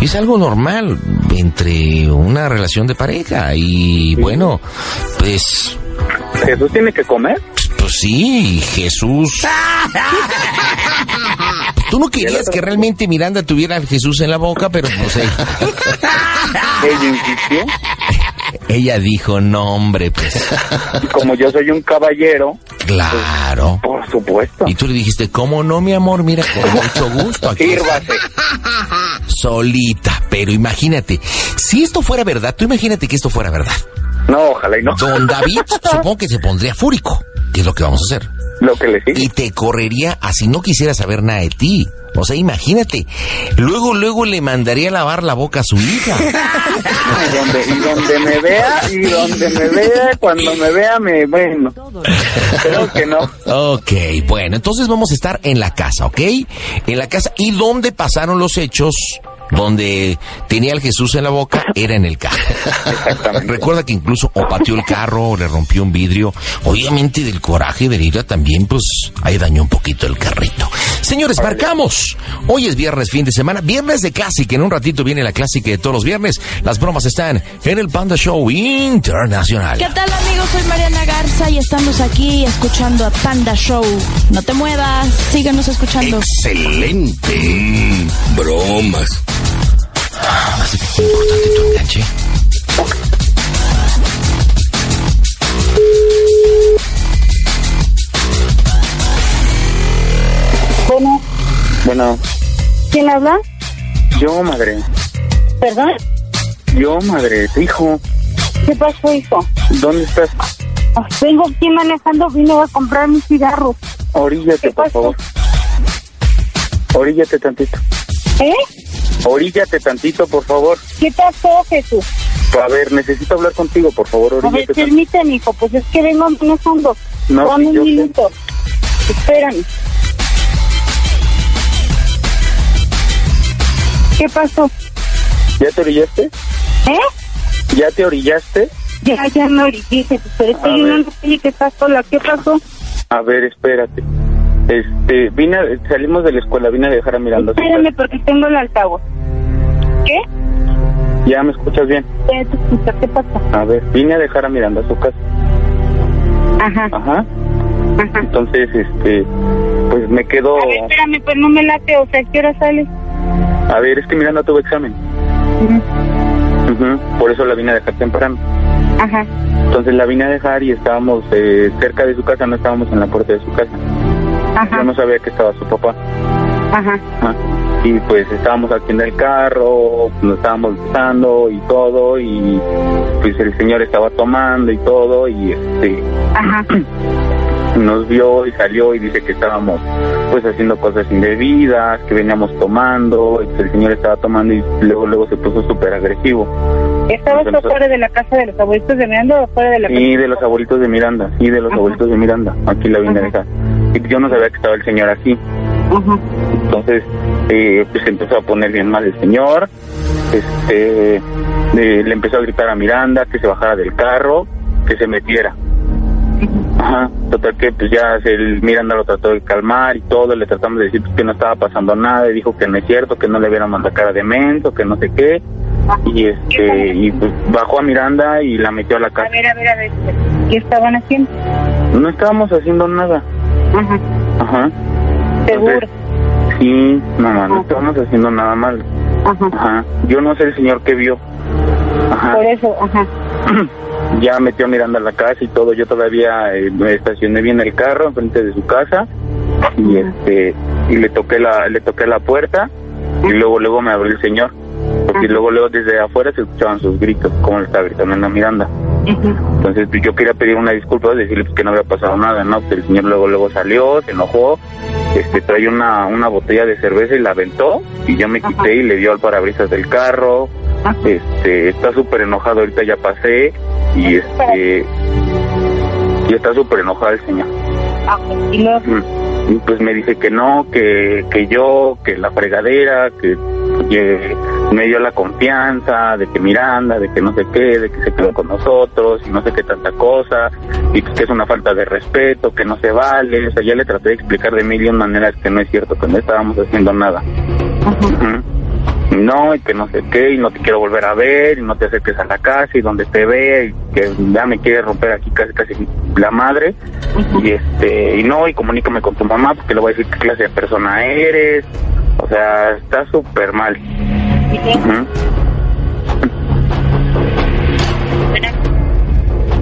S4: es algo normal entre una relación de pareja y bueno, pues...
S19: ¿Jesús tiene que comer?
S4: Pues sí, Jesús. Tú no querías que realmente Miranda tuviera al Jesús en la boca, pero no sé.
S19: Ella insistió.
S4: Ella dijo, no, hombre, pues.
S19: Como yo soy un caballero,
S4: Claro.
S19: Por supuesto.
S4: Y tú le dijiste, ¿cómo no, mi amor? Mira, con mucho gusto. Aquí
S19: sírvase.
S4: Solita. Pero imagínate, si esto fuera verdad, tú imagínate que esto fuera verdad.
S19: No, ojalá y no.
S4: Don David, supongo que se pondría fúrico, que es lo que vamos a hacer.
S19: Lo que le
S4: Y te correría así no quisiera saber nada de ti. O sea, imagínate. Luego, luego le mandaría a lavar la boca a su hija.
S19: Y donde, y donde me vea, y donde me vea, cuando me vea, me. Bueno. Creo que no.
S4: Ok, bueno, entonces vamos a estar en la casa, ¿ok? En la casa. ¿Y dónde pasaron los hechos? Donde tenía el Jesús en la boca, era en el carro. Recuerda que incluso o pateó el carro o le rompió un vidrio. Obviamente del coraje de la ira también, pues ahí dañó un poquito el carrito. Señores, marcamos. Hoy es viernes, fin de semana. Viernes de clásica. En un ratito viene la clásica de todos los viernes. Las bromas están en el Panda Show Internacional.
S21: ¿Qué tal amigos? Soy Mariana Garza y estamos aquí escuchando a Panda Show. No te muevas, síguenos escuchando.
S14: Excelente. Mm, bromas.
S4: Así que qué importante tu enganche.
S7: Bueno,
S19: Bueno,
S7: ¿quién habla?
S19: yo, madre.
S7: ¿Perdón?
S19: Yo, madre, tu hijo.
S7: ¿Qué pasó, hijo?
S19: ¿Dónde estás?
S7: Vengo aquí manejando, vino a comprar mis cigarros.
S19: Oríllate, por favor. Oríllate tantito.
S7: ¿Eh?
S19: Oríllate tantito, por favor.
S7: ¿Qué pasó, Jesús?
S19: A ver, necesito hablar contigo, por favor.
S7: A ver,
S19: Oríllate tantito.
S7: permíteme, hijo, pues es que vengo manejando.
S19: No,
S7: Dame
S19: sí, yo
S7: un
S19: sé.
S7: minuto. Espérame. ¿Qué pasó?
S19: ¿Ya te orillaste?
S7: ¿Eh?
S19: ¿Ya te orillaste?
S7: Ya, ya me orillé, Jesús, pero
S19: A
S7: estoy en
S19: ver.
S7: una calle que está sola. ¿Qué pasó?
S19: A ver, espérate. Este, vine, a- salimos de la escuela, vine a dejar a Miranda.
S7: Espérame porque tengo el altavoz. ¿Qué?
S19: ¿Ya me escuchas bien?
S7: Ya te escucho, ¿Qué pasó?
S19: A ver, vine a dejar a Miranda a su casa.
S7: Ajá.
S19: Ajá. Entonces, este, pues me quedo.
S7: A ver, espérame, pues no me late, o sea, ¿qué hora sales?
S19: A ver, es que Miranda tuvo examen. Ujú, Por eso la vine a dejar temprano.
S7: Ajá.
S19: Entonces la vine a dejar y estábamos eh, cerca de su casa, no estábamos en la puerta de su casa. Yo no sabía que estaba su papá.
S7: Ajá.
S19: Ajá. Y pues estábamos aquí en el carro, nos estábamos besando y todo, y pues el señor estaba tomando y todo, y este
S7: Ajá.
S19: nos vio y salió y dice que estábamos pues haciendo cosas indebidas, que veníamos tomando, y pues, el señor estaba tomando y luego luego se puso súper agresivo.
S7: ¿Estabas
S19: Entonces-
S7: afuera de la casa de los abuelitos de Miranda o afuera de la
S19: Y de los abuelitos de Miranda, y de los abuelitos de Miranda, aquí la vine a dejar. Y yo no sabía que estaba el señor así. Entonces, eh, pues se empezó a poner bien mal el señor. Este, eh, le empezó a gritar a Miranda que se bajara del carro, que se metiera. Ajá, total que pues ya el Miranda lo trató de calmar y todo, le tratamos de decir pues, que no estaba pasando nada, y dijo que no es cierto, que no le viéramos la cara de mento, que no sé qué, y este, y pues bajó a Miranda y la metió a la
S7: casa.
S19: casa.
S7: A ver, a ver, a ver. ¿Qué estaban haciendo?
S19: No estábamos haciendo nada.
S7: Ajá.
S19: Ajá.
S7: Seguro.
S19: Sí, mamá, no estábamos haciendo nada mal.
S7: Ajá.
S19: Yo no sé el señor que vio. Ajá.
S7: Por eso, ajá.
S19: Ya metió a Miranda a la casa y todo. Yo todavía eh, me estacioné bien el carro enfrente de su casa y este y le toqué la le toqué la puerta y luego luego me abrió el señor. Porque luego luego desde afuera se escuchaban sus gritos, como le estaba gritando a Miranda. Entonces pues, yo quería pedir una disculpa, decirle pues, que no había pasado nada, ¿no? Pues, el señor luego luego salió, se enojó, este traía una, una botella de cerveza y la aventó y yo me quité y le dio al parabrisas del carro. Este está súper enojado, ahorita ya pasé y este y está súper enojado el señor.
S7: Y luego,
S19: Mm. Y pues me dice que no, que, que yo, que la fregadera, que, que me dio la confianza de que Miranda, de que no sé qué, de que se quedó con nosotros y no sé qué tanta cosa, y pues que es una falta de respeto, que no se vale. O sea, ya le traté de explicar de mil y una maneras que no es cierto, que no estábamos haciendo nada. Ujú. No, y que no sé qué, y no te quiero volver a ver, y no te acerques a la casa, y donde te ve, y que ya me quiere romper aquí casi casi la madre, y este, y no, y comunícame con tu mamá, porque le voy a decir qué clase de persona eres, o sea, está súper mal. Ujú.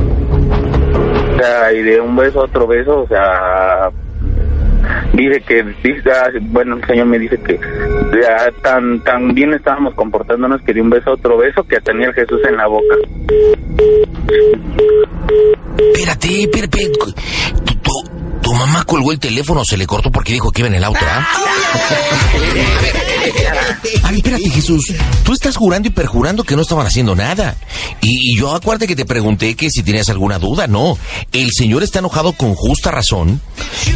S19: O sea, y de un beso a otro beso, o sea, dice que, dice, ah, bueno, el señor me dice que ya tan, tan bien estábamos comportándonos que de un beso a otro beso que tenía el Jesús en la boca.
S4: Espérate, espérate. espérate. Tu, tu- tu mamá colgó el teléfono, se le cortó porque dijo que iba en el auto, ¿ah? A ver, espérate, Jesús. Tú estás jurando y perjurando que no estaban haciendo nada. Y, y yo acuérdate que te pregunté que si tenías alguna duda. No, el señor está enojado con justa razón.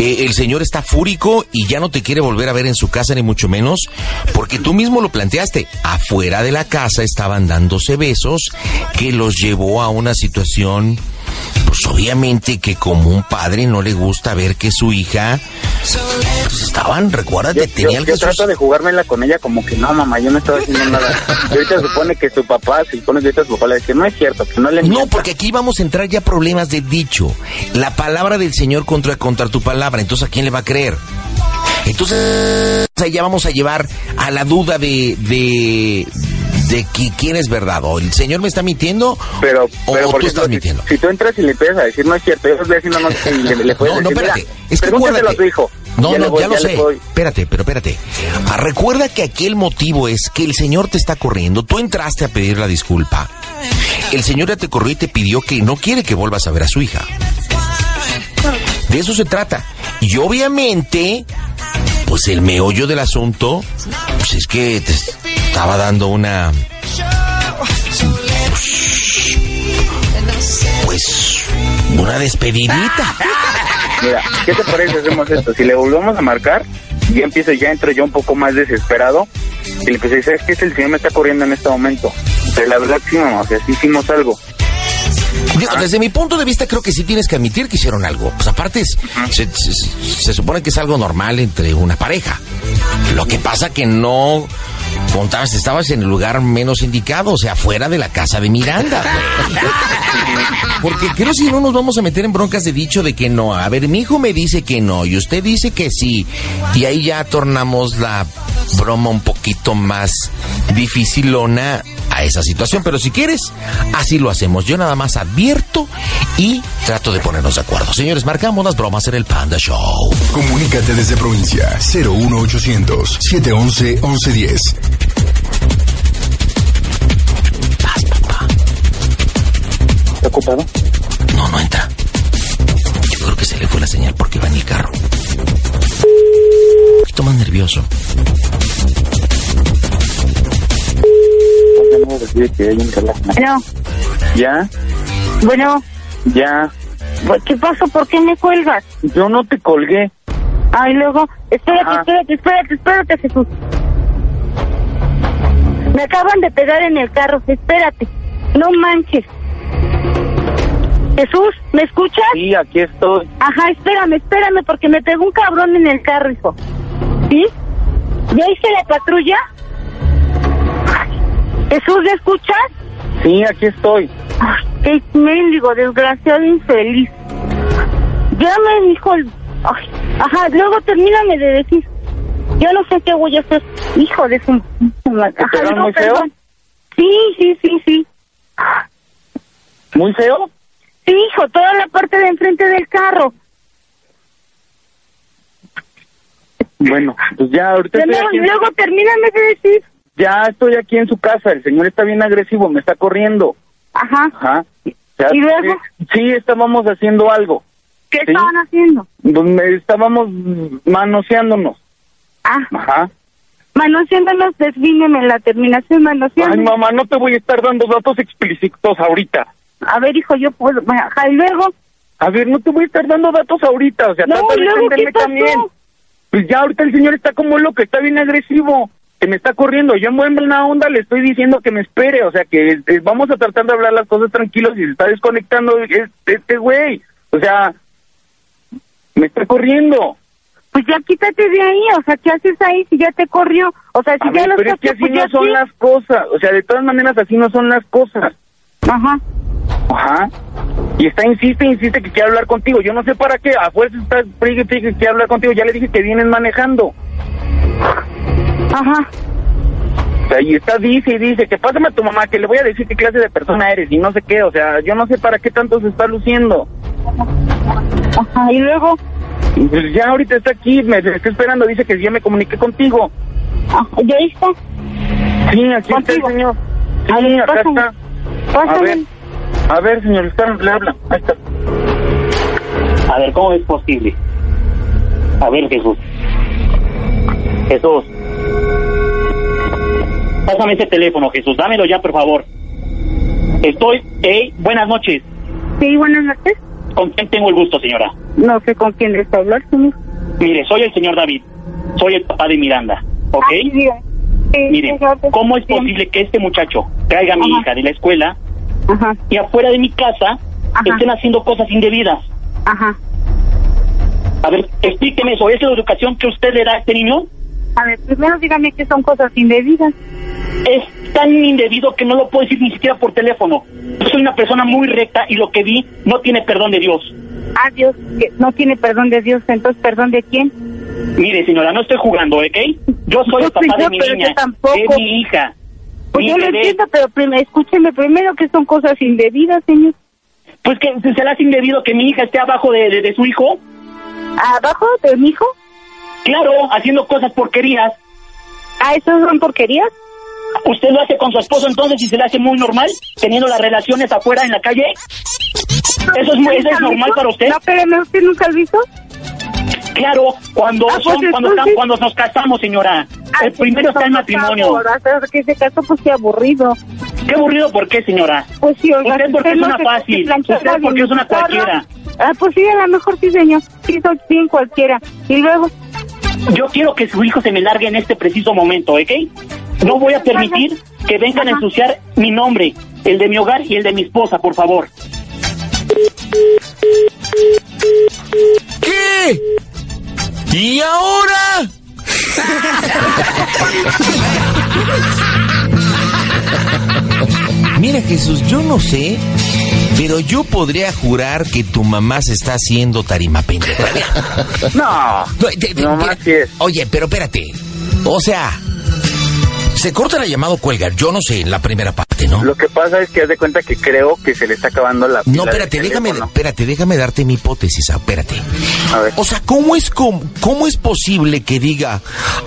S4: Eh, el señor está fúrico y ya no te quiere volver a ver en su casa, ni mucho menos. Porque tú mismo lo planteaste. Afuera de la casa estaban dándose besos que los llevó a una situación... Pues obviamente que como un padre no le gusta ver que su hija... Pues estaban, recuérdate,
S10: Yo,
S4: tenía
S10: yo-
S4: el
S10: yo
S4: Jesús-
S10: trato de jugármela con ella como que no, mamá, yo no estaba haciendo nada. Y ahorita supone que su papá, se supone que ahorita su papá le dice, no es cierto, que no le
S4: No, porque aquí vamos a entrar ya problemas de dicho. La palabra del Señor contra, contra tu palabra. Entonces, ¿a quién le va a creer? Entonces, ya vamos a llevar a la duda de, de, de qui- quién es verdad. O el Señor me está mintiendo
S10: Pero,
S4: o
S10: pero
S4: tú estás
S10: por ejemplo, si-
S4: mintiendo.
S10: Si, tú entras y le empiezas a decir, no es cierto, yo estoy haciendo no sé", y le, le puedes
S4: No, no,
S10: decir,
S4: espérate.
S10: "Mira,
S4: Es que
S10: pregúntaselo
S4: acuérdate.
S10: a tu hijo.
S4: No,
S10: le
S4: no,
S10: voy-
S4: ya lo
S10: le
S4: sé.
S10: voy.
S4: Espérate, pero espérate. Ah, recuerda que aquí el motivo es que el Señor te está corriendo. Tú entraste a pedir la disculpa. El Señor ya te corrió y te pidió que no quiere que vuelvas a ver a su hija. De eso se trata. Y obviamente, pues el meollo del asunto, pues es que te estaba dando una... Pues una despedidita.
S10: Mira, ¿qué te parece si hacemos esto? Si le volvemos a marcar, ya empiezo, ya entro yo un poco más desesperado. Y le empiezo a decir, ¿sabes qué? El señor me está corriendo en este momento. Pero la verdad, sí, mamá, o sea, sí hicimos algo.
S4: Digo, desde mi punto de vista creo que sí tienes que admitir que hicieron algo. Pues aparte es- se, se- se supone que es algo normal entre una pareja. Lo que pasa que no contabas, estabas en el lugar menos indicado, o sea, fuera de la casa de Miranda. güey. Porque creo si no nos vamos a meter en broncas de dicho de que no. A ver, mi hijo me dice que no y usted dice que sí. Y ahí ya tornamos la broma un poquito más dificilona a esa situación. Pero si quieres, así lo hacemos. Yo nada más advierto y trato de ponernos de acuerdo. Señores, marcamos las bromas en el Panda Show.
S1: Comunícate desde provincia 01800 711 1110.
S10: ¿Está ocupado?
S4: No, no entra. Yo creo que se le fue la señal porque va en el carro. Un poquito más nervioso.
S12: Bueno,
S10: ¿Ya?
S12: bueno,
S10: ¿Ya?
S12: Pues, ¿qué pasó? ¿Por qué me cuelgas?
S10: Yo no te colgué.
S12: Ay, luego, espérate,
S10: Ah.
S12: espérate, espérate, espérate, Jesús. Me acaban de pegar en el carro, espérate. No manches. Jesús, ¿me escuchas?
S10: Sí, aquí estoy.
S12: Ajá, espérame, espérame, porque me pegó un cabrón en el carro, hijo. ¿Sí? ¿Ya hice la patrulla? Jesús, ¿me escuchas?
S10: Sí, aquí estoy.
S12: Ay, qué mendigo, desgraciado, infeliz. Ya me dijo el... Ay, ajá, luego termíname de decir. Yo no sé qué voy a hacer. Hijo de su... ¿Te
S10: pegaron muy feo?
S12: Sí, sí, sí, sí.
S10: ¿Muy feo?
S12: Sí, hijo, toda la parte de enfrente del carro.
S10: Bueno, pues ya, ahorita
S12: Pero
S10: estoy
S12: luego-
S10: aquí en-
S12: luego termíname de decir.
S10: Ya estoy aquí en su casa. El señor está bien agresivo, me está corriendo.
S12: Ajá.
S10: Ajá. O sea,
S12: ¿Y luego?
S10: Sí, sí, estábamos haciendo algo.
S12: ¿Qué
S10: ¿Sí?
S12: estaban haciendo?
S10: Donde estábamos manoseándonos.
S12: Ah,
S10: Ajá.
S12: manoseándonos, desvíneme la terminación,
S10: Ay,
S12: manoseándonos.
S10: mamá, no te voy a estar dando datos explícitos ahorita.
S12: A ver, hijo, yo puedo. Ajá, y luego.
S10: A ver, no te voy a estar dando datos ahorita. O sea,
S12: No,
S10: trata de
S12: ¿y luego qué
S10: entenderme
S12: pasó?
S10: también. Pues ya ahorita el señor está como loco, está bien agresivo. Que me está corriendo. Yo en buena onda le estoy diciendo que me espere. O sea, que eh, vamos a tratar de hablar las cosas tranquilos y se está desconectando es- este güey. O sea, me está corriendo.
S12: Pues ya quítate de ahí, o sea, ¿qué haces ahí si ya te corrió? O sea, si
S10: A
S12: ya
S10: ver,
S12: lo
S10: pero es que
S12: estás
S10: así no son las cosas. O sea, de todas maneras, así no son las cosas.
S12: Ajá.
S10: Ajá. Y está, insiste, insiste que quiere hablar contigo. Yo no sé para qué. A fuerza está, frigue, frigue, que quiere hablar contigo. Ya le dije que vienes manejando.
S12: Ajá.
S10: O sea, y está, dice y dice que pásame a tu mamá, que le voy a decir qué clase de persona eres y no sé qué. O sea, yo no sé para qué tanto se está luciendo.
S12: Ajá, y luego.
S10: Y pues ya ahorita está aquí, me está esperando. Dice que ya me comuniqué contigo.
S18: Ah,
S12: ¿Ya está?
S10: Sí, aquí está el señor. Sí, acá está. A ver.
S16: A ver, señorita, le habla. Ahí está.
S22: A ver, ¿cómo es posible? A ver, Jesús. Jesús. Pásame ese teléfono, Jesús. Dámelo ya, por favor. Estoy... Hey, buenas noches.
S12: Sí, buenas noches.
S22: ¿Con quién tengo el gusto, señora?
S12: No sé con quién deseo hablar, señor.
S22: Mire, soy el señor David. Soy el papá de Miranda. ¿Ok?
S12: Ah, Sí, diga. Sí,
S22: Mire,
S12: señor, pues,
S22: ¿cómo es
S12: sí.
S22: posible que este muchacho traiga a mi
S12: Ajá.
S22: hija de la escuela
S12: Ajá,
S22: y afuera de mi casa
S12: Ajá.
S22: estén haciendo cosas indebidas?
S12: ajá.
S22: A ver, explíqueme eso. ¿Es la educación que usted le da a este niño?
S12: A ver, primero dígame que son cosas indebidas.
S22: Es tan indebido que no lo puedo decir ni siquiera por teléfono. Yo soy una persona muy recta y lo que vi no tiene perdón de Dios.
S12: Ah, Dios, que no tiene perdón de Dios, entonces perdón de quién.
S22: Mire, señora, no estoy jugando, ¿ok? Yo soy el
S12: No soy
S22: papá
S12: yo,
S22: de mi
S12: pero
S22: niña,
S12: yo tampoco.
S22: de mi hija.
S12: Pues
S22: mi
S12: yo lo
S22: bebé.
S12: entiendo, pero prim- escúcheme primero que son cosas indebidas, señor.
S22: Pues que se le hace indebido que mi hija esté abajo de, de- de su hijo.
S12: ¿Abajo de mi hijo?
S22: Claro, haciendo cosas porquerías.
S12: Ah, ¿eso son porquerías?
S22: ¿Usted lo hace con su esposo entonces y se le hace muy normal teniendo las relaciones afuera en la calle? ¿Eso es, muy- eso es normal para usted?
S12: No, pero ¿usted nunca lo hizo?
S22: Claro, cuando,
S12: Ah, pues
S22: son- cuando,
S12: entonces-
S22: están- cuando nos casamos, señora. el primero está el matrimonio.
S12: Por hasta que se casó, pues qué aburrido.
S22: Qué aburrido, ¿por qué, señora?
S12: Pues sí, oiga,
S22: Usted porque es
S12: no
S22: una
S12: se-
S22: fácil,
S12: se planchó
S22: usted
S12: nadie
S22: porque es una
S12: mi carro.
S22: cualquiera.
S12: Ah, pues sí, a lo mejor sí, señor. Sí, soy bien cualquiera. Y luego,
S22: Yo quiero que su hijo se me largue en este preciso momento, ¿ok? No voy a permitir que vengan a ensuciar mi nombre, el de mi hogar y el de mi esposa, por favor.
S3: ¿Qué? ¿Y ahora?
S4: Mira Jesús, yo no sé, pero yo podría jurar que tu mamá se está haciendo tarima pendeja.
S19: No,
S4: no Oye, pero espérate. O sea, se corta la llamada o cuelga. Yo no sé, en la primera parte, ¿no?
S19: Lo que pasa es que haz de cuenta que creo que se le está acabando la pila
S4: No,
S19: del
S4: espérate, déjame,
S19: teléfono.
S4: espérate, déjame darte mi hipótesis, ah, espérate. O sea, ¿cómo es, com- cómo es posible que diga,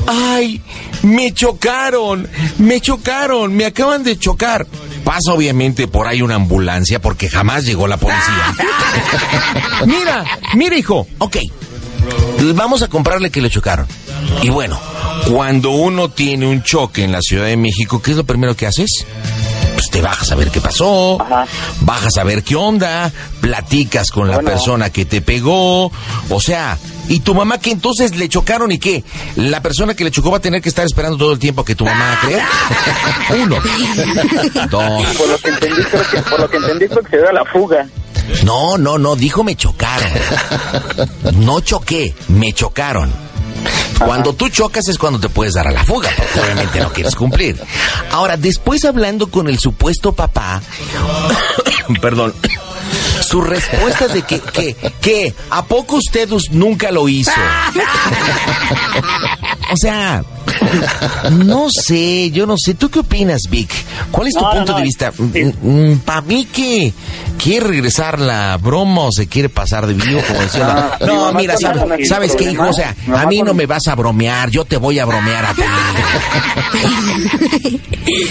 S4: ay, me chocaron, me chocaron, me acaban de chocar? Pasa obviamente por ahí una ambulancia porque jamás llegó la policía. mira, mira, hijo. Ok, vamos a comprarle que le chocaron. Y bueno, cuando uno tiene un choque en la Ciudad de México, ¿qué es lo primero que haces? Pues te bajas a ver qué pasó, bajas a ver qué onda, platicas con la persona que te pegó, o sea, y tu mamá que entonces le chocaron y qué, la persona que le chocó va a tener que estar esperando todo el tiempo a que tu mamá crea. Uno, dos.
S19: Por lo que entendí, creo que, por lo que entendí, creo que se da la fuga.
S4: No, no, no, dijo me chocaron. No choqué, me chocaron. Cuando tú chocas es cuando te puedes dar a la fuga, porque obviamente no quieres cumplir. Ahora, después hablando con el supuesto papá, perdón, su respuesta de que, que, que, ¿a poco usted us- nunca lo hizo? O sea, no sé, yo no sé. ¿Tú qué opinas, Vic? ¿Cuál es tu
S22: No, no,
S4: punto
S22: no,
S4: de vista? Para mí que quiere regresar la broma o se quiere pasar de vivo, como decía la-
S3: Ah, mi
S4: No,
S3: mamá
S4: mira,
S3: con
S4: sí,
S3: algo que
S4: ¿sabes qué, hijo?
S3: problema.
S4: O sea,
S3: Mi
S4: a
S3: mamá
S4: mí
S3: con-
S4: no me vas a bromear, yo te voy a bromear a ti.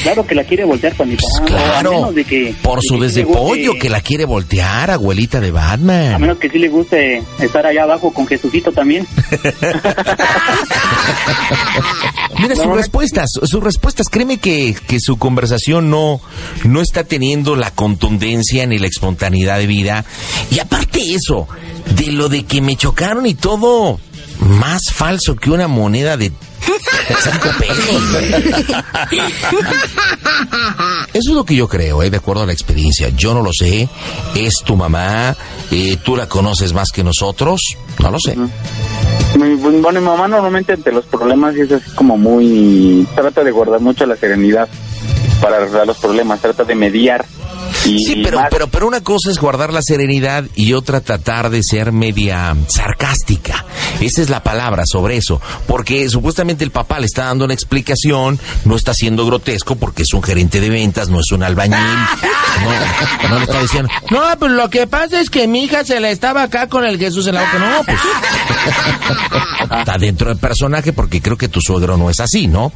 S22: Claro que la quiere voltear con mi papá.
S4: Pues claro.
S22: A menos de que,
S4: Por su
S22: de que sí
S4: desde
S22: le guste-
S4: pollo que la quiere voltear, abuelita de
S22: A
S4: Batman.
S22: menos que sí le guste estar allá abajo con Jesucito también.
S4: Mira sus respuestas, sus respuestas, créeme que, que su conversación no, no está teniendo la contundencia ni la espontaneidad de vida. Y aparte eso, de lo de que me chocaron y todo, más falso que una moneda de cinco pesos. Eso es lo que yo creo, ¿eh? de acuerdo a la experiencia. Yo no lo sé, es tu mamá, eh, tú la conoces más que nosotros, no lo sé.
S19: Mi- Mm, Bueno, mi mamá normalmente ante los problemas es así como muy... Trata de guardar mucho la serenidad para arreglar los problemas, trata de mediar. Y,
S4: Sí, pero, pero, pero una cosa es guardar la serenidad y otra tratar de ser media sarcástica. Esa es la palabra sobre eso. Porque supuestamente el papá le está dando una explicación, no está siendo grotesco porque es un gerente de ventas, no es un albañil. No, no le está diciendo.
S10: No, pues lo que pasa es que mi hija se la estaba acá con el Jesús en la boca. No, pues.
S18: Ah,
S4: Está dentro del personaje porque creo que tu suegro no es así, ¿no?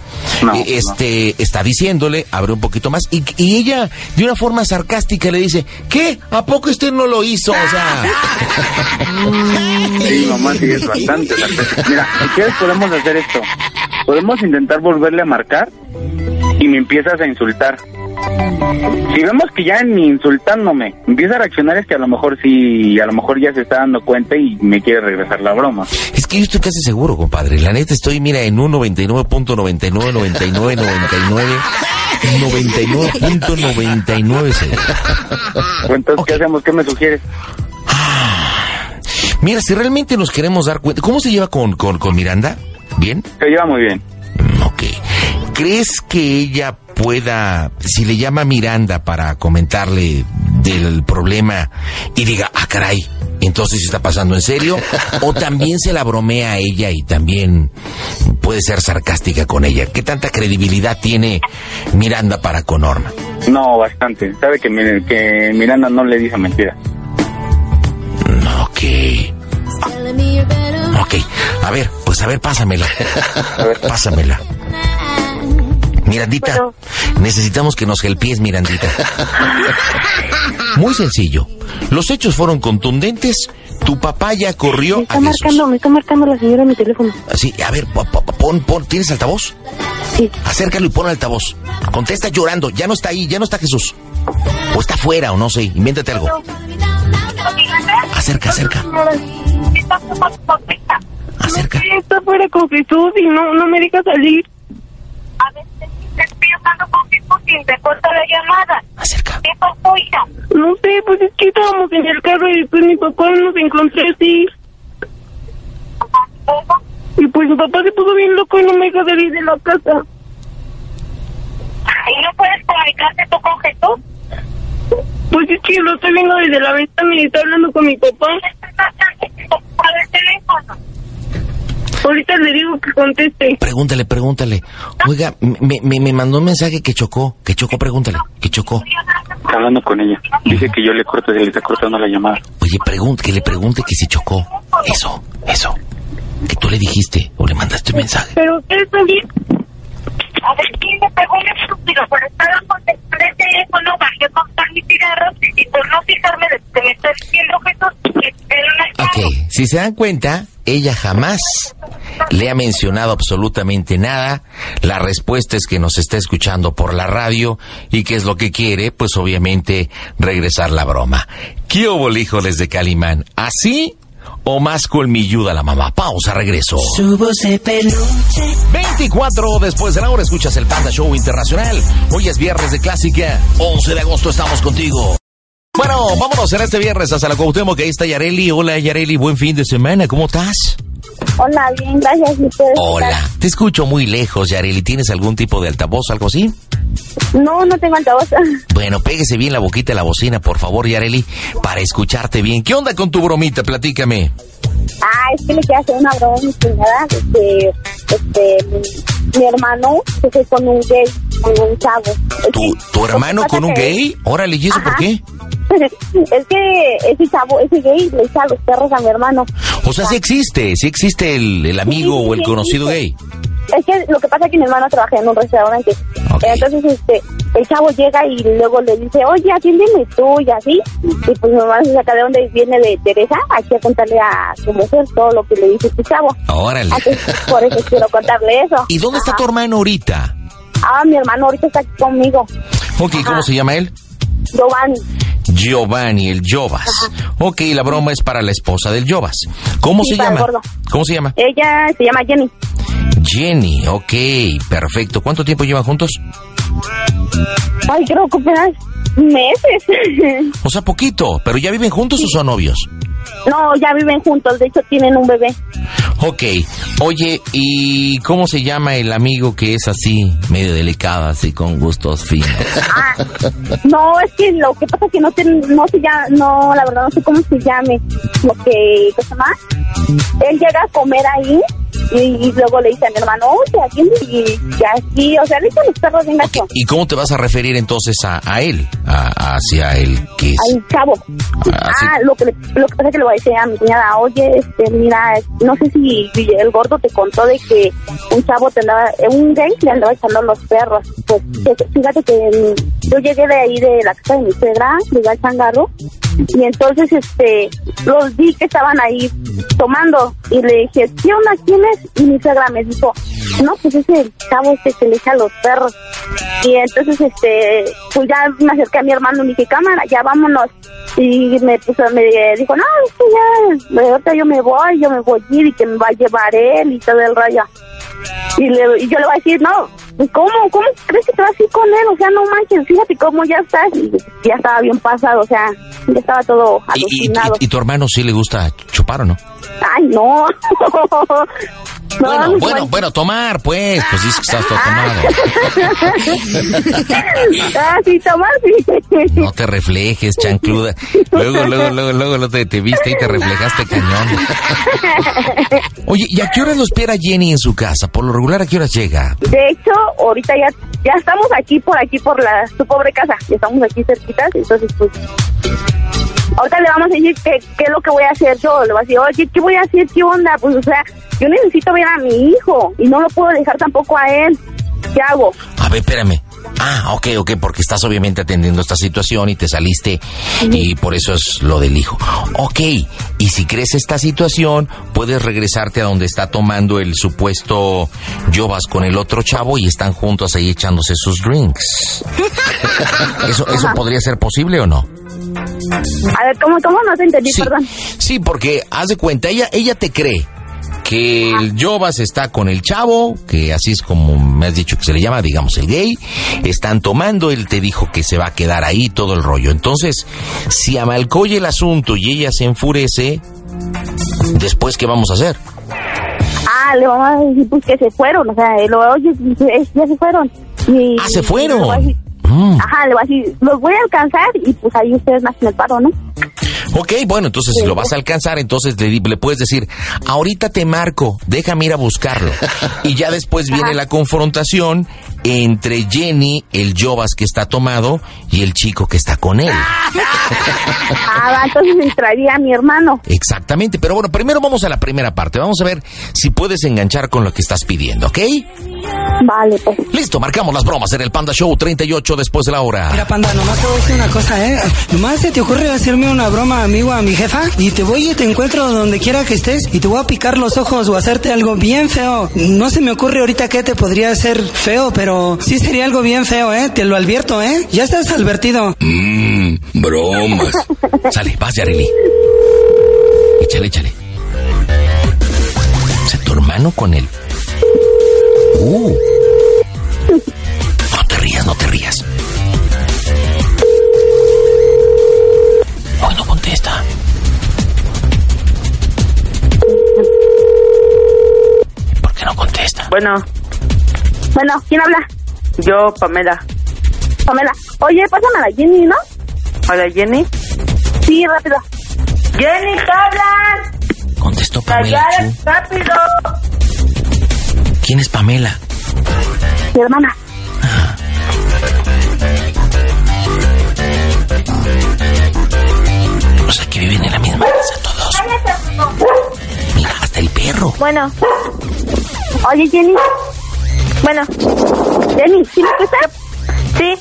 S4: Eh, este está diciéndole, abre un poquito más y, y ella de una forma sarcástica le dice, ¿qué? ¿A poco usted no lo hizo? O sea,
S19: Sí, mamá, sí, es bastante. sarcástica. Mira, ¿qué podemos hacer esto? Podemos intentar volverle a marcar y me empiezas a insultar. Si vemos que ya ni insultándome empieza a reaccionar es que a lo mejor sí, a lo mejor ya se está dando cuenta y me quiere regresar la broma.
S4: Es que yo estoy casi seguro, compadre. La neta estoy, mira, en un 99.99, 99, 99, 99.99 seguro.
S19: Entonces, ¿qué hacemos? ¿Qué me sugieres?
S4: Mira, si realmente nos queremos dar cuenta, ¿cómo se lleva con, con, con Miranda? ¿Bien?
S19: Se lleva muy bien.
S4: Ok. ¿Crees que ella pueda, si le llama Miranda para comentarle del problema y diga, ah, caray, entonces está pasando en serio? ¿O también se la bromea a ella y también puede ser sarcástica con ella? ¿Qué tanta credibilidad tiene Miranda para con Norma?
S19: No, bastante. Sabe que, mi- que Miranda no le dice mentira.
S4: Ok. Ok. A ver, pues a ver, pásamela. Pásamela. Mirandita, necesitamos que nos gelpies, Mirandita. Muy sencillo. Los hechos fueron contundentes. Tu papá ya corrió a
S12: Está marcando, me está marcando la señora en mi teléfono.
S4: Así, a ver, po- po- pon, pon, ¿tienes altavoz?
S12: Sí.
S4: Acércalo y pon altavoz. Contesta llorando, ya no está ahí, ya no está Jesús. O está afuera, o no sé, invéntate algo. Acerca, acerca.
S12: Acerca. Está fuera con Jesús y no, no me deja salir.
S6: A veces estoy hablando con Jesús y te corta la llamada. Acerca. ¿Qué pasó, hija?
S12: No sé, pues es que estábamos en el carro y después mi papá nos encontró así. Y pues mi papá se puso bien loco y no me deja salir de la casa.
S6: ¿Y no puedes comunicarte tú con Jesús?
S12: Pues es que lo estoy viendo desde la ventana y está hablando con mi papá.
S6: Para el teléfono.
S12: Ahorita le digo que conteste.
S4: Pregúntale, pregúntale. Oiga, me, me, me mandó un mensaje que chocó, que chocó, pregúntale, que chocó.
S19: Está hablando con ella. Dice que yo le corto y le está cortando la llamada.
S4: Oye, pregunta, que le pregunte que si chocó. Eso, eso. Que tú le dijiste o le mandaste un mensaje.
S12: Pero usted también.
S6: A ver, ¿quién me pegó un estúpido por estar con el teléfono? Bajé a comprar mis cigarros y por no fijarme de lo que me está diciendo Jesús que era una
S4: Ok, si se dan cuenta, ella jamás le ha mencionado absolutamente nada. La respuesta es que nos está escuchando por la radio y que es lo que quiere, pues obviamente regresar la broma. ¿Qué hubo, híjoles de Calimán? ¿Así o más colmilluda la mamá? Pausa, regreso. 24 después de la hora escuchas el Panda Show Internacional. Hoy es viernes de clásica, 11 de agosto estamos contigo. Bueno, vámonos en este viernes hasta la Cuauhtémoc, que ahí está Yareli. Hola Yareli, buen fin de semana, ¿cómo estás?
S12: Hola, bien, gracias. ¿y ustedes?
S4: Hola, te escucho muy lejos Yareli, ¿tienes algún tipo de altavoz, algo así?
S12: No, no tengo altavoz.
S4: Bueno, pégese bien la boquita a la bocina, por favor Yareli, para escucharte bien. ¿Qué onda con tu bromita? Platícame.
S12: Ah, es que le quería hacer una broma a mi cuñada. Este, este, mi, mi hermano se fue con un gay, con un chavo.
S4: ¿Tu, tu hermano con un gay? Órale, ¿y eso por qué?
S12: es que ese chavo, ese gay le echa los perros a mi hermano.
S4: O sea, sí existe, sí existe el, el amigo o el conocido gay.
S12: Es que lo que pasa es que mi hermano trabaja en un restaurante. Entonces, este, el chavo llega y luego le dice, oye, atiéndeme tú y así. Y pues mi hermano se saca de donde viene de Teresa, aquí a contarle a su mujer todo lo que le dice este chavo.
S4: Órale.
S12: Así, por eso quiero contarle eso.
S4: ¿Y dónde está tu hermano ahorita?
S12: Ah, mi hermano ahorita está aquí conmigo,
S4: Ok, ¿cómo se llama él?
S12: Giovanni.
S4: Giovanni, el Jovas. Ok, la broma es para la esposa del Jovas. ¿Cómo
S12: Sí,
S4: se
S12: para el
S4: llama?
S12: gordo. Eh.
S4: ¿Cómo se llama?
S12: Ella se llama Jenny.
S4: Jenny, ok, perfecto. ¿Cuánto tiempo llevan juntos?
S12: Ay, creo que apenas meses.
S4: O sea, poquito, pero ¿ya viven juntos o son novios?
S12: no, ya viven juntos, de hecho tienen un bebé.
S4: Ok, oye, ¿y cómo se llama el amigo que es así, medio delicado, así con gustos finos?
S12: Ah, No, es que lo que pasa es que no, ten- no se llama, no, la verdad no sé cómo se llame. Lo que, ¿qué se llama? Él llega a comer ahí Y, y luego le dice a mi hermano, oye, atiende y, y así, o sea, le echan los perros bien gacho.
S4: ¿Y cómo te vas a referir entonces a, a él? A- hacia él, que es?
S12: Al chavo. Ah, lo, que le- lo que pasa es que le voy a decir a mi cuñada, oye, este, mira, no sé si el gordo te contó de que un chavo te andaba, eh, un gay le andaba echando los perros. Pues que- fíjate que mm, yo llegué de ahí de la casa de mi suegra, llegué al changarro, y entonces este los vi que estaban ahí tomando, y le dije, ¿qué onda? ¿Quién es? Y mi suegra me dijo, no, pues es el chavo este que le echa los perros. Y entonces, este, pues ya me acerqué a mi hermano y le dije, cámara, ya vámonos. Y me puso, me dijo, no, es que ya, ahorita yo me voy, yo me voy a ir y que me va a llevar él y todo el rollo. Y, le- y yo le voy a decir, no, pues, ¿cómo? ¿Cómo crees que te vas a ir con él? O sea, no manches, fíjate cómo ya estás. Y ya estaba bien pasado, o sea, ya estaba todo
S4: Y- y, y-
S12: alucinado.
S4: y tu hermano sí le gusta chupar o no?
S12: Ay, no. No,
S4: Bueno,
S12: no,
S4: bueno, bueno, tomar, pues. Pues dices que estás todo tomado.
S12: ah, sí, Tomás, sí.
S4: No te reflejes, chancluda. Luego, luego, luego, luego, luego te, te viste y te reflejaste cañón. Oye, ¿y a qué horas lo espera Jenny en su casa? Por lo regular, ¿a qué horas llega?
S12: De hecho, ahorita ya ya estamos aquí por aquí por la su pobre casa. Ya estamos aquí cerquitas, entonces pues ahorita le vamos a decir qué, qué es lo que voy a hacer yo. Le voy a decir, oye, ¿qué voy a hacer? ¿Qué onda? Pues o sea, yo necesito ver a mi hijo y no lo puedo dejar tampoco a él. ¿Qué hago?
S4: A ver, espérame. Ah, ok, ok, porque estás obviamente atendiendo esta situación y te saliste y por eso es lo del hijo. Ok, y si crees esta situación, puedes regresarte a donde está tomando el supuesto Yobas con el otro chavo y están juntos ahí echándose sus drinks. ¿Eso, eso
S12: Ajá.
S4: podría ser posible o no?
S12: A ver, ¿cómo, cómo? No te entendí, perdón.
S4: Sí, porque haz de cuenta, ella, ella te cree que el Jovas está con el chavo, que así es como me has dicho que se le llama, digamos, el gay, están tomando, él te dijo que se va a quedar ahí, todo el rollo. Entonces, si amalcoye el asunto y ella se enfurece, después, ¿qué vamos a hacer?
S12: Ah, le vamos a decir pues que se fueron, o sea, y luego, oye, pues, eh, ya se fueron. Y,
S4: Ah, se fueron. Mm.
S12: y le voy a decir- Ajá, le voy a decir, los voy a alcanzar y pues ahí ustedes me hacen el paro, ¿no?
S4: Ok, bueno, entonces lo vas a alcanzar, entonces le, di- le puedes decir, ahorita te marco, déjame ir a buscarlo. Y ya después viene la confrontación entre Jenny, el Jovas que está tomado, y el chico que está con él.
S12: Ah, va, entonces entraría mi hermano.
S4: Exactamente, pero bueno, primero vamos a la primera parte, vamos a ver si puedes enganchar con lo que estás pidiendo, ¿ok?
S12: Vale, pues.
S4: Listo, marcamos las bromas en el Panda Show 38 después de la hora.
S15: Mira, panda, nomás te voy a decir una cosa, ¿eh? Nomás se te ocurre hacerme una broma, amigo, a mi jefa, y te voy y te encuentro donde quiera que estés, y te voy a picar los ojos o hacerte algo bien feo. No se me ocurre ahorita qué te podría hacer feo, pero sí sería algo bien feo, ¿eh? Te lo advierto, ¿eh? Ya estás advertido.
S3: Mmm, bromas.
S4: Mm, Sale, vas, Yareli. Échale, échale. O sea, tu hermano con él. Uh. No te rías, no te rías. Hoy no contesta. ¿Por qué no contesta?
S6: Bueno,
S12: Bueno, ¿quién habla?
S6: yo, Pamela.
S12: Pamela. Oye, pásame a la Jenny, ¿no?
S6: Hola, Jenny.
S12: Sí, rápido.
S6: ¡Jenny, ¿qué hablas?
S4: Contestó Pamela.
S6: ¡Callar rápido!
S4: ¿Quién es Pamela?
S12: Mi hermana.
S4: O sea, que viven en la misma casa todos. Mira, hasta el perro.
S12: Bueno. Oye, Jenny. Bueno. Jenny, ¿sí me escuchas? Sí.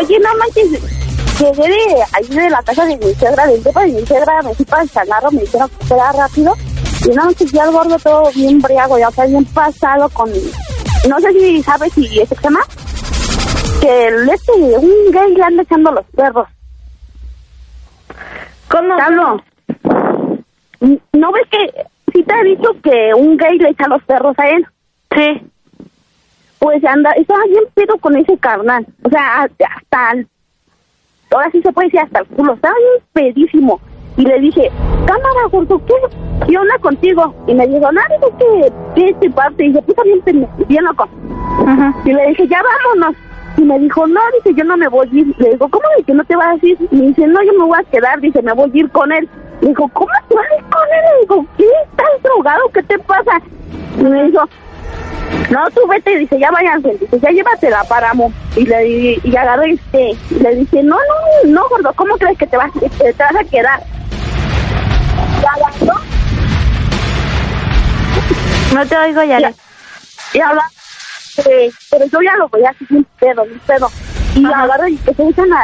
S12: Oye, no manches. Llegué de ahí de la casa de mi suegra, del depa de mi suegra, me fui para el changarro, me dijeron que fuera rápido. Y no manches, ya el gordo todo bien briago, ya está bien pasado con... No sé si sabes si ese tema. Que el este, un gay le anda echando los perros. ¿Cómo? Pablo. ¿No ves que sí te he dicho que un gay le echa los perros a él? Sí. Pues anda, estaba bien pedo con ese carnal. O sea, hasta el- ahora sí se puede decir hasta el culo. Estaba bien pedísimo. Y le dije, cámara, gordo, ¿qué, qué onda contigo? Y me dijo, nada, es que, que este parte. Y dije, puta, bien, pende- bien loco. Y le dije, ya vámonos. Y me dijo, no, dice, yo no me voy a ir. Le digo, ¿cómo de que no te vas a ir? Y me dice, no, yo me voy a quedar. Dice, me voy a ir con él. Dijo, ¿cómo te vas con él? Le digo, ¿qué? ¿Estás drogado? ¿Qué te pasa? Y me dijo, no, tú vete, dice, ya váyanse, dice, ya llévatela, páramo. Y le di- y agarró este, y le dice, no, no, no, gordo, ¿cómo crees que te vas, que te vas a quedar? Y agarró
S23: No te oigo, ya.
S12: y habla eh, pero yo ya lo veía así sin pedo, sin pedo. Y agarro y que se echan a,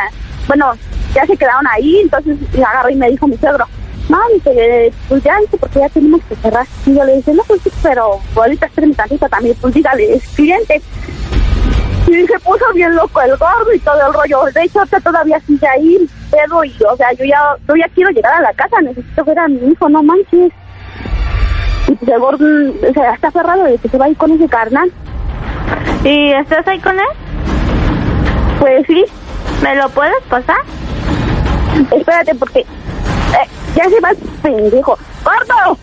S12: bueno, ya se quedaron ahí, entonces y agarro y me dijo mi suegro, no, dice, eh, pues ya, dice, porque ya tenemos que cerrar. Y yo le dije, no, pues sí, pero ahorita espérame tantito también, pues dígale, es cliente. Y se puso bien loco el gordo y todo el rollo. De hecho, ahorita todavía sigue ahí, pedo, y o sea, yo ya, yo ya quiero llegar a la casa, necesito ver a mi hijo, no manches. Y pues el gordo o sea, está aferrado de que se va a ir con ese carnal.
S23: ¿Y estás ahí con él?
S12: Pues sí.
S23: ¿Me lo puedes pasar?
S12: Espérate, porque eh, ya se va el pendejo. ¡Gordo!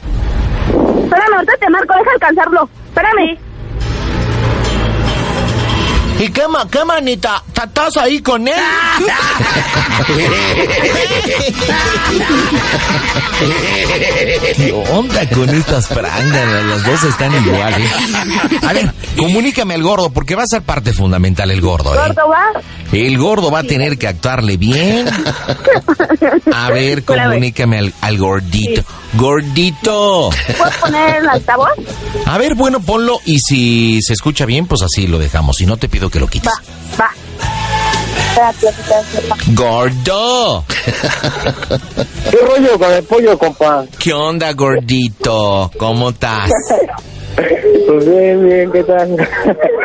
S12: Espérame, ahorita te marco, deja alcanzarlo. Espérame.
S24: ¿Y qué más, qué manita? ¿Estás ahí con él?
S4: Ah, ¿Qué onda con estas frangas? Las dos están iguales. A ver, comunícame al gordo, porque va a ser parte fundamental el gordo. ¿eh?
S12: ¿Gordo va?
S4: El gordo va a tener que actuarle bien. A ver, comunícame al, al gordito. Gordito.
S12: ¿Puedes poner el altavoz?
S4: A ver, bueno, ponlo y si se escucha bien, pues así lo dejamos. Si no, te pido que lo quites.
S12: Va. Espérate, espérate, va.
S4: Gordo.
S18: ¿Qué rollo con el pollo, compa?
S4: ¿Qué onda, gordito? ¿Cómo estás?
S18: Pues bien, bien, ¿qué tal?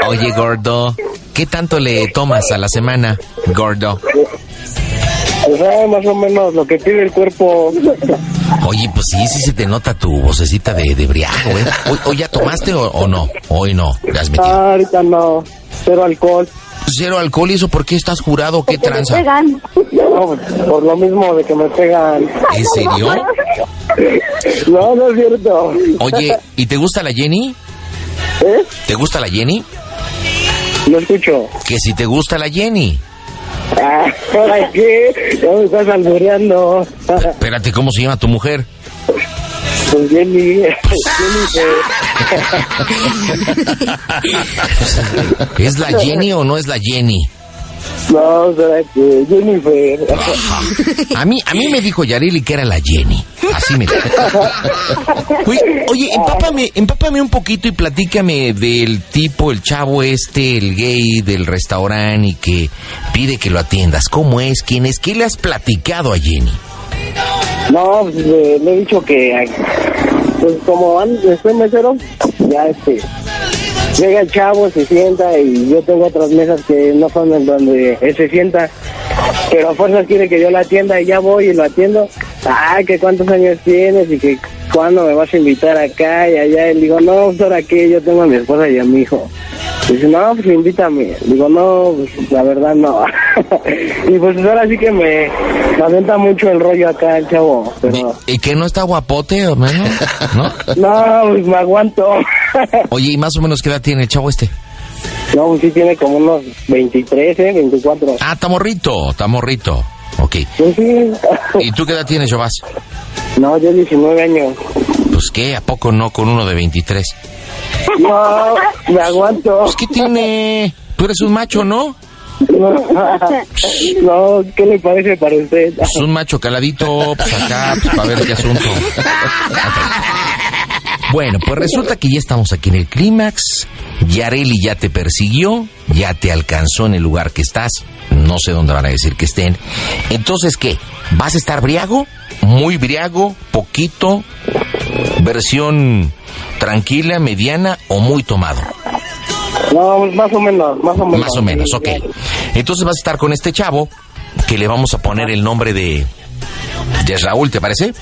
S4: Oye, gordo, ¿qué tanto le tomas a la semana, gordo?
S18: Pues ah, más o menos lo que pide el cuerpo.
S4: Oye, pues sí, sí se te nota tu vocecita de, de briago, ¿eh? ¿Hoy, hoy ya tomaste o, o no? Hoy no, le has metido.
S18: Ah, ahorita no, cero alcohol.
S4: Cero alcohol, ¿y eso por qué estás jurado? ¿Qué tranza?
S12: pegan.
S18: No, por lo mismo de que me pegan.
S4: ¿En serio?
S18: No, no es cierto.
S4: Oye, ¿y te gusta la Jenny?
S18: ¿Eh?
S4: ¿Te gusta la Jenny?
S18: No escucho.
S4: Que si te gusta la Jenny.
S18: Ah, ¿Para qué? Ya me estás albureando.
S4: Espérate, ¿cómo se llama tu mujer?
S18: Pues Jenny, Jenny
S4: ¿Es la Jenny o no es la Jenny?
S18: No, será que Jennifer.
S4: A mí, a mí me dijo Yarili que era la Jenny. Así me dijo. Oye, oye, empápame, empápame un poquito y platícame del tipo, el chavo este, el gay del restaurante y que pide que lo atiendas. ¿Cómo es? ¿Quién es? ¿Qué le has platicado a Jenny?
S18: No, pues, le, le he dicho que ay, pues como an- estoy mesero, ya este llega el chavo, se sienta y yo tengo otras mesas que no son en donde él se sienta, pero a fuerzas quiere que yo la atienda y ya voy y lo atiendo. Ah, que cuántos años tienes y que cuándo me vas a invitar acá y allá. Y le digo, no, pues ahora qué, yo tengo a mi esposa y a mi hijo. Dice, no, pues invítame. Digo, no, pues la verdad no. y pues ahora sí que me me avienta mucho el rollo acá el chavo, pero...
S4: ¿Y que no está guapote o menos? ¿No?
S18: No, pues me aguanto.
S4: Oye, ¿y más o menos qué edad tiene el chavo este?
S18: No, pues sí tiene como unos 23, ¿eh? 24.
S4: Ah, está morrito, está morrito. Ok.
S18: Pues sí.
S4: ¿Y tú qué edad tienes, Jovás?
S18: No, yo 19 años.
S4: Pues qué, ¿a poco no con uno de 23?
S18: No, me aguanto.
S4: Pues qué tiene... Tú eres un macho, ¿no?
S18: No, ¿qué le parece para usted?
S4: Pues un macho caladito, pues acá, pues para ver qué asunto. Ok. Bueno, pues resulta que ya estamos aquí en el clímax. Yareli ya te persiguió, ya te alcanzó en el lugar que estás. No sé dónde van a decir que estén. Entonces, ¿qué? ¿Vas a estar briago? Muy briago, poquito, versión tranquila, mediana o muy tomado.
S18: No, pues más o menos, más o menos.
S4: Más o menos, ok. Entonces vas a estar con este chavo que le vamos a poner el nombre de, de Raúl, ¿te parece?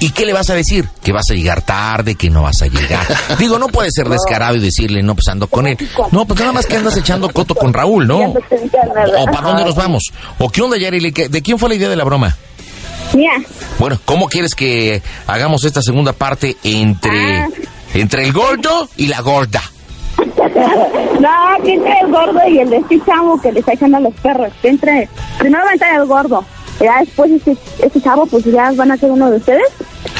S4: ¿Y qué le vas a decir? Que vas a llegar tarde, que no vas a llegar. Digo, no puede ser descarado y decirle, no, pues ando con él. No, pues nada más que andas echando coto con Raúl, ¿no? O o para dónde nos vamos. ¿O qué onda, Yareli? ¿Qué- ¿De quién fue la idea de la broma?
S12: Mira,
S4: Bueno, ¿cómo quieres que hagamos esta segunda parte entre, entre el gordo y la gorda?
S12: no, que entre el gordo y el de este chavo que le está echando a los perros. Que entre, primero va a entrar el gordo. Ya después este, este chavo, pues ya van a ser uno de ustedes.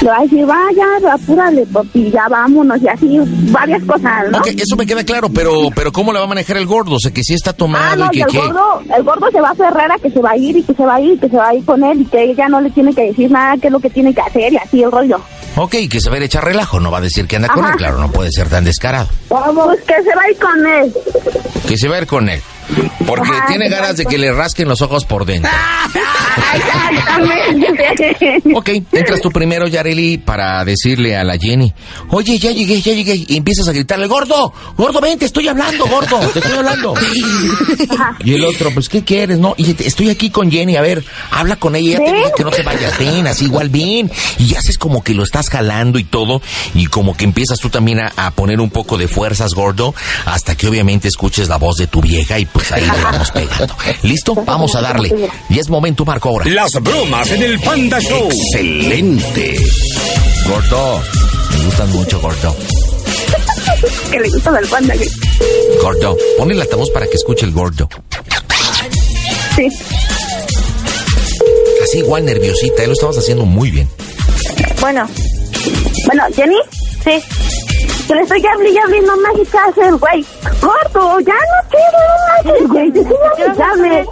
S12: Le va a decir, vaya, apúrale, papi, ya vámonos, y así, varias cosas, ¿no? Ah,
S4: Ok, eso me queda claro, pero, pero ¿cómo la va a manejar el gordo? O sea, que si está tomado
S12: Ah, No,
S4: y que
S12: y el
S4: qué.
S12: gordo, el gordo se va a aferrar a que se va a ir y que se va a ir y que se va a ir con él y que ella no le tiene que decir nada, qué es lo que tiene que hacer y así el rollo.
S4: Ok, que se va a ir a echar relajo, no va a decir que anda con
S12: Ajá.
S4: él, claro, no puede ser tan descarado.
S12: Vamos, que se va a ir con él.
S4: Que se va a ir con él. Porque
S12: Ajá,
S4: tiene ganas de que le rasquen los ojos por dentro. ok, entras tú primero, Yareli, para decirle a la Jenny, oye, ya llegué, ya llegué, y empiezas a gritarle, gordo, gordo, ven, te estoy hablando, gordo, te estoy hablando. y el otro, pues, ¿qué quieres? No, y estoy aquí con Jenny, a ver, habla con ella, ella te
S3: ¿Ven?
S4: dijo que no te vayas, ven, así igual, ven. Y haces como que lo estás jalando y todo, y como que empiezas tú también a, a poner un poco de fuerzas, gordo, hasta que obviamente escuches la voz de tu vieja y pues ahí le vamos pegando. ¿Listo? Vamos a darle. Y es momento, Marco, ahora.
S13: Las bromas en el Panda Show.
S4: Excelente. Gordo, me gustan mucho, gordo.
S12: que le gusta del panda. que-
S4: Gordo, pon el altavoz para que escuche el gordo.
S12: Sí.
S4: Así igual nerviosita, eh, lo estabas haciendo muy bien.
S12: Bueno. Bueno, Jenny. Sí. Que le estoy hablando y hablando, no me hagas caso, el güey. Gordo, ya no quiero no me hagas, güey. Que sí, no me llames.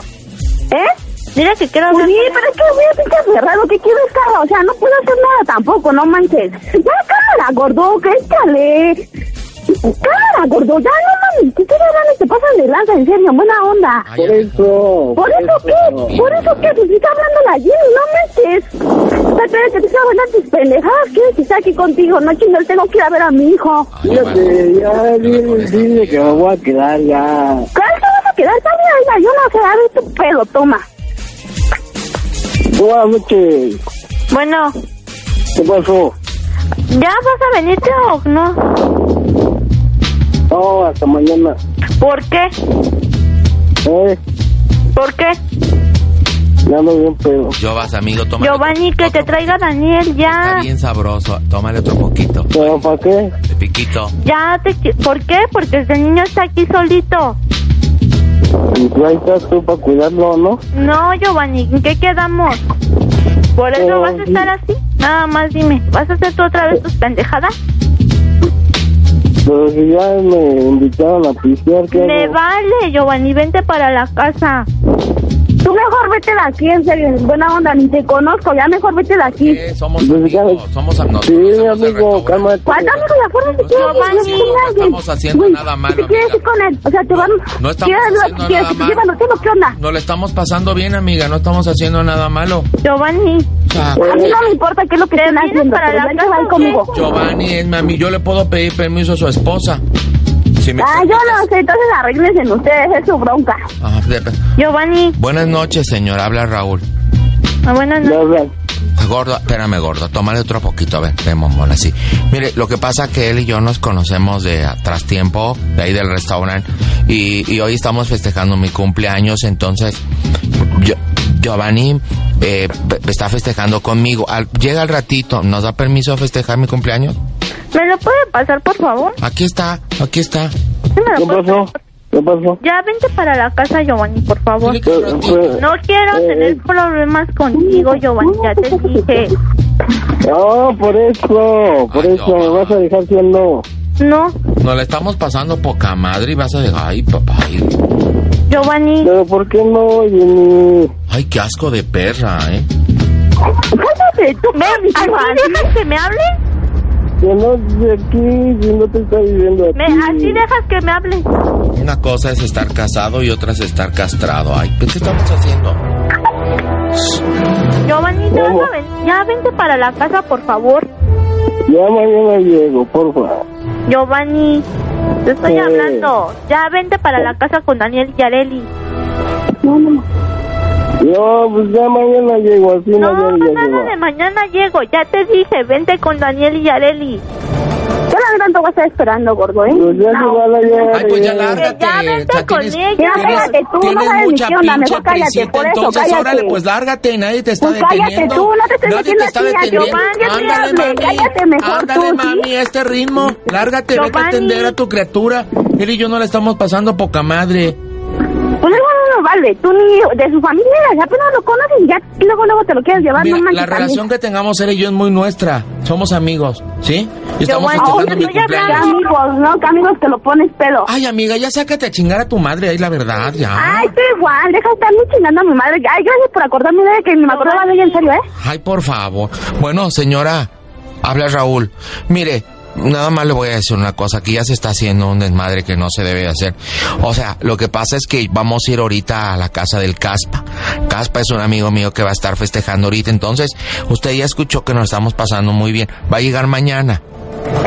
S12: ¿Eh? Mira que quiero hablar. Sí, pero es que voy a pinche cerrado. ¿Qué quieres, cara? O sea, no puedo hacer nada tampoco, no manches. Ya, cámara, gordo, que échale. Cámara, gordo, ya no mames. ¿Qué quieres, mames? Te pasan de lanza, en serio, buena onda.
S4: Ah,
S18: Por eso.
S12: ¿Por eso qué? ¿Por eso qué? Pues si está hablando la Jenny, no manches. Está claro que te está hablando tus pendejadas, ¿qué? Si está aquí contigo, no chingas, tengo que ir a ver a mi hijo.
S18: Fíjate, ya dile, dile que me voy a quedar ya.
S12: Claro que vas a quedar también, oiga, yo no sé, a ver tu pelo, toma.
S18: Buenas noches.
S12: Bueno,
S18: ¿Qué pasó?
S12: ¿ya vas a venirte o no?
S18: No, hasta mañana.
S12: ¿Por qué?
S18: ¿Eh?
S12: ¿Por qué?
S18: Ya no bien pedo.
S4: Yo vas, amigo, toma.
S12: Giovanni, que te traiga Daniel, ya.
S4: Bien sabroso, tómale otro poquito.
S18: ¿Pero para qué?
S4: De piquito.
S12: Ya te... qui- ¿Por qué? Porque este niño está aquí solito.
S18: Y tú ahí estás tú para cuidarlo, ¿no?
S12: No, Giovanni, ¿en qué quedamos? ¿Por eso
S10: Oh,
S12: vas a estar así? Nada más dime, ¿vas a hacer tú otra vez tus pendejadas?
S18: Pero si ya me invitaron a pistear, ¿qué
S12: Me
S18: hago?
S12: vale, Giovanni, vente para la casa. Tú mejor vete de aquí, en serio, buena onda, ni te conozco, ya mejor vete de aquí. Pues,
S4: somos
S18: amigos,
S4: somos amigos.
S18: Sí, mi amigo, cálmate.
S12: ¿Cuánto amigo de acuerdo que
S4: No, no, sí, Pues, no estamos haciendo nada malo,
S12: ¿Qué quieres ir con él? O sea, te van...
S4: no estamos haciendo nada malo.
S12: Llévalo, tengo ¿qué onda?
S4: No le estamos pasando bien, amiga, no estamos haciendo nada malo.
S12: Giovanni,
S4: Ah.
S18: Pues,
S12: a mí no me importa qué es lo que estén haciendo,
S7: para
S12: pero
S7: la
S12: ya te vas
S7: casa o
S12: conmigo.
S4: Giovanni es mi amigo, yo le puedo pedir permiso a su esposa. Si me-
S12: Ah, yo no sé, entonces arreglense en ustedes, es su bronca.
S4: Ah, de-
S12: Giovanni,
S4: Buenas noches, señor, habla Raúl.
S12: buenas noches.
S4: Gordo, espérame, gordo, tómale otro poquito, a ver, de bombón así. Mire, lo que pasa que él y yo nos conocemos de atrás tiempo, de ahí del restaurante, y, y hoy estamos festejando mi cumpleaños, entonces, yo- Giovanni eh, pe- está festejando conmigo. Al- llega al ratito, ¿nos da permiso a festejar mi cumpleaños?
S12: ¿Me lo puede pasar, por favor?
S4: Aquí está, aquí está.
S18: ¿Qué pasó? ¿Qué pasó?
S12: Ya vente para la casa, Giovanni, por favor.
S18: Pero, pues,
S12: No quiero tener problemas contigo, Giovanni, ya te dije.
S18: No, por eso, por eso, me vas a dejar siendo.
S12: No,
S4: Nos la estamos pasando poca madre y vas a decir, ay, papá, ay,
S12: Giovanni.
S18: Pero ¿por qué no, Jenny?
S4: ay, qué asco de perra, ¿eh?
S12: Cállate, tú, ven, ¿así dejas que me hable?
S18: Que no de aquí, si no te está viviendo aquí.
S12: Me- ¿Así dejas que me hable?
S4: Una cosa es estar casado y otra es estar castrado. Ay, pues, ¿qué estamos haciendo?
S12: Giovanni, ¿te vas a ven- ya vente para la casa, por favor.
S18: Ya mañana llego, porfa.
S12: Giovanni, te estoy
S18: Eh.
S12: hablando. Ya vente para la casa con Daniel y Areli. No, no,
S18: Yo, pues ya mañana llego, así no, mañana ya
S12: Nada de
S18: llego.
S12: mañana llego, ya te dije, vente con Daniel y Areli. Yo la verdad no voy a estar esperando, gordo, ¿eh?
S18: Pues ya
S12: No.
S18: igual allá.
S4: Ay, pues ya lárgate. Ya
S12: con
S4: tienes-
S12: ella.
S4: tienes-
S12: Ya, espérate, tú no
S4: tienes
S12: sabes ni
S4: mucha
S12: qué onda,
S4: pinche
S12: mejor cállate,
S4: prisita,
S12: por eso,
S4: entonces,
S12: cállate.
S4: órale, pues lárgate, nadie te está
S12: Pues cállate
S4: deteniendo.
S12: tú, no te estoy
S4: nadie
S12: metiendo
S4: te está
S12: aquí, ya,
S4: deteniendo.
S12: Giovanni, ya te
S4: Ándale,
S12: hablé,
S4: mami.
S12: cállate mejor
S4: Ándale,
S12: tú, ¿sí?
S4: mami, a este ritmo. Lárgate, vete a
S12: Giovanni.
S4: atender a tu criatura. Él y yo no la estamos pasando poca madre.
S12: Pues luego no nos va sale. Tú ni de su familia, apenas lo conoces y ya luego, luego te lo quieres llevar.
S9: Mira,
S12: Ah, no manches,
S9: la
S12: también.
S9: relación que tengamos él y yo es muy nuestra. Somos amigos, ¿sí? Y estamos
S12: Qué bueno. pues
S9: festejando mi
S12: Ahorita estoy
S9: cumpleaños.
S12: hablando de amigos, ¿no? Que amigos te lo pones pelo.
S9: Ay, amiga, ya sácate a chingar a tu madre ahí, la verdad, ya.
S12: Ay, tú igual, deja de estarme chingando a mi madre. Ay, gracias por acordarme de que ni me acordaba de ella, en serio, ¿eh?
S4: Ay, por favor. Bueno, señora, habla Raúl. Mire, nada más le voy a decir una cosa, aquí ya se está haciendo un desmadre que no se debe de hacer. O sea, lo que pasa es que vamos a ir ahorita a la casa del Caspa. Caspa es un amigo mío que va a estar festejando ahorita, entonces usted ya escuchó que nos estamos pasando muy bien. Va a llegar mañana.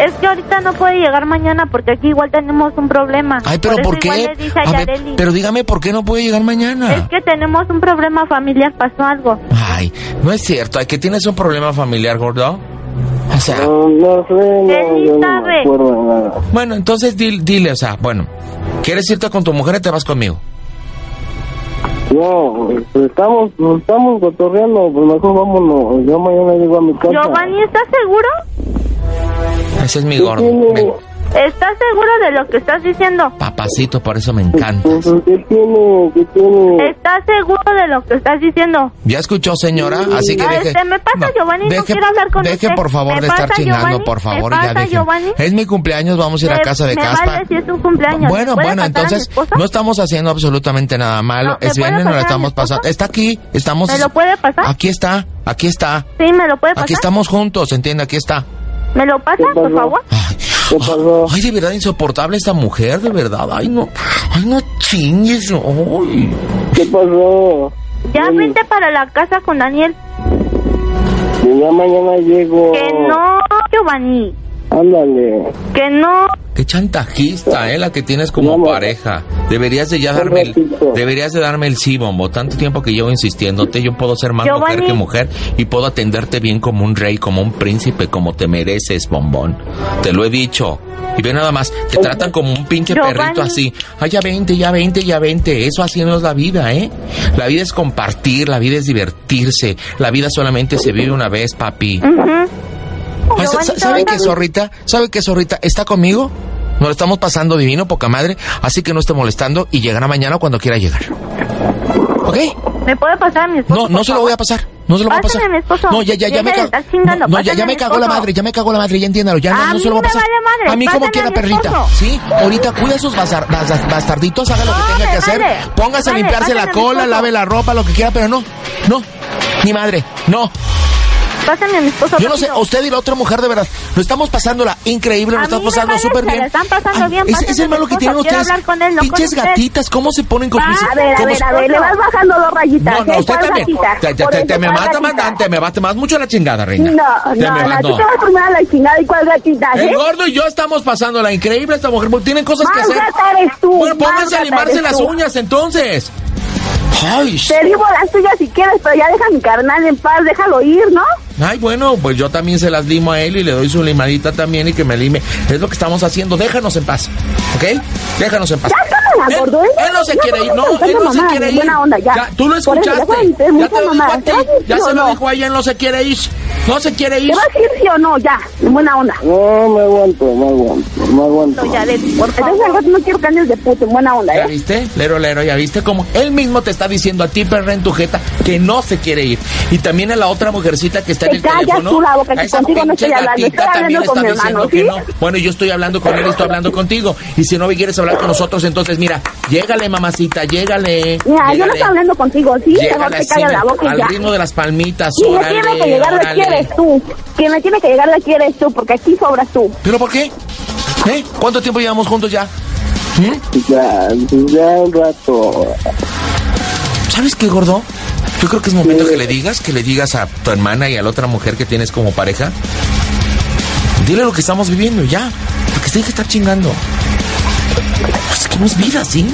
S17: Es que ahorita no puede llegar mañana porque aquí igual tenemos un problema.
S4: Ay, pero ¿por
S17: eso
S4: qué?
S17: igual le dije a
S4: A ver,
S17: Yareli.
S4: pero dígame por qué no puede llegar mañana.
S17: Es que tenemos un problema familiar, pasó algo.
S4: Ay, no es cierto. Ay, que tienes un problema familiar, gordo. O sea.
S18: No sé, no, yo no me
S17: sabe.
S18: acuerdo de nada.
S4: Bueno, entonces dil- dile, o sea, bueno, ¿quieres irte con tu mujer y te vas conmigo?
S18: No, pues, estamos, estamos cotorreando, pues mejor vámonos. Yo mañana llego a mi casa.
S17: Giovanni, ¿estás seguro?
S4: Ese es mi gordo. Me-
S17: ¿Estás seguro de lo que estás diciendo?
S4: papacito, por eso me encanta.
S18: ¿Qué tiene? ¿Qué tiene?
S17: ¿Estás seguro de lo que estás diciendo?
S4: Ya escuchó, señora, así que
S17: Ah,
S4: deje.
S17: este, me pasa, Giovanni, no quiero hablar con
S4: deje,
S17: usted.
S4: por favor,
S17: ¿Me
S4: de estar
S17: pasa,
S4: chingando,
S17: Giovanni?
S4: por favor,
S17: ¿Me
S4: ya
S17: pasa,
S4: deje.
S17: Giovanni?
S4: Es mi cumpleaños, vamos a ir a
S17: Me-
S4: casa de
S17: me
S4: Caspa.
S17: vale si es tu cumpleaños.
S4: Bueno,
S17: ¿Puede
S4: bueno,
S17: faltar a mi
S4: entonces
S17: esposo?
S4: no estamos haciendo absolutamente nada malo.
S17: No, ¿me
S4: es
S17: puede
S4: viernes, nos la
S17: pasar a mi
S4: estamos pasando. Está aquí, estamos.
S17: ¿Me lo puede pasar?
S4: Aquí está, aquí está.
S17: Sí, ¿me lo puede pasar?
S4: Aquí estamos juntos, entiende, aquí está. Ah,
S17: ¿Me lo pasa, por favor?
S4: Ay, de verdad insoportable esta mujer, de verdad. Ay, no. Ay, no chingues. Ay.
S18: ¿Qué pasó?
S17: Ya vente para la casa con Daniel.
S18: Que ya mañana llego.
S17: Que no, Giovanni.
S18: Ándale.
S17: Que no.
S4: Qué chantajista, eh, la que tienes como pareja. Deberías de ya darme el, deberías de darme el sí, bombo. Tanto tiempo que llevo insistiéndote, yo puedo ser más mujer
S17: Giovanni.
S4: que mujer y puedo atenderte bien como un rey, como un príncipe, como te mereces, bombón. Te lo he dicho. Y ve nada más, te tratan como un pinche
S17: Giovanni.
S4: perrito así. Ay, ya vente, ya vente, ya vente. Eso así no es la vida, ¿eh? La vida es compartir, la vida es divertirse. La vida solamente se vive una vez, papi. Ay, Ah, sa- sa- ¿Sabe qué, zorrita? ¿Sabe qué, zorrita? ¿Está conmigo? Nos lo estamos pasando divino, poca madre, así que no esté molestando y llegará mañana cuando quiera llegar. ¿Ok?
S17: ¿Me puede pasar a mi esposo?
S4: No, no se lo voy a pasar. No se lo voy a pasar.
S17: Pásame a mi esposo.
S4: No, ya, ya, ya
S17: Deja
S4: me
S17: de
S4: cagó.
S17: estar chingando,
S4: No, ya,
S17: pásame
S4: ya
S17: a
S4: me
S17: mi
S4: cagó la
S17: esposo.
S4: madre, ya me cagó la madre, ya entiéndalo. Ya
S17: A
S4: no, no
S17: mí
S4: se lo voy a
S17: me
S4: pasar.
S17: vale madre,
S4: a mí
S17: pásame
S4: como
S17: a
S4: quiera,
S17: mi
S4: perrita.
S17: esposo.
S4: Sí, ahorita cuida sus bazar- bas- bastarditos, haga lo que tenga que hacer.
S17: vale,
S4: Póngase
S17: vale,
S4: a limpiarse la
S17: pásame a mi
S4: cola,
S17: esposo.
S4: lave la ropa, lo que quiera, pero no, no. Ni madre, no.
S17: Pásame a mi esposo.
S4: Yo no sé, a usted y la otra mujer, de verdad, lo estamos pasándola increíble, lo
S17: A
S4: estamos
S17: mí me
S4: pasando
S17: parece,
S4: súper bien.
S17: la están pasando
S4: Ay,
S17: bien,
S4: Es,
S17: pásenme
S4: es el malo
S17: mi
S4: que
S17: esposo,
S4: tienen
S17: quiero
S4: ustedes.
S17: hablar con él, no con
S4: Pinches
S17: usted.
S4: gatitas, ¿cómo se ponen con
S12: Ah, A ver, a ver, a ver, le vas bajando dos rayitas.
S4: No, no,
S12: ¿eh?
S4: usted
S12: ¿Cuál
S4: también.
S12: rayita?
S4: Te, te-
S12: Por
S4: te-
S12: eso,
S4: te me
S12: ¿cuál
S4: mata,
S12: ratita?
S4: man, te me va, te me vas mucho a la chingada, reina.
S12: No, no,
S4: Te me
S12: no,
S4: vas,
S12: tú
S4: no.
S12: te vas primero a la chingada y cuál ratita,
S4: El
S12: ¿eh?
S4: gordo y yo estamos pasándola increíble esta mujer, porque tienen cosas que
S12: Más
S4: hacer.
S12: gata eres tú.
S4: Bueno, pónganse
S12: más
S4: a
S12: gata
S4: limarse
S12: eres
S4: las
S12: tú.
S4: uñas entonces. Ay,
S12: Te digo las tuyas si quieres, pero ya deja a mi carnal en paz, déjalo ir, ¿no?
S4: Ay, bueno, pues yo también se las limo a él y le doy su limadita también y que me lime. Es lo que estamos haciendo. Déjanos en paz, ¿ok? Déjanos en paz.
S12: Ya cámala,
S4: Él-
S12: gordo, ¿eh?
S4: Él, no se
S12: Ya
S4: quiere ir,
S12: estamos
S4: no, él
S12: contando
S4: no se
S12: mamadas,
S4: quiere ir.
S12: buena onda, ya.
S4: tú lo
S12: Por eso, ya
S4: escuchaste.
S12: saben, es
S4: Ya
S12: mucha
S4: te lo dijo a
S12: mamada.
S4: ti.
S12: ¿Vas a ir
S4: Ya
S12: sí
S4: se
S12: o
S4: lo
S12: no?
S4: dijo a ella, él no se quiere ir. No se quiere
S12: ¿Te
S4: ir.
S12: vas a ir sí o no? Ya, buena onda.
S18: No, me aguanto, me aguanto, me aguanto.
S12: Porque entonces al rato no quiero que andes de puto, en buena onda,
S4: ¿Ya
S12: ¿eh?
S4: viste? Lero, lero, ¿ya viste cómo él mismo te está diciendo a ti, perra en tu jeta, que no se quiere ir? Y también a la otra mujercita que está en
S12: Te
S4: el
S12: callas
S4: teléfono.
S12: tú la boca, que
S4: a esa
S12: contigo no
S4: pinche
S12: estoy hablando,
S4: gatita
S12: estoy hablando
S4: también
S12: con
S4: le
S12: mi
S4: está
S12: hermano,
S4: diciendo que no. Bueno, yo estoy hablando con él y estoy hablando contigo. Y si no me quieres hablar con nosotros, entonces mira, llégale, mamacita, llégale.
S12: Mira, yo no
S4: llégale.
S12: estoy hablando contigo, ¿sí? Mejor
S4: Llégale
S12: te
S4: así,
S12: callas la boca y
S4: al
S12: ya.
S4: ritmo de las palmitas,
S12: Quien me
S4: órale,
S12: tiene que llegar la
S4: órale.
S12: quieres tú. Quien me tiene que llegar la quieres tú, porque aquí sobras tú.
S4: ¿Pero por qué? ¿Eh? ¿Cuánto tiempo llevamos juntos ya? ¿Mm?
S18: Ya, ya un rato.
S4: ¿Sabes qué, gordo? Yo creo que es momento que le digas, que le digas a tu hermana y a la otra mujer que tienes como pareja. Dile lo que estamos viviendo ya. Porque se deje estar chingando. Pues que no es vida, ¿sí?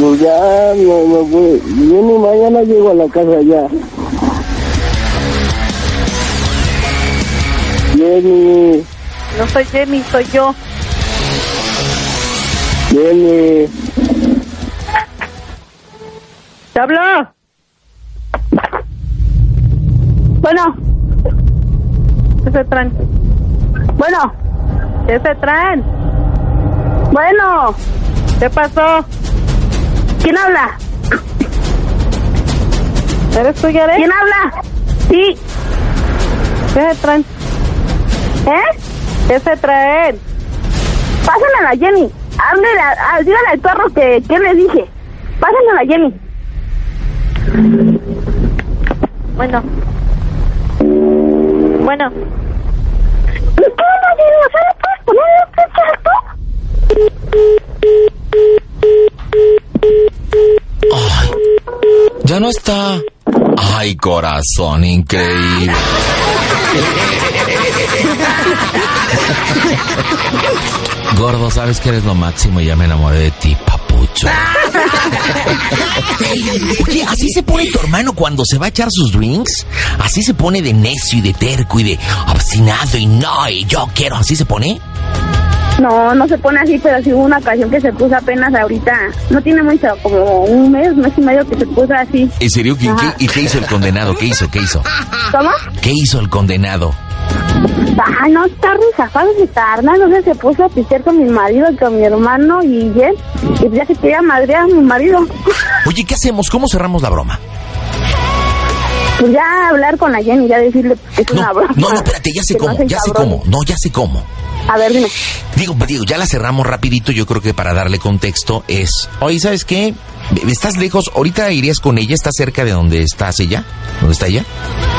S18: Pues ya, no, no, pues, yo ni mañana llego a la casa ya. Jenny,
S17: No soy Jenny, soy yo.
S18: Jenny,
S10: ¿Te habla?
S12: Bueno,
S17: ¿Qué se traen?
S12: bueno,
S17: ¿Qué se traen?
S12: bueno.
S17: ¿Qué pasó?
S12: ¿Quién habla?
S10: ¿Eres tú, Yaret?
S12: ¿Quién habla?
S10: Sí. ¿Qué se traen?
S12: ¿Eh?
S10: ¿Qué se traen?
S12: Pásenla a la Jenny. Háblele, a- a- dígale al perro que, que le dije. Pásenla a la Jenny.
S17: Bueno. Bueno.
S12: ¿Y qué onda, Jenny? ¿O sea, le puedes poner un pinche alto?
S4: Ya no está. Ay, corazón increíble. Gordo, sabes que eres lo máximo y ya me enamoré de ti, papucho. Oye, así se pone tu hermano cuando se va a echar sus drinks. Así se pone de necio y de terco y de obstinado y no, y yo quiero. Así se pone.
S12: No, no se pone así, pero sí hubo una ocasión que se puso apenas ahorita. No tiene mucho, como un mes, mes y medio que se puso así.
S4: ¿En serio? ¿Qué,
S12: Ajá.
S4: qué- y qué hizo el condenado? ¿Qué hizo? ¿Qué hizo?
S12: ¿Cómo?
S4: ¿Qué hizo el condenado?
S12: Ah, no, está rezafado mi carnal, no sé, se puso a pistear con mi marido, y con mi hermano y él, y ya se quería madrear a mi marido.
S4: Oye, ¿qué hacemos? ¿Cómo cerramos la broma?
S12: Pues ya hablar con la Jenny, ya decirle que es una broma.
S4: No, no, espérate, ya sé
S12: Que no
S4: cómo,
S12: se
S4: ya sé
S12: encabrone.
S4: cómo, no, ya sé cómo.
S12: A ver, dime.
S4: Digo, pues, digo, ya la cerramos rapidito, yo creo que para darle contexto es, oye, ¿sabes qué? ¿Estás lejos? ¿Ahorita irías con ella? ¿Estás cerca de donde estás ella? ¿Dónde está ella?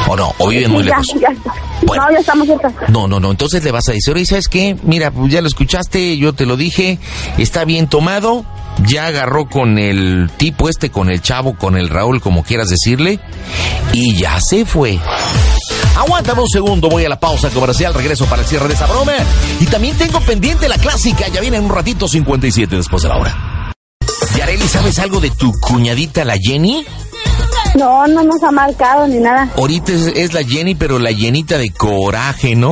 S4: ¿O no? ¿O viven
S12: Sí,
S4: muy
S12: ya,
S4: lejos?
S12: ya está.
S4: Bueno.
S12: No, ya estamos cerca.
S4: No, no, no. Entonces le vas a decir, oye, ¿sabes qué? Mira, pues ya lo escuchaste, yo te lo dije, está bien tomado, ya agarró con el tipo este, con el chavo, con el Raúl, como quieras decirle, y ya se fue. Aguántame un segundo, voy a la pausa comercial, regreso para el cierre de esta broma. Y también tengo pendiente la clásica, ya viene en un ratito 57 después de la hora. Yareli, ¿sabes algo de tu cuñadita, la Jenny?
S12: No, no nos ha marcado ni nada.
S4: Ahorita es, es la Jenny, pero la llenita de coraje, ¿no?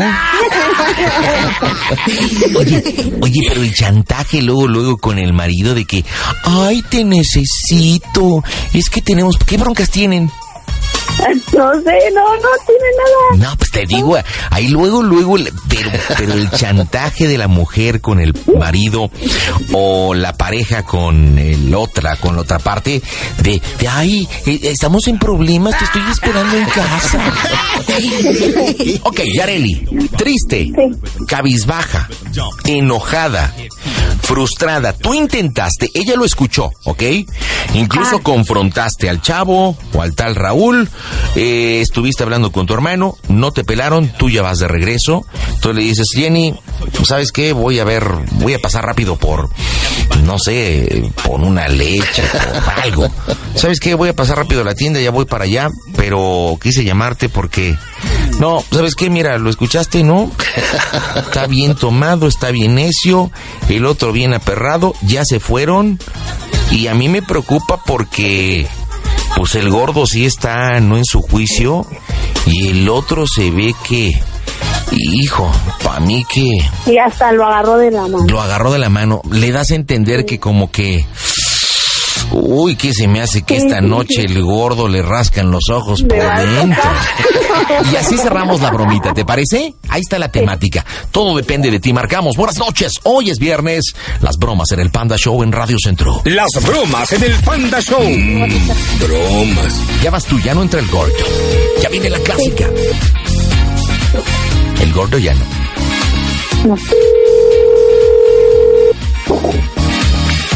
S4: Oye, oye, pero el chantaje luego, luego con el marido de que, ay, te necesito. Es que tenemos, ¿qué broncas tienen?
S12: No sé, no, no tiene nada.
S4: No, pues te digo, ahí luego, luego, le- pero, pero el chantaje de la mujer con el marido o la pareja con el otra, con la otra parte, de, de ay, eh, estamos en problemas, te estoy esperando en casa. ok, Yareli, triste, cabizbaja, enojada, frustrada. Tú intentaste, ella lo escuchó, ¿ok? Incluso confrontaste al chavo o al tal Raúl, eh, estuviste hablando con tu hermano, no te pelaron, tú ya vas de regreso. Entonces le dices, Jenny, pues, ¿sabes qué? Voy a ver, voy a pasar rápido por, no sé, por una leche, por algo. ¿Sabes qué? Voy a pasar rápido a la tienda, ya voy para allá, pero quise llamarte porque... No, ¿sabes qué? Mira, lo escuchaste, ¿no? Está bien tomado, está bien necio, el otro bien aperrado, ya se fueron. Y a mí me preocupa porque, pues el gordo sí está, no en su juicio, y el otro se ve que, hijo, para mí que
S12: Y hasta lo agarró de la mano.
S4: lo agarró de la mano, le das a entender que como que... Uy, que se me hace que esta noche el gordo le rascan los ojos por dentro. Y así cerramos la bromita, ¿te parece? Ahí está la temática. Todo depende de ti. Marcamos. Buenas noches. Hoy es viernes. Las bromas en el Panda Show en Radio Centro. Mm,
S13: Las bromas en el Panda Show.
S4: Bromas. Ya vas tú, ya no entra el gordo. Ya viene la clásica. El gordo ya no.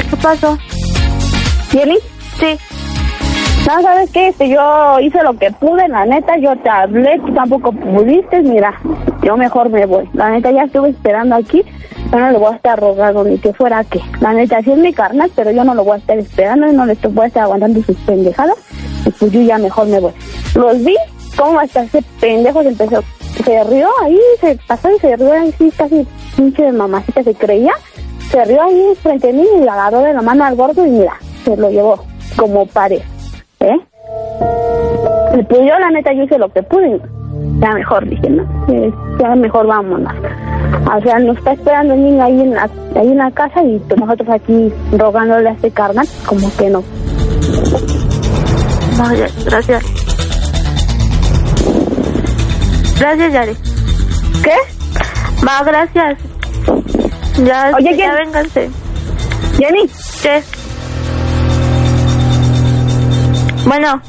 S12: ¿Qué pasó? ¿Jenny? Sí. No, ¿sabes qué? Este, yo hice lo que pude, la neta, yo te hablé, tú tampoco pudiste, mira, yo mejor me voy. La neta, ya estuve esperando aquí, yo no le voy a estar rogando ni que fuera que. La neta, sí es mi carnal, pero yo no lo voy a estar esperando y no le estoy- voy a estar aguantando sus pendejadas, y pues yo ya mejor me voy. Los vi, cómo hasta ese pendejo se empezó, se rió ahí, se pasó y se rió así, casi pinche mamacita se creía, se rió ahí frente a mí y le agarró de la mano al gordo y mira, se lo llevó como pared, ¿eh? Y pues yo la neta yo hice lo que pude. Ya mejor dije, ¿no? Eh, Ya mejor vámonos. O sea, nos está esperando el niño ahí en la, ahí en la casa y pues nosotros aquí rogándole a este carnal, como que no.
S17: Vaya, gracias. Gracias, Yare.
S12: ¿Qué?
S17: Va, gracias. Ya,
S12: Oye,
S17: ya
S12: ¿quién?
S17: vénganse.
S12: Jenny.
S17: ¿Qué? Bueno.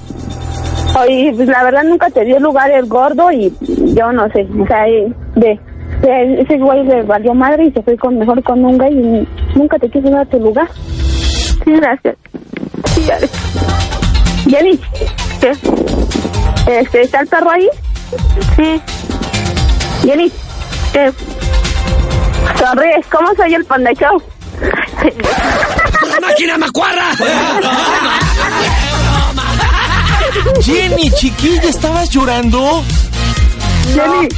S12: Oye, pues la verdad nunca te dio lugar el gordo y yo no sé, o sea, eh, de, de- ese güey le valió madre y se fue con mejor con un güey y nunca te quiso dar tu lugar. Sí, gracias. Sí, Alex. Jenny, ¿qué? Este, ¿está el perro ahí? Sí. Jenny, ¿qué? Sonríes, ¿cómo soy el panda show?
S10: máquina macuarra! Jenny, chiquilla, ¿estabas llorando?
S12: Jenny.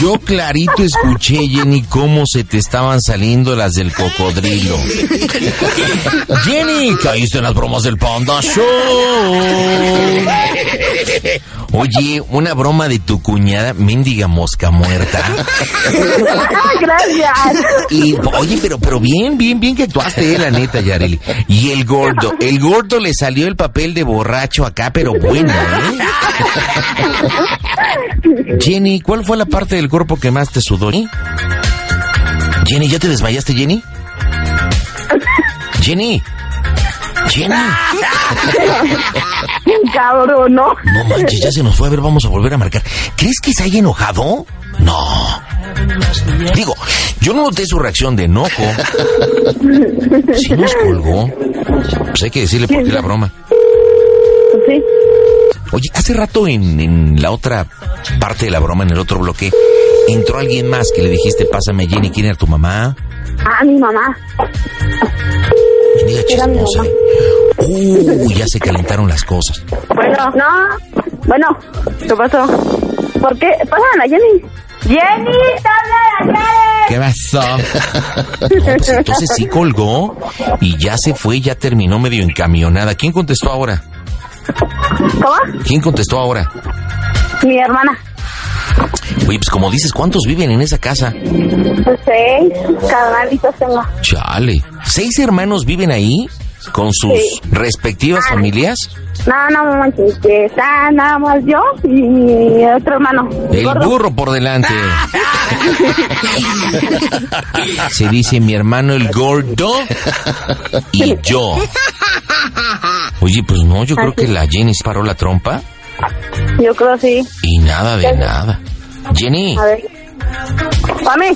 S4: Yo clarito escuché, Jenny, cómo se te estaban saliendo las del cocodrilo. Jenny, caíste en las bromas del Panda Show. Oye, una broma de tu cuñada, mendiga mosca muerta.
S12: Gracias.
S4: Y, oye, pero, pero bien, bien, bien que actuaste, eh, la neta, Yareli. Y el gordo, el gordo le salió el papel de borracho acá, pero bueno, ¿eh? Jenny, ¿cuál fue la parte del cuerpo que más te sudó? eh? Jenny, ¿ya te desmayaste, Jenny? Jenny. Jenny.
S12: Cabrón, no.
S4: No manches, ya se nos fue. A ver, vamos a volver a marcar. ¿Crees que se haya enojado? No. Digo, yo no noté su reacción de enojo. Si nos colgó, pues hay que decirle por qué la broma.
S12: Sí.
S4: Oye, hace rato en, en la otra parte de la broma, en el otro bloque, entró alguien más que le dijiste, pásame Jenny, ¿quién era tu mamá?
S12: Ah, mi mamá.
S4: Mendiga
S12: Era mi
S4: chismosa.
S12: mamá.
S4: Uy, ya se calentaron las cosas.
S12: Bueno, no. Bueno, ¿qué pasó? ¿Por qué? Pásala, Jenny. Jenny, te habla la
S4: ¿Qué pasó? pues entonces sí colgó y ya se fue, ya terminó medio encamionada. ¿Quién contestó ahora?
S12: ¿Cómo?
S4: ¿Quién contestó ahora?
S12: Mi hermana.
S4: Oye, pues como dices, ¿cuántos viven en esa casa?
S12: Pues seis carnalitos tengo.
S4: Chale. ¿Seis hermanos viven ahí con sus
S12: Sí. Ah.
S4: respectivas familias?
S12: No, no, mamá, que está nada más yo y mi otro hermano.
S4: El
S12: gordo.
S4: burro por delante. Se dice mi hermano el gordo y yo. Oye, pues no, yo creo que la Jenny se paró la trompa
S12: Yo creo sí.
S4: y nada de nada. Jenny,
S12: A ver. Mami,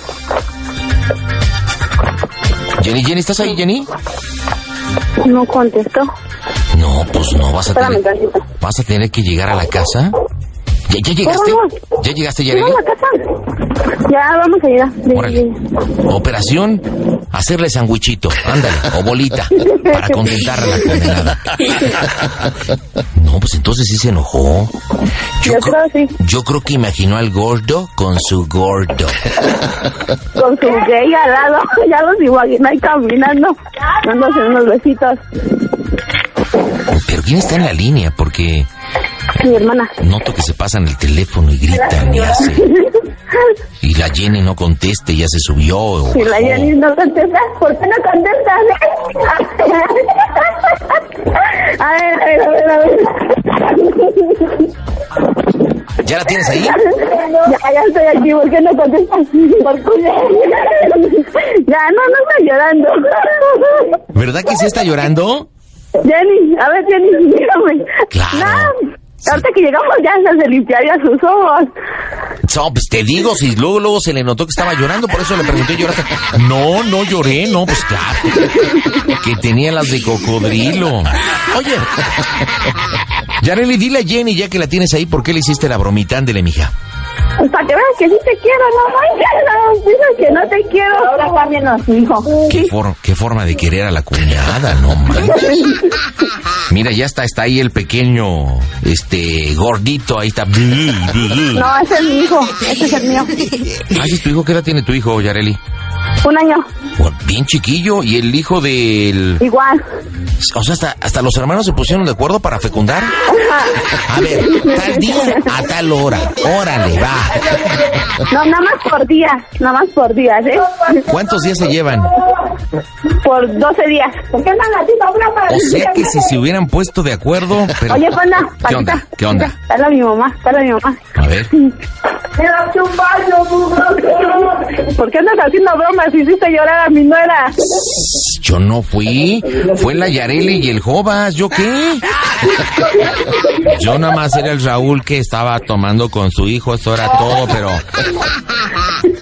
S4: Jenny, Jenny, ¿estás ahí, Jenny?
S12: no contestó.
S4: No, pues no, vas a
S12: Espérame
S4: tener,
S12: tantito.
S4: vas a tener que llegar a la casa. ¿Ya, ya llegaste? ¿Ya llegaste,
S12: ¿Llega
S4: Yareli?
S12: a la casa? Ya vamos a llegar. Sí,
S4: Órale. Operación, hacerle sandwichito, ándale, o bolita, para contentar a la condenada. No, pues entonces sí se enojó. Yo, creo, yo creo que imaginó al gordo con su gordo.
S12: Con su gay al lado. Ya los imaginé ahí caminando. Dándose unos besitos.
S4: Pero ¿quién está en la línea? Porque
S12: Mi hermana.
S4: noto que se pasan el teléfono y gritan y hace. Y la Jenny no conteste, ya se subió. o-
S12: Si la Jenny no contesta, ¿por qué no contestas? A ver, a ver, a ver, a ver.
S4: ¿Ya la tienes ahí?
S12: Ya, ya estoy aquí, ¿por qué no contestas? Por culero. Ya, no, no estoy llorando.
S4: ¿Verdad que sí está llorando?
S12: Jenny, a ver, Jenny, dígame. No, ahorita que llegamos ya se limpiaría sus ojos.
S4: No, pues te digo, si luego, luego se le notó que estaba llorando, por eso le pregunté, ¿lloraste? No, no lloré, no, pues claro. Que tenía las de cocodrilo. Oye, Yareli, dile a Jenny, ya que la tienes ahí, ¿por qué le hiciste la bromita? Ándele, mija.
S12: Pues para que veas que sí te quiero, no manches, no, dices que no te quiero. Ahora cámbianos, hijo.
S4: Qué, for- qué forma de querer a la cuñada, no manches. Mira, ya está, está ahí el pequeño, este, gordito, ahí está.
S12: No, ese es mi hijo, ese es el mío.
S4: Ay, ¿es Ah, tu hijo? ¿Qué edad tiene tu hijo, Yareli?
S12: Un año,
S4: Bueno, Bien chiquillo, y el hijo del...
S12: igual.
S4: Pues, O sea, hasta, hasta los hermanos se pusieron de acuerdo para fecundar. A ver, tal día a tal hora. Órale, va.
S12: No, nada más por días, nada más por días, ¿eh?
S4: ¿Cuántos días se llevan?
S12: Por 12 días. ¿Por qué andan así? Una para
S4: O sea que si se hubieran puesto de acuerdo, pero...
S12: Oye, panda,
S4: ¿Qué onda? ¿Qué onda?
S12: Dale a mi mamá, dale a mi mamá.
S4: A ver.
S12: Quédate un baño, ¿Por qué andas haciendo bromas? Hiciste llorar a mi nuera.
S4: pues, Yo no fui. Fue la Yareli y el Jobas. ¿Yo qué? Yo nada más era el Raúl que estaba tomando con su hijo. Eso era todo, pero.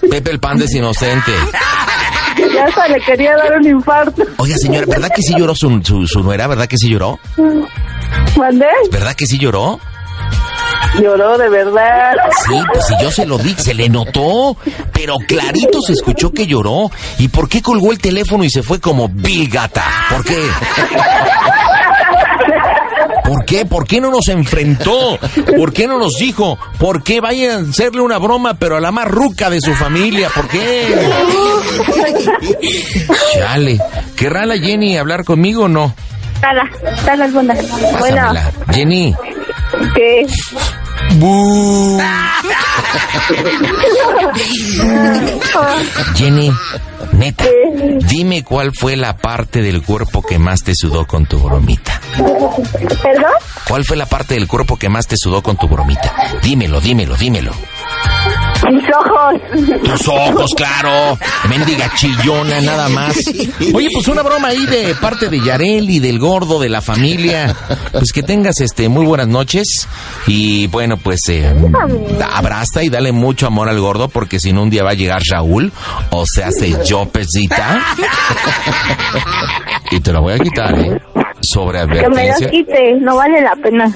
S4: Pepe el Panda es inocente.
S6: Ya hasta le quería dar un infarto.
S4: Oiga, señora, ¿verdad que sí lloró su, su, su nuera? ¿Verdad que sí lloró?
S6: ¿Mandé?
S4: ¿Verdad que sí lloró?
S6: Lloró de verdad.
S4: Sí, pues si yo se lo di, se le notó, pero clarito se escuchó que lloró. ¿Y por qué colgó el teléfono y se fue como Bill Gata? ¿Por qué? ¿Por qué? ¿Por qué no nos enfrentó? ¿Por qué no nos dijo? ¿Por qué vayan a hacerle una broma, pero a la más ruca de su familia? ¿Por qué? Chale, ¿querrá la Jenny hablar conmigo o no?
S12: Tala, tala alguna. Bueno,
S4: Pásamela. Jenny.
S12: ¿qué?
S4: Bu. Jenny, neta, dime cuál fue la parte del cuerpo que más te sudó con tu bromita.
S12: ¿Perdón?
S4: ¿Cuál fue la parte del cuerpo que más te sudó con tu bromita? Dímelo, dímelo, dímelo.
S12: Mis ojos.
S4: Tus ojos, claro. Mendiga chillona, nada más. Oye, pues una broma ahí de parte de Yareli, del gordo, de la familia. Pues que tengas este muy buenas noches. Y bueno, pues eh, abraza y dale mucho amor al gordo, porque si no un día va a llegar Raúl, o se hace yo pesita. Y te la voy a quitar, ¿eh? Sobre
S12: Que me
S4: advertencia.
S12: los quite, no vale la pena.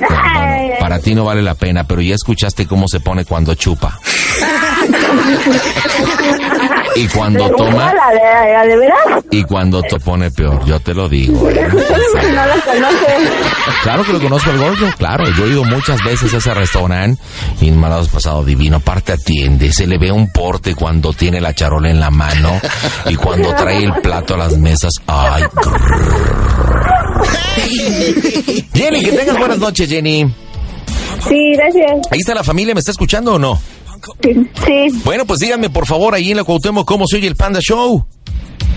S4: Para ti no vale la pena, pero ya escuchaste cómo se pone cuando chupa. Y cuando
S12: Pero
S4: toma,
S12: ¿La de, la de veras?
S4: y cuando te pone peor, yo te lo digo. ¿eh?
S12: No la conoces.
S4: Claro que lo conozco al gordo, claro. Yo he ido muchas veces a ese restaurante y me lo has pasado divino. Aparte atiende, se le ve un porte cuando tiene la charola en la mano y cuando trae el plato a las mesas. Ay, grrr. Jenny, que tengas buenas noches, Jenny.
S12: Sí, gracias.
S4: Ahí está la familia, ¿me está escuchando o no?
S12: Sí. sí.
S4: Bueno, pues díganme por favor ahí en la Cuauhtémoc cómo se oye el Panda Show.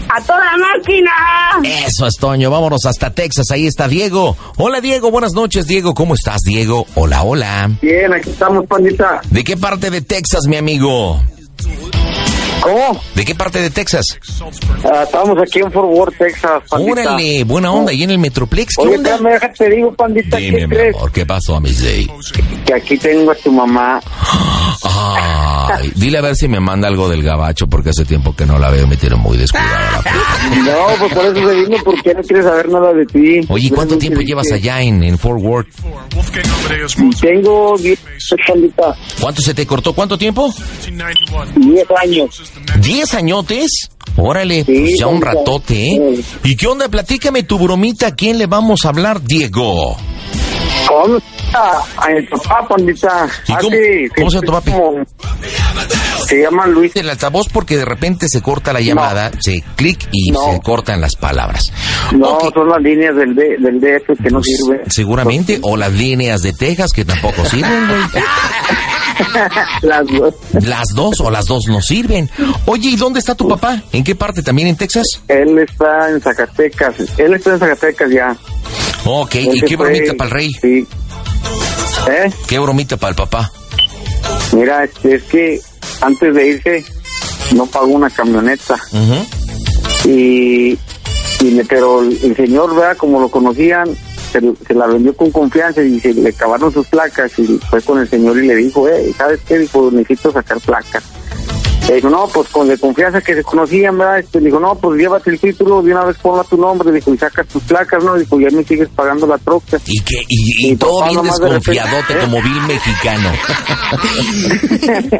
S12: ¡A toda máquina!
S4: Eso es, Toño. Vámonos hasta Texas. Ahí está Diego. Hola, Diego. Buenas noches, Diego. ¿Cómo estás, Diego? Hola, hola.
S10: Bien, aquí estamos, pandita.
S4: ¿De qué parte de Texas, mi amigo?
S10: ¿Cómo?
S4: ¿De qué parte de Texas?
S10: Ah, estamos aquí en Fort Worth, Texas, pandita.
S4: Órale, buena onda. ¿Y en el Metroplex? ¿Qué
S10: Oye,
S4: onda?
S10: espérame, déjate, te digo, pandita,
S4: Dime,
S10: ¿qué
S4: mi
S10: crees?
S4: amor, ¿qué pasó a mi Zay?
S10: Que aquí tengo a tu mamá.
S4: Ay, dile a ver si me manda algo del gabacho, porque hace tiempo que no la veo. Me tiene muy descuidada
S10: Ah,
S4: la puta.
S10: No, pues por eso te digo, porque no quieres saber nada de ti. Pues
S4: Oye, ¿y ¿cuánto tiempo llevas allá en, en Fort Worth?
S10: Tengo 10 años, pandita.
S4: ¿Cuánto se te cortó? ¿Cuánto tiempo?
S10: 10 años.
S4: ¿Diez añotes? Órale, pues ya un ratote, ¿eh? ¿Y qué onda? Platícame tu bromita, ¿a quién le vamos a hablar, Diego?
S10: ¿Cómo está? A mi papá, pandita.
S4: ¿Y
S10: Ah,
S4: cómo-
S10: sí,
S4: cómo se llama
S10: sí,
S4: tu papi?
S10: como- Se llama Luis.
S4: El altavoz porque de repente se corta la llamada, se clic y
S10: No.
S4: se cortan las palabras.
S10: No, son las líneas del, D- del DF que no sirven.
S4: Seguramente, o las líneas de Texas que tampoco sirven, güey.
S10: Las dos.
S4: Las dos o las dos no sirven. Oye, ¿y dónde está tu papá? ¿En qué parte? ¿También en Texas?
S10: Él está en Zacatecas. Él está en Zacatecas ya.
S4: Ok,
S10: Él
S4: ¿y
S10: se
S4: qué
S10: fue,
S4: bromita para el rey?
S10: Sí. ¿Eh?
S4: ¿Qué bromita para el papá?
S10: Mira, este, es que antes de irse no pagó una camioneta
S4: Ujú.
S10: y, y le- pero el el señor, ¿verdad? Como lo conocían, se, se la vendió con confianza y se le acabaron sus placas y fue con el señor y le dijo, eh, ¿sabes qué? Dijo, necesito sacar placas. Le dijo, no, pues con la confianza que se conocían, ¿verdad? Este, le dijo, no, pues llévate el título, de una vez ponla tu nombre, dijo, y sacas tus placas, ¿no? Dijo, ya me sigues pagando la troca.
S4: Y que y, y
S10: Mi
S4: todo
S10: papá
S4: bien
S10: nomás de repente,
S4: desconfiadote
S10: ¿eh?
S4: como vil mexicano.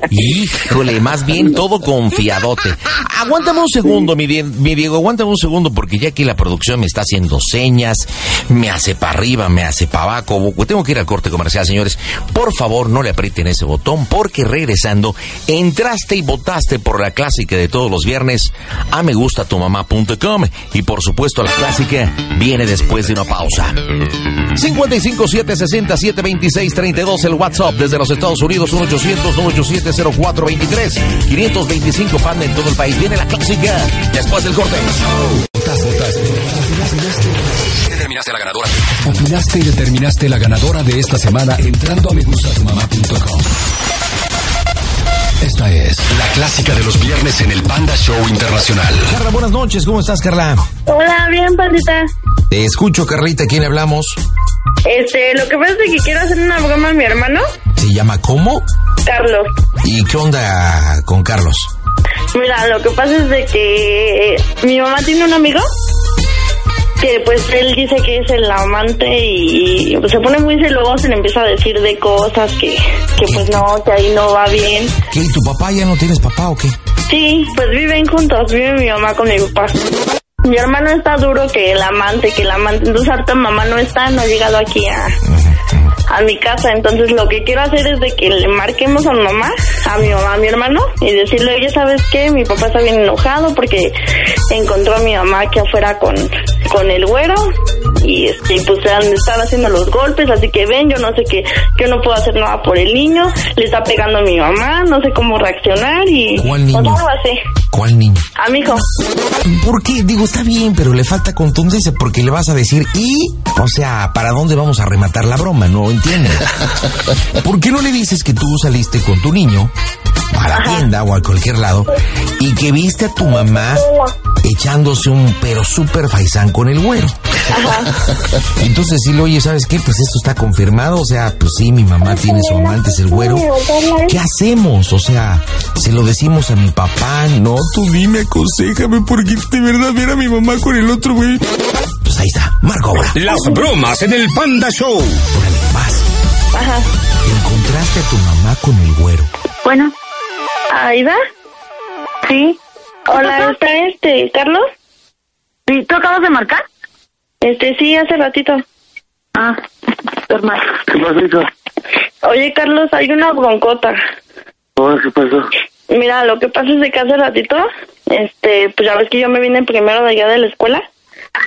S4: Híjole, más bien todo confiadote. Aguántame un segundo, mi, Die- mi Diego, aguántame un segundo porque ya aquí la producción me está haciendo señas, me hace para arriba, me hace para abajo. Tengo que ir al corte comercial, señores. Por favor, no le aprieten ese botón porque regresando entraste y votaste por la clásica de todos los viernes a megustatumamá.com y por supuesto la clásica viene después de una pausa. 55 760 726 32 el WhatsApp desde los Estados Unidos 1 800 987 0423 525 Panda en todo el país viene la clásica después del corte
S3: Determinaste a la ganadora.
S1: Opinaste y determinaste la ganadora de esta semana entrando a megustatumamá.com.
S21: Esta es la clásica de los viernes en el Panda Show Internacional.
S4: Carla, buenas noches. ¿Cómo estás, Carla?
S15: Hola, bien, pandita.
S4: Te escucho, Carlita. ¿Quién le hablamos?
S15: Este, lo que pasa es que quiero hacer una broma a mi hermano,
S4: ¿Se llama cómo?
S15: Carlos.
S4: ¿Y qué onda con Carlos?
S15: Mira, lo que pasa es de que eh, mi mamá tiene un amigo que pues él dice que es el amante y, y, pues, se pone muy celoso y le empieza a decir de cosas que, que pues no, que ahí no va bien.
S4: ¿Qué? ¿Y tu papá ya no tienes papá o qué?
S15: Sí, pues viven juntos, vive mi mamá con mi papá. Mi hermano está duro que el amante, que el amante. Entonces harta mamá no está, no ha llegado aquí a, a mi casa. Entonces lo que quiero hacer es de que le marquemos a mi mamá, a mi mamá, a mi hermano, y decirle, oye, ¿sabes qué? Mi papá está bien enojado porque encontró a mi mamá aquí afuera con, con el güero. Y este, pues se han estado haciendo los golpes, así que ven, yo no sé qué, yo no puedo hacer nada por el niño, le está pegando a mi mamá, no sé cómo reaccionar y
S4: ¿Cuál niño?
S15: pues, algo así.
S4: ¿Cuál niño?
S15: A mi hijo.
S4: ¿Por qué? Digo, está bien, pero le falta contundencia porque le vas a decir y... O sea, ¿para dónde vamos a rematar la broma? No entiendo. ¿Por qué no le dices que tú saliste con tu niño a la tienda o a cualquier lado y que viste a tu mamá echándose un pero súper faisán con el güero? Entonces sí, oye, ¿sabes qué? Pues esto está confirmado, o sea, pues sí, mi mamá tiene su amante, es el güero. ¿Qué hacemos? O sea, se lo decimos a mi papá, no, tú dime, aconsejame, porque de verdad ver a mi mamá con el otro güey. Pues ahí está, Marco ahora.
S13: Las bromas en el Panda Show.
S15: Ajá.
S4: Encontraste a tu mamá con el güero.
S15: Bueno. ¿Aida? ¿Ah? Sí. Hola, ¿está este, Carlos? Sí, ¿tú acabas de marcar? Este, sí, hace ratito. Ah, normal.
S16: ¿Qué pasó, hija?
S15: Oye, Carlos, hay una broncota.
S16: Ahora, ¿Qué pasó?
S15: Mira, lo que pasa es de que hace ratito, este, pues ya ves que yo me vine primero de allá de la escuela.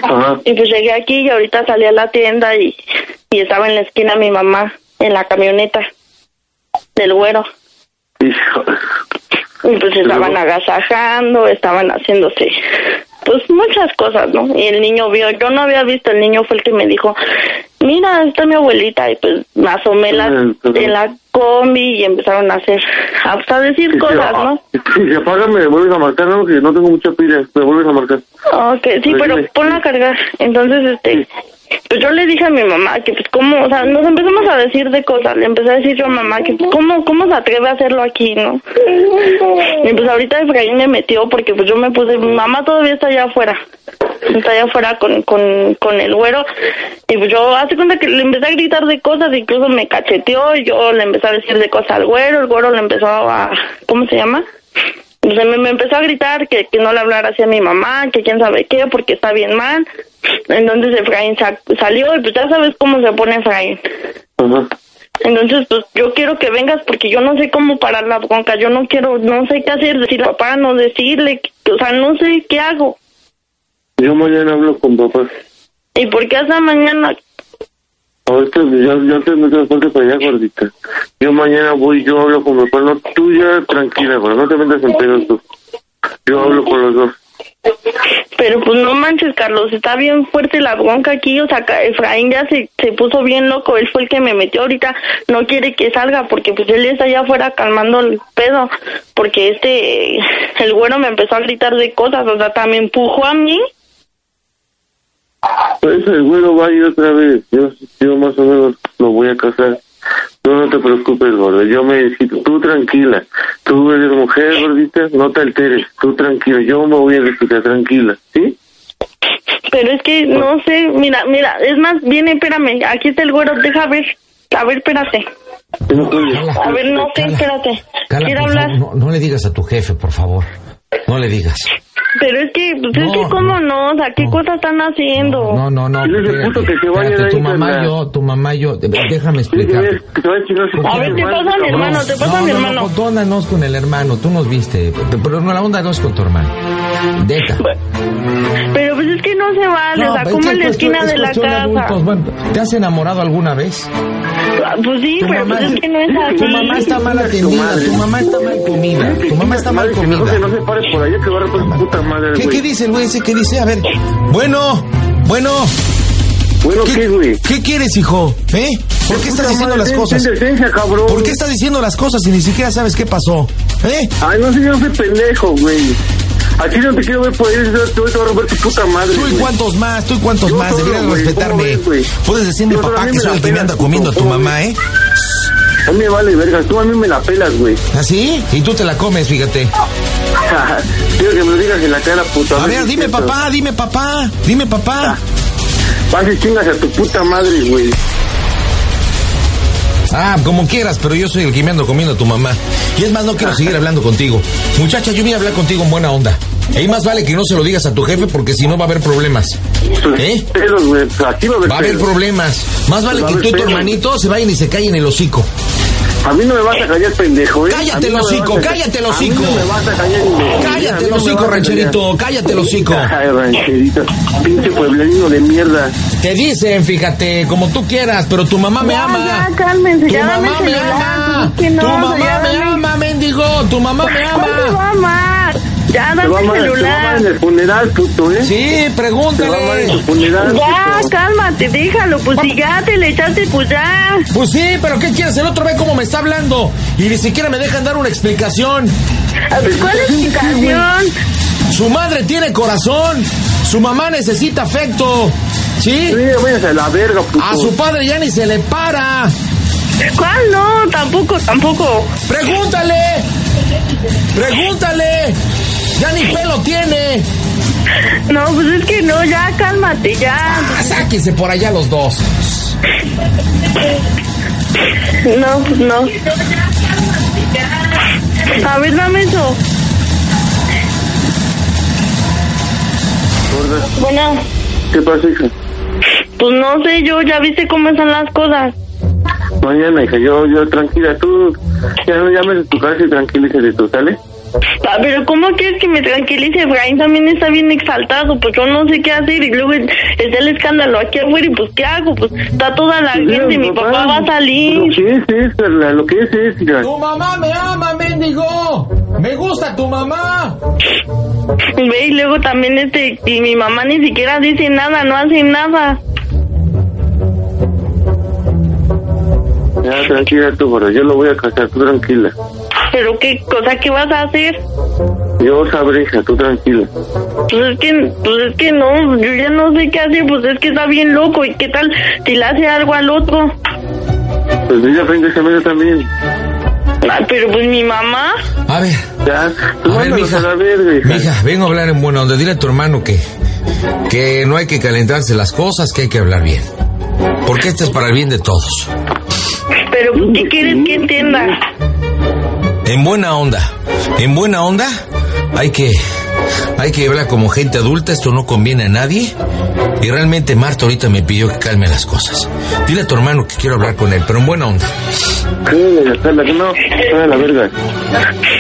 S16: Ajá.
S15: Y pues llegué aquí y ahorita salí a la tienda y, y estaba en la esquina mi mamá, en la camioneta del güero. Y pues estaban agasajando, estaban haciéndose pues muchas cosas, ¿no? Y el niño vio, yo no había visto, el niño fue el que me dijo, mira, está mi abuelita, y pues me asomé la,
S16: Eh,
S15: de la combi y empezaron a hacer, hasta a decir cosas, ¿no?
S16: Si se apaga, me vuelves a marcar, ¿no? Que no tengo mucha pila, me vuelves a marcar.
S15: Ah, Ok, sí, pero ponla a cargar. Entonces, este, pues yo le dije a mi mamá que, pues, cómo, o sea, nos empezamos a decir de cosas. Le empecé a decir yo a mamá que, pues, cómo, cómo se atreve a hacerlo aquí, ¿no? Y pues ahorita Efraín me metió porque, pues, yo me puse, mi mamá todavía está allá afuera. Está allá afuera con, con, con el güero. Y pues yo, hace cuenta que le empecé a gritar de cosas, incluso me cacheteó. y Yo le empecé a decir de cosas al güero, el güero le empezó a, ¿cómo se llama? O sea, me, me empezó a gritar que, que no le hablara así a mi mamá, que quién sabe qué, porque está bien mal. Entonces Efraín sa- salió y pues ya sabes cómo se pone Efraín. Entonces, pues yo quiero que vengas porque yo no sé cómo parar la bronca, yo no quiero, no sé qué hacer, decirle a papá, no decirle, que- o sea, no sé qué hago.
S16: Yo mañana hablo con papá.
S15: ¿Y por qué hasta mañana?
S16: Ahorita yo, yo antes me transporte para allá, gordita. Yo mañana voy, yo hablo con mi papá. No, tú ya tranquila, güey, no te metas en pedos tú. Yo hablo con los dos.
S15: Pero pues no manches, Carlos, está bien fuerte la bronca aquí, o sea, ca- Efraín ya se, se puso bien loco, él fue el que me metió ahorita, no quiere que salga porque pues él está allá afuera calmando el pedo, porque este, el güero me empezó a gritar de cosas, o sea, también empujó a mí,
S16: Pues el güero va a ir otra vez. Yo, yo más o menos lo voy a casar. Tú no te preocupes, gordo. Yo me decido. Tú tranquila. Tú eres mujer, gordita. No te alteres. Tú tranquila. Yo me voy a decidir tranquila. ¿Sí?
S15: pero es que no sé, mira, mira, es más, viene, espérame, aquí está el güero, deja ver, a ver, espérate, a ver, no sé, espérate,
S4: Carla,
S15: quiero
S4: por
S15: hablar,
S4: favor, no, no le digas a tu jefe, por favor. No le digas.
S15: pero es que, pues es que cómo no, o sea, qué cosas están haciendo.
S4: No, no, no. espérate, espérate, tu mamá yo, tu mamá yo, de- déjame explicar.
S15: A ver, te pasa a mi hermano, te pasa a mi hermano.
S4: No, dónanos con el hermano, tú nos viste, pero no, la onda no es con tu hermano. Deja.
S15: Pero pues es que no se vale, o sea,
S4: No,
S15: como
S4: es
S15: en
S4: que es
S15: la
S4: cuestión-
S15: esquina
S4: es
S15: de la
S4: cuestión
S15: casa.
S4: adultos. Bueno, ¿Te has enamorado alguna vez?
S15: Ah, Pues sí,
S4: Tu
S15: pero
S4: mamá-
S15: pues es que no es así.
S4: Tu mamá está mal atendida, tu mamá está mal comida, tu mamá está mal comida.
S16: Que no se pares por allá que va a romper su puta madre,
S4: ¿Qué,
S16: güey.
S4: ¿Qué dice el güey ese? ¿Qué dice? A ver. Bueno, bueno.
S16: Bueno, ¿qué, güey? Pues,
S4: ¿Qué quieres, hijo? ¿Eh? ¿Por qué estás
S16: Puta
S4: diciendo
S16: madre,
S4: las
S16: ten-
S4: cosas?
S16: ten decencia, cabrón.
S4: ¿Por qué estás diciendo las cosas y ni siquiera sabes qué pasó? ¿Eh?
S16: Ay, no sé, yo no soy pendejo, güey. A ti no te quiero ver pues, por eso, yo te voy a romper tu puta madre.
S4: ¿Tú y
S16: güey.
S4: cuántos más? ¿Tú y cuántos
S16: Yo
S4: más?
S16: solo,
S4: Deberías
S16: güey,
S4: respetarme.
S16: ¿cómo ves, güey?
S4: Puedes decirme,
S16: Yo solo a
S4: papá,
S16: mí
S4: que
S16: me la
S4: soy el que me
S16: pelas,
S4: anda
S16: puto,
S4: comiendo a tu
S16: ¿cómo ves?
S4: mamá, ¿eh?
S16: A mí me vale verga, tú a mí me la pelas, güey.
S4: ¿Así? Y tú te la comes, fíjate.
S16: Quiero que me lo digas en la cara, puta.
S4: A
S16: ver
S4: ver,
S16: si
S4: dime,
S16: es cierto.
S4: papá, dime, papá, dime, papá.
S16: Vas Ah, y chingas a tu puta madre, güey.
S4: Ah, como quieras, pero yo soy el que me ando comiendo a tu mamá. Y es más, no quiero seguir hablando contigo. Muchacha, yo vine a hablar contigo en buena onda. Y más vale que no se lo digas a tu jefe porque si no va a haber problemas. ¿Eh?
S16: Pelos, güey, pues, aquí va a haber
S4: Va a haber
S16: pelos.
S4: problemas. Más vale
S16: Va a
S4: que
S16: haber
S4: tú y tu
S16: pedos.
S4: hermanito se vayan y se callen el hocico.
S16: A mí no me vas a callar, pendejo, ¿eh?
S4: Cállate
S16: A mí
S4: el
S16: no me
S4: hocico,
S16: vas a-
S4: cállate el
S16: A mí
S4: hocico.
S16: no me vas a callar, güey. A mí
S4: Cállate el
S16: no me
S4: hocico,
S16: vas a
S4: rancherito.
S16: callar.
S4: Cállate el hocico.
S16: Ay, rancherito. Pinche pueblerino de mierda.
S4: Te dicen, fíjate, como tú quieras, pero tu mamá me
S16: Ya,
S4: ama.
S16: ya, cálmense,
S4: tu
S16: ya dame
S4: mamá me
S16: celular,
S4: ama.
S16: que no,
S4: tu
S16: o sea,
S4: mamá
S16: ya
S4: me
S16: dame-
S4: ama, mendigo. Tu mamá me ama.
S16: ¿Cuál te va
S4: a
S16: amar?
S4: Ya
S16: Te va a amar- Te va a amar en el funeral, puto, ¿eh?
S4: Sí,
S16: Te
S4: pregúntale.
S16: va a amar en tu funeral,
S15: Ya,
S16: puto.
S15: cálmate, déjalo, pues si ya te le echaste, pues ya.
S4: Pues sí, pero ¿qué quieres? El otro ve cómo me está hablando y ni siquiera me dejan dar una explicación.
S15: ¿Cuál explicación?
S4: Su madre tiene corazón, su mamá necesita afecto, ¿sí?
S16: váyanse a la verga, puto.
S4: A su padre ya ni se le para.
S15: ¿Cuál no? Tampoco, tampoco.
S4: Pregúntale, pregúntale, ya ni pelo tiene.
S15: No, pues es que no, ya cálmate, ya.
S4: Ah, Sáquense por allá los dos.
S15: No, no. A ver, dame eso.
S16: Gorda.
S15: Bueno,
S16: ¿Qué pasa, hija?
S15: pues no sé yo, ya viste cómo están las cosas.
S16: Mañana, hija, yo, yo, tranquila, tú. Ya no llames a tu casa y tranquilízate tú, ¿sale?
S15: Pa, Pero ¿cómo quieres que me tranquilice? Efraín también está bien exaltado, pues yo no sé qué hacer y luego está el escándalo aquí afuera y pues ¿qué hago? Pues está toda la gente, mi papá va a
S16: Lo
S15: salir.
S16: que es es, Carla, lo que es es, hija.
S4: Tu mamá me ama, mendigo. Me gusta tu mamá.
S15: Ve, y luego también este, y mi mamá ni siquiera dice nada, no hace nada.
S16: Ya, tranquila tú, pero yo lo voy a casar, tú tranquila.
S15: Pero qué cosa, ¿qué vas a hacer?
S16: Yo sabré, hija, tú tranquila.
S15: Pues es que, pues es que no, yo ya no sé qué hacer, pues es que está bien loco y qué tal si le hace algo al otro.
S16: Pues mira, frente a esa mesa también.
S15: Ah, pero pues mi mamá,
S4: A ver,
S16: Ya, tú
S4: A ver,
S16: mándalos
S4: mija.
S16: a la verga, hija.
S4: mija, vengo a hablar en buena onda. Dile a tu hermano que, que no hay que calentarse las cosas, que hay que hablar bien. Porque este es para el bien de todos.
S15: pero pues, ¿qué quieres que entienda?
S4: En buena onda, en buena onda, hay que, hay que hablar como gente adulta, esto no conviene a nadie. Y realmente Marta ahorita me pidió que calme las cosas. Dile a tu hermano que quiero hablar con él, pero en buena onda.
S16: Sí, Carla, que no, tú a la verga.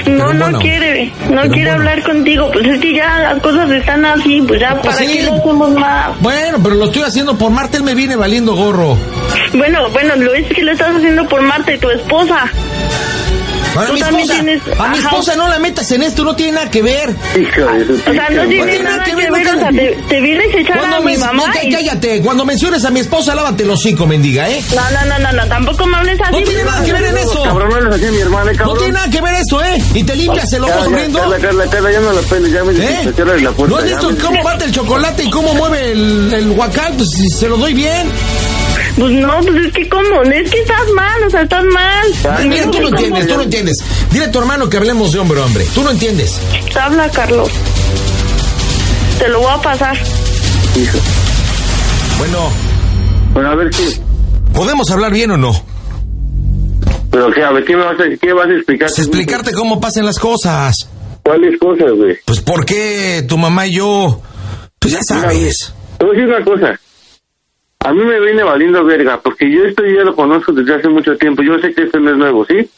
S15: No, no
S4: bueno.
S15: quiere, no
S4: Pero
S15: quiere
S4: bueno.
S15: hablar contigo, pues es que ya las cosas están así, pues ya
S4: Pues
S15: para
S4: sí.
S15: qué lo hacemos más.
S4: Bueno, pero lo estoy haciendo por Marta, él me viene valiendo gorro.
S15: Bueno, bueno, lo es que lo estás haciendo por Marta y tu esposa.
S4: Ahora,
S15: Tú
S4: mi
S15: también
S4: esposa,
S15: tienes-
S4: a mi
S15: Ajá.
S4: esposa no la metas en esto, no tiene nada que ver.
S16: Hija de su
S15: O sea, no
S16: pinche
S15: tiene
S16: madre.
S15: nada que ver, o sea, te, te vienes a echar a
S4: Cuando
S15: mi
S4: men-
S15: mamá.
S4: no, ca-
S15: y-
S4: cállate, cuando menciones a mi esposa, lávate el hocico, mendiga, ¿eh?
S15: No, no, no, no, no, tampoco me hables así. pues,
S4: No tiene nada que ver en eso.
S16: Cabrón, no les hacía a mi hermana,
S4: No
S16: cabrón.
S4: tiene nada que ver eso, ¿eh? Y te limpias el ojo
S16: Ya, ya,
S4: sonriendo.
S16: Carla, Carla, Carla, ya no la peles, ya me
S4: ¿Eh?
S16: dijiste, ciérrale la puerta.
S4: ¿No has
S16: ya
S4: visto
S16: me
S4: cómo bate el chocolate y cómo mueve el, el huacal? Pues si se lo doy bien.
S15: Pues no, pues es que cómo, es que estás mal, o sea, estás mal.
S4: Pues mira, tú no entiendes, tú no entiendes. Dile a tu hermano que hablemos de hombre a hombre. Tú no entiendes.
S15: Habla, Carlos. Te lo voy a pasar.
S16: Hijo.
S4: Bueno,
S16: Bueno, a ver qué.
S4: ¿podemos hablar bien o no?
S16: Pero qué, a ver, ¿qué me vas a, qué vas a explicar?
S4: Pues explicarte cómo pasan las cosas.
S16: ¿Cuáles cosas, güey?
S4: Pues por qué tu mamá y yo. Pues ya sabes.
S16: Te voy a decir una cosa. A mí me viene valiendo verga, porque yo esto ya lo conozco desde hace mucho tiempo. Yo sé que esto no es nuevo, ¿sí?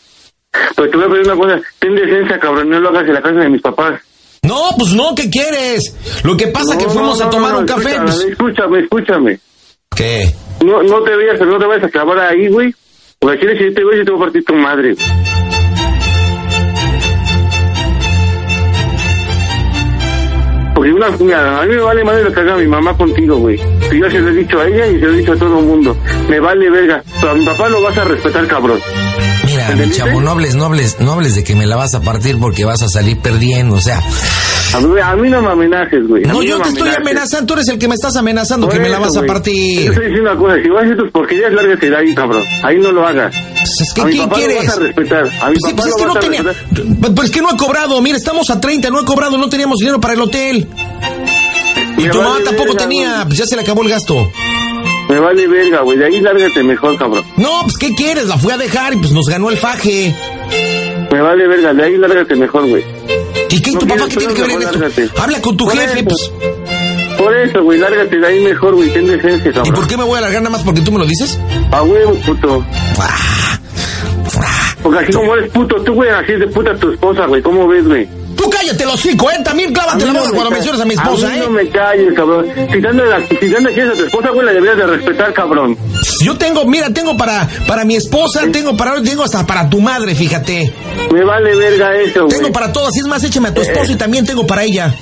S16: Pero te voy a pedir una cosa. Ten decencia, cabrón. No lo hagas en la casa de mis papás.
S4: No, pues no, ¿qué quieres? Lo que pasa que
S16: No,
S4: fuimos
S16: no,
S4: a
S16: no,
S4: tomar
S16: no,
S4: un café.
S16: Escúchame,
S4: pues-
S16: escúchame. escúchame.
S4: ¿Qué?
S16: No, no te vayas, no te vayas a clavar ahí, güey. Porque quieres que yo te voy y te voy a partir tu madre. güey. porque una, mira, a mí me vale madre lo que haga mi mamá contigo, güey. Si yo se lo he dicho a ella y se lo he dicho a todo el mundo. Me vale verga. Pero a mi papá lo vas a respetar, cabrón.
S4: Mira, mi chavo, no hables, no hables, no hables de que me la vas a partir porque vas a salir perdiendo, o sea.
S16: A mí, a mí no me amenaces, güey. A
S4: No,
S16: mí
S4: yo
S16: me
S4: te estoy
S16: amenaces.
S4: amenazando, tú eres el que me estás amenazando
S16: Por
S4: que me la
S16: eso,
S4: vas a
S16: güey. Yo
S4: partir.
S16: te estoy diciendo una cosa. Si vas a hacer tus porquerías, lárgate de ahí, cabrón. Ahí no lo hagas.
S4: Pues es que
S16: a mi
S4: ¿quién
S16: papá
S4: quieres?
S16: Lo vas a respetar. A mi
S4: Pues sí,
S16: papá
S4: pues es
S16: lo
S4: que
S16: vas
S4: no
S16: a
S4: tenía.
S16: respetar.
S4: Pues es que no he cobrado. Mira, estamos a 30, no he cobrado, no teníamos dinero para el hotel. Y
S16: Me
S4: tu mamá
S16: vale
S4: tampoco
S16: verga,
S4: tenía, pues ya se le acabó el gasto.
S16: Me vale verga, güey. De ahí lárgate mejor, cabrón.
S4: No, pues ¿qué quieres? La fui a dejar y pues nos ganó el faje.
S16: Me vale verga. De ahí lárgate mejor, güey.
S4: ¿Y qué? ¿Tu papá qué tiene que ver en esto? Habla con tu jefe, pues.
S16: Por eso, güey, lárgate de ahí mejor, güey, ten decencia, cabrón.
S4: ¿Y por qué me voy a largar nada más porque tú me lo dices?
S16: A huevo, puto. Porque así como eres puto, tú, güey, así es de puta tu esposa, güey, ¿cómo ves, güey?
S4: Tú cállate los cinco, ¿eh? También
S16: A mí
S4: clávate la
S16: no
S4: boca
S16: me
S4: cuando
S16: ca-
S4: mencionas a mi esposa,
S16: mí
S4: ¿eh?
S16: no me calles, cabrón. Si dando la, si dando a tu esposa, güey, la deberías de respetar, cabrón.
S4: Yo tengo, mira, tengo para, para mi esposa, tengo para, tengo hasta para tu madre, fíjate.
S16: Me vale verga eso, güey. Eh.
S4: Tengo para todas, y es más, échame a tu esposo y también tengo para ella.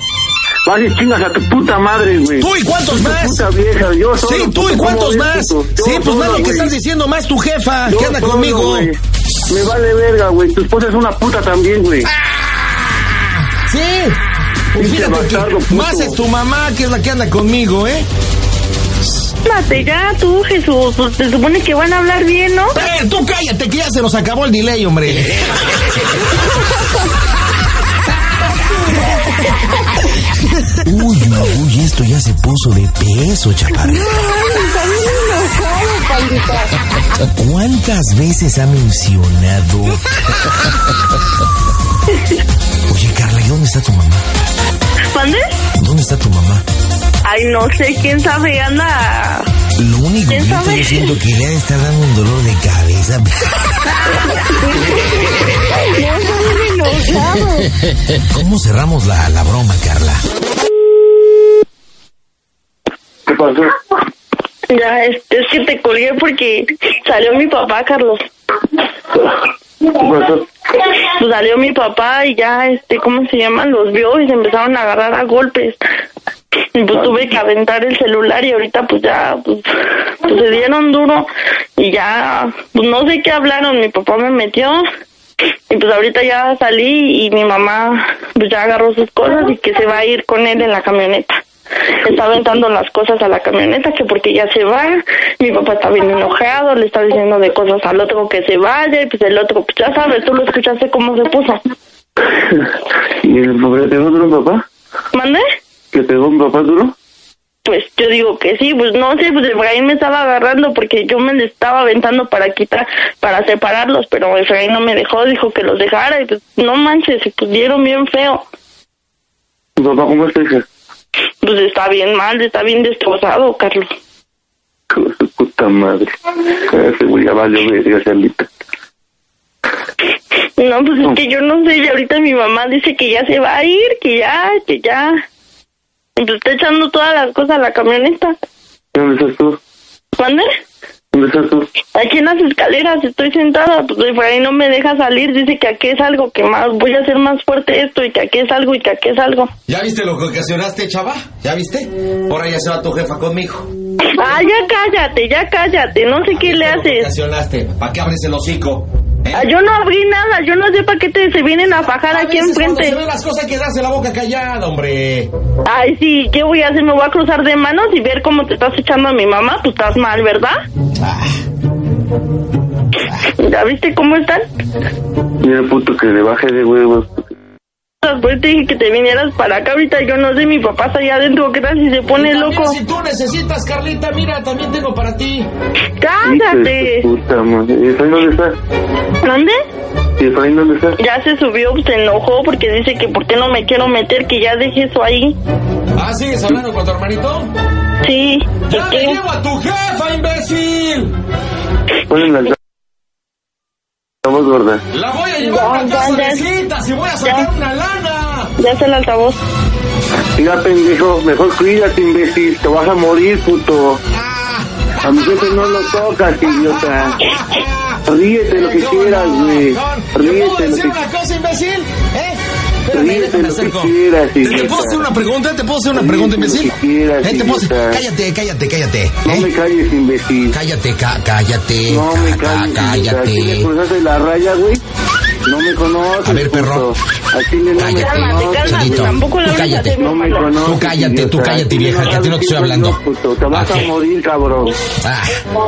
S16: Vas y chingas a tu puta madre, güey.
S4: ¿Tú y cuántos
S16: Tu
S4: más?
S16: puta vieja, yo solo,
S4: sí, tú
S16: puto,
S4: y cuántos
S16: ¿cómo ves,
S4: más.
S16: puto? Yo
S4: Sí, pues
S16: solo,
S4: más lo que
S16: güey.
S4: estás diciendo, más tu jefa,
S16: Yo
S4: que anda
S16: solo,
S4: conmigo.
S16: güey. Me vale verga, güey. Tu esposa es una puta también, güey.
S4: Ah. Sí. Y
S16: Pinche
S4: fíjate que
S16: bastardo, puto.
S4: más es tu mamá, que es la que anda conmigo, ¿eh?
S15: Mate ya tú, Jesús. Pues, se supone que van a hablar bien, ¿no?
S4: Eh, tú cállate, que ya se nos acabó el delay, hombre. Uy, uy, esto ya se puso de peso, chaparro. ¿Cuántas veces ha mencionado? Oye, Carla, ¿y dónde está tu mamá?
S15: ¿Mande?
S4: ¿Dónde está tu mamá?
S15: Ay, no sé, quién sabe, anda.
S4: Lo único que
S15: ¿Quién
S4: yo
S15: sabe?
S4: siento que le está dando un dolor de cabeza. ¿Cómo cerramos la, la broma, Carla?
S16: ¿Qué pasó?
S15: Ya, es, es que te colgué porque salió mi papá, Carlos. Pues salió mi papá y ya, este, ¿cómo se llaman? Los vio y se empezaron a agarrar a golpes. Y pues tuve que aventar el celular y ahorita pues ya, pues, pues se dieron duro y ya, pues no sé qué hablaron, mi papá me metió y pues ahorita ya salí y mi mamá pues ya agarró sus cosas y que se va a ir con él en la camioneta. Está aventando las cosas a la camioneta que porque ya se va, mi papá está bien enojado, le está diciendo de cosas al otro que se vaya y pues el otro, pues ya sabes, tú lo escuchaste cómo se puso.
S16: ¿Y el papá te pegó duro, un papá?
S15: ¿Mande?
S16: ¿Que pegó un papá duro?
S15: Pues yo digo que sí, pues no sé, pues Efraín me estaba agarrando porque yo me le estaba aventando para quitar, para separarlos, pero Efraín no me dejó, dijo que los dejara y pues no manches, se pusieron bien feo.
S16: ¿Tu papá cómo es hija?
S15: Pues está bien mal, está bien destrozado, Carlos.
S16: Hijo de su puta madre. Ese güey ya valió verga, Carlita.
S15: No, pues es que yo no sé, y ahorita mi mamá dice que ya se va a ir, que ya, que ya. Y Pues está echando todas las cosas a la camioneta.
S16: ¿Dónde estás tú?
S15: ¿Mande?
S16: ¿Dónde estás tú?
S15: Aquí en las escaleras estoy sentada, pues Efraín no me deja salir, dice que aquí es algo, que más voy a hacer más fuerte esto y que aquí es algo y que aquí es algo.
S4: ¿Ya viste lo que ocasionaste, chava? ¿Ya viste? Ahora ya se va tu jefa conmigo.
S15: Ah, ya cállate, ya cállate, no sé qué le haces.
S4: ocasionaste? ¿Para qué abres el hocico?
S15: Ah, yo no abrí nada, yo no sé para qué te se vienen a fajar aquí
S4: veces cuando
S15: enfrente.
S4: se ven las cosas que das en la boca callada, hombre.
S15: Ay, sí, ¿qué voy a hacer? ¿Me voy a cruzar de manos y ver cómo te estás echando a mi mamá? Pues estás mal, ¿verdad? Ah. ¿Ya viste cómo están?
S16: Mira, puto, que le baje de huevos.
S15: Después te dije que te vinieras para acá, ahorita yo no sé, mi papá está allá adentro, ¿qué tal si se pone
S4: Y también
S15: loco?
S4: Si tú necesitas, Carlita, mira, también tengo para ti.
S16: Hijo
S15: ¡Cállate!
S16: de su puta madre. ¿Y Efraín dónde está?
S15: ¿Dónde?
S16: ¿Y Efraín dónde está?
S15: Ya se subió, se enojó porque dice que por qué no me quiero meter, que ya deje eso ahí.
S4: Ah, ¿sigues hablando con tu hermanito?
S15: Sí,
S4: ¡Ya
S15: ¿y
S4: me
S15: qué?
S4: llevo a tu jefa, imbécil!
S16: Ponen las... Estamos gordas.
S4: ¡La voy a llevar a una
S15: Ya,
S4: casa
S15: ya,
S4: de
S15: ya.
S4: citas y voy a sacar una lana!
S15: Ya es el altavoz.
S16: Mira, pendejo, mejor cuídate, imbécil. Te vas a morir, puto. A mi jefe no lo tocas, idiota. Ríete lo que quieras, güey.
S4: ¿Te puedo
S16: Ríete lo
S4: decir
S16: que
S4: una cosa, imbécil? ¿Eh? espérame, déjame hacer con. ¿Te, te puedo hacer una pregunta? ¿Te puedo hacer una pregunta, imbécil? Eh, te puedo hacer- Cállate, cállate, cállate. No me
S10: calles, imbécil.
S4: ¿Eh? Cállate, ca- cállate. No me calles,
S10: ¿Te
S4: cállate.
S10: cruzaste la raya, güey? No me conoces. A ver, perro. Aquí le
S4: Cállate, Chidito. Tú cállate. Tú cállate, tú cállate, vieja, que a ti no te estoy hablando.
S10: Te vas a morir, cabrón.
S4: Ah,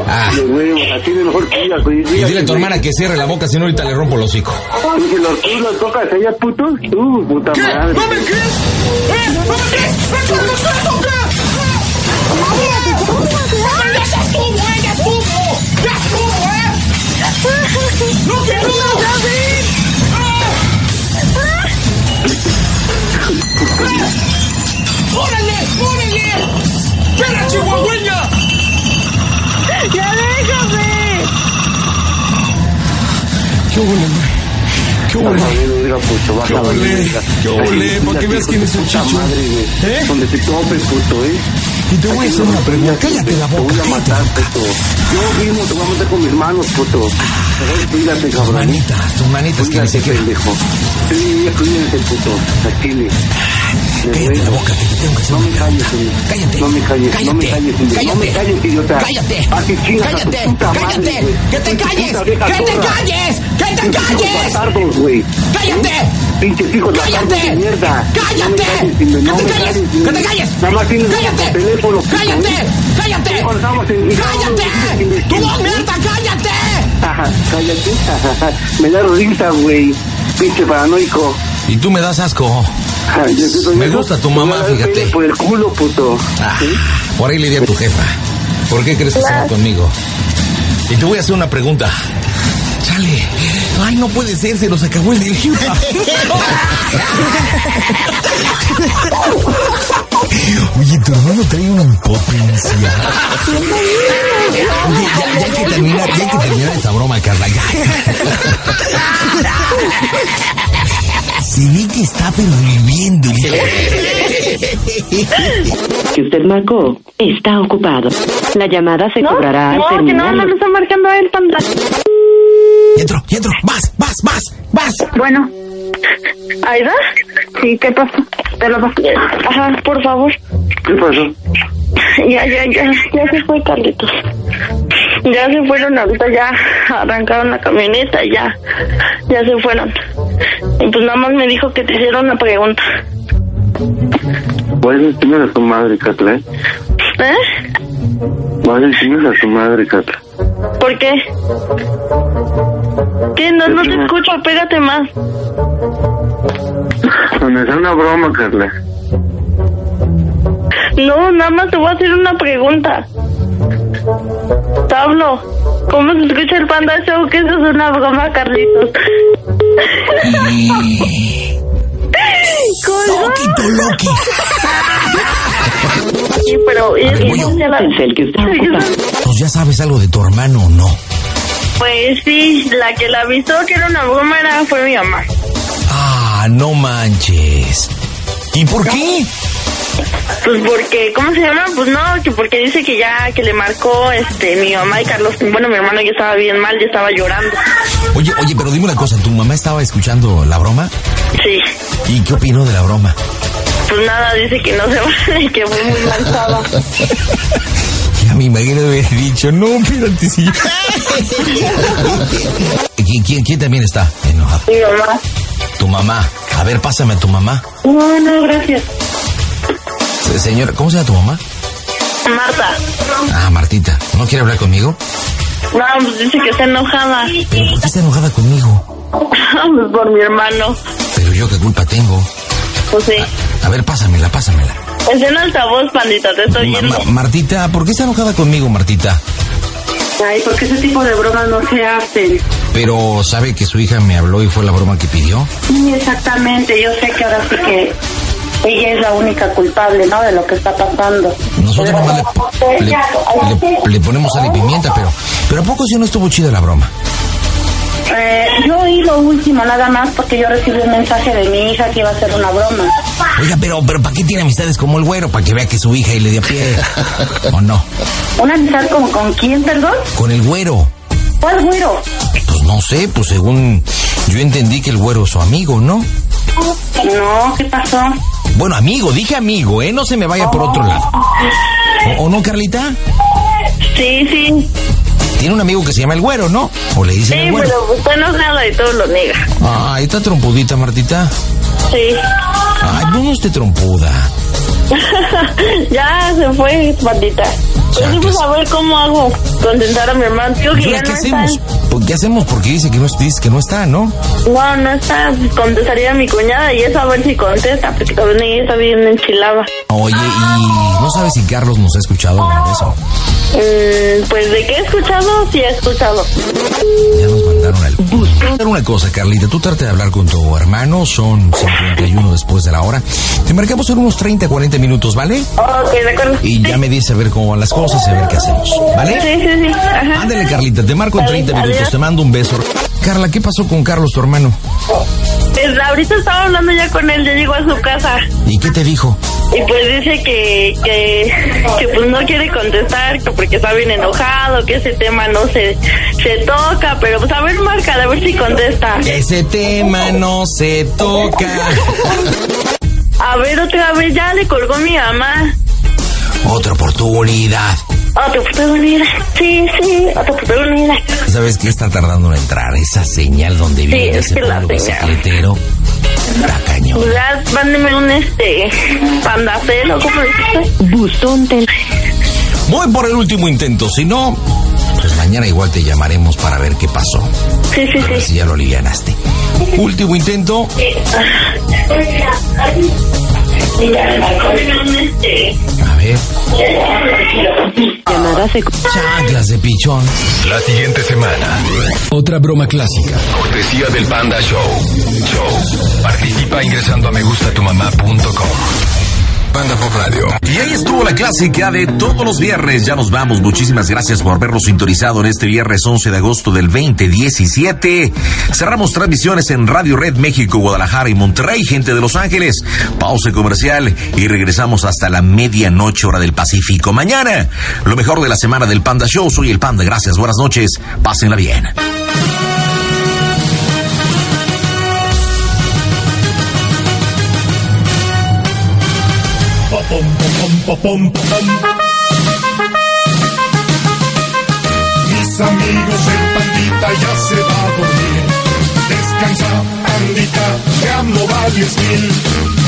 S4: ah.
S10: De huevos, así de mejor que ella,
S16: pues,
S10: güey.
S4: Y dile a tu hermana que cierre la boca, si no ahorita le rompo el hocico.
S10: Tú que lo- tú lo tocas a ella, puto. Tú, puta madre.
S4: ¿No me crees?
S6: ¡Eh! ¡No me crees! ¡Vete a los lados, acá! ¡Ya estuvo, eh! ¡Ya estuvo! ¡Ya estuvo, eh! ¡No que no! ¡Ya
S4: ¡Ah!
S6: ¡Órale! ¡Órale! ¡Espera, chihuahueña! ¡Ya déjame!
S4: ¿Qué huele, ¿Qué
S10: huele?
S16: pues,
S10: ¿Qué
S4: huele? ¿Qué huele? Para que veas quién es el
S10: chicho. ¿Eh? Donde te topes, puto, ¿eh?
S4: Y te voy a hacer una pregunta. Cállate la boca.
S10: Te voy a matar, puto. Yo mismo te voy a matar con mis manos, puto. Pero Cuídate, cabrón.
S4: Ah, manitas, tus manitas que
S10: Cuídate, pendejo. Sí, ya cuídense, puto. Al chile. Cállate la boca,
S4: que te tengo que hacer
S10: No me calles, idiota.
S4: Cállate.
S10: No me calles, no me calles, idiota. No me calles, idiota.
S4: Cállate.
S10: Así chingas a tu
S4: Cállate.
S10: puta madre,
S4: Cállate.
S10: güey.
S4: Que te
S10: Pinches
S4: calles.
S10: putas viejas
S4: Que te
S10: zorras.
S4: calles. Que te
S10: Pinches hijos
S4: calles.
S10: bastardos, güey.
S4: Cállate.
S10: Pinches hijos
S4: Cállate.
S10: bastardos de mierda.
S4: Cállate.
S10: No
S4: Que
S10: me
S4: te calles.
S10: calles,
S4: Que te calles.
S10: Nada más tienes
S4: Cállate.
S10: teléfono. puto.
S4: Cállate. Cállate. Cállate. Tu voz me harta. Cállate.
S10: Ajá, Cállate. Ajá, ajá. Me da risa, güey. Pinche paranoico.
S4: Y tú me das asco.
S10: Ay, yo soy-
S4: Me gusta tu mamá,
S10: Yo la
S4: fíjate.
S10: pele Por el culo, puto.
S4: Ah, por ahí le di a tu jefa. ¿Por qué crees que se va conmigo? Y te voy a hacer una pregunta. Chale. Ay, no puede ser, se nos acabó el delirio. Oye, tu hermano trae una potencia. Oye, ya, ya hay que terminar, ya hay que terminar esta broma, Carla. ya. Se ve que está pero viviendo el hijo.
S9: que usted marcó está ocupado. La llamada se cobrará al
S15: No, que
S9: terminar.
S15: nada más le está marcando a él tan
S4: Entro, entro. Vas, vas, vas, vas.
S15: Bueno. ¿Aida? Sí, ¿qué pasó? Te lo paso. Ajá, por favor.
S10: ¿Qué pasó?
S15: Ya, ya, ya. Ya se fue Carlitos. Ya se fueron ahorita, ya arrancaron la camioneta, ya. Ya se fueron. Y pues nada más me dijo que te hicieron una pregunta.
S16: Vas a decirme a tu madre, Catla, ¿eh?
S15: ¿Eh?
S16: Vas a decirme a tu madre, Catla.
S15: ¿Por qué? ¿Qué? No, no te escucho, pégate más.
S16: Donde es una broma, Catla.
S15: No, nada más te voy a hacer una pregunta. Pablo, ¿cómo se escucha el Panda Show? Que eso es una broma, Carlitos.
S4: ¡Soquito Loki!
S15: Sí, pero... y- y-
S4: Pues ya sabes algo de tu hermano o no.
S15: Pues sí, la que la avisó que era una broma era, fue mi mamá.
S4: Ah, no manches. ¿Y por qué?
S15: Pues porque, ¿cómo se llama? Pues no, que porque dice que ya que le marcó este mi mamá y Carlos. Bueno, mi hermano ya estaba bien mal, ya estaba llorando.
S4: Oye, oye, pero dime una cosa, ¿tu mamá estaba escuchando la broma?
S15: Sí.
S4: ¿Y qué opinó de la broma?
S15: Pues nada, dice que no se vale, que fue muy lanzada.
S4: Ya me imagino haber dicho, no, espérate, sí. ¿Quién, quién, quién también está enojado?
S15: Mi mamá.
S4: Tu mamá. A ver, pásame a tu mamá.
S15: No, no, gracias.
S4: Se- Señora, ¿cómo se llama tu mamá?
S15: Marta.
S4: Ah, Martita. ¿No quiere hablar conmigo?
S15: No, pues dice que está enojada.
S4: ¿Pero por qué está enojada conmigo?
S15: Pues por mi hermano.
S4: Pero yo qué culpa tengo.
S15: Pues sí.
S4: A ver, pásamela, pásamela.
S15: Es en altavoz, pandita, te estoy
S4: Ma-
S15: viendo.
S4: Ma- Martita, ¿por qué está enojada conmigo, Martita?
S12: Ay, porque ese tipo de bromas no se hacen.
S4: Pero sabe que su hija me habló y fue la broma que pidió.
S12: Sí, exactamente. Yo sé que ahora sí que ella es la única culpable, ¿no? De lo que está pasando.
S4: Nosotros nomás le, le- le- le ponemos sal y pimienta, pero, pero ¿a poco si no estuvo chida la broma?
S12: Eh, yo oí lo último, nada más, porque yo recibí un mensaje de mi hija que iba a ser una broma.
S4: Oiga, pero, pero ¿para qué tiene amistades como el güero? Para que vea que su hija y le dio pie. ¿O no?
S12: ¿Una amistad como con quién, perdón?
S4: Con el güero.
S12: ¿Cuál güero?
S4: Pues no sé, pues según yo entendí que el güero es su amigo, ¿no?
S22: No, ¿qué pasó?
S4: Bueno, amigo, dije amigo, ¿eh? No se me vaya por otro lado. ¿O, o no, Carlita?
S15: Sí, sí.
S4: Tiene un amigo que se llama El Güero, ¿no? O le dicen
S15: Sí,
S4: El Güero.
S15: pero pues, usted no nada y todo lo niega.
S4: Ay, está trompudita, Martita.
S15: Sí.
S4: Ay, no, no esté trompuda.
S15: ya se fue, bandita. Pues sí, pues a ver cómo hago contentar a mi hermano. Digo Pues que
S4: ¿Y
S15: ya
S4: ahora ¿Qué
S15: no
S4: hacemos?
S15: está.
S4: Pues, ¿Qué hacemos? Porque dice que no, dice que no está, ¿no?
S15: No, no está. Contestaría a mi cuñada y eso a ver si contesta, porque también ella está bien enchilada.
S4: Oye, y no sabes si Carlos nos ha escuchado alguna vez. o-
S15: Mm, pues de qué he escuchado, sí he escuchado.
S4: Ya nos mandaron al Pero Una cosa, Carlita, tú trata de hablar con tu hermano, son 51 después de la hora. Te marcamos en unos 30, 40 minutos, ¿vale?
S15: Ok, de acuerdo.
S4: Y ya me dice a ver cómo van las cosas y a ver qué hacemos, ¿vale?
S15: Sí, sí, sí. Ajá.
S4: Ándale, Carlita, te marco en 30 minutos, te mando un beso. Carla, ¿qué pasó con Carlos, tu hermano?
S15: Pues ahorita estaba hablando ya con él, ya llegó a su casa.
S4: ¿Y qué te dijo?
S15: Y pues dice que, que, que pues no quiere contestar, que porque está bien enojado, que ese tema no se, se toca, pero pues a ver, marca, a ver si contesta.
S4: Ese tema no se toca.
S15: A ver, otra vez ya le colgó mi mamá. Ah,
S4: Otra oportunidad.
S15: Otra oportunidad. Sí, sí, ah, otra oportunidad.
S4: ¿Sabes qué está tardando en entrar? Esa señal donde viene
S15: es
S4: ese
S15: que la
S4: pueblo
S15: señal.
S4: bicicletero.
S15: Pues ya, mándeme un este, pandacelo, ¿cómo dijiste?
S4: Buzón Voy por el último intento, si no, pues mañana igual te llamaremos para ver qué pasó.
S15: Sí, sí,
S4: A ver si ya lo alivianaste. Último intento.
S6: uh,
S4: A ver.
S11: Llamada se...
S4: Chanclas de pichón.
S21: La siguiente semana.
S13: Otra broma clásica.
S21: Cortesía del Panda Show. Show. Participa ingresando a megustatumamá.com. Panda Pop Radio.
S3: Y ahí estuvo la clásica de todos los viernes. Ya nos vamos. Muchísimas gracias por habernos sintonizado en este viernes 11 de agosto del 2017. Cerramos transmisiones en Radio Red México, Guadalajara y Monterrey, gente de Los Ángeles. Pausa comercial y regresamos hasta la medianoche hora del Pacífico. Mañana, lo mejor de la semana del Panda Show. Soy el Panda. Gracias. Buenas noches. Pásenla bien.
S2: Mis amigos, el pandita ya se va a dormir. Descansa, pandita, te amo varios mil.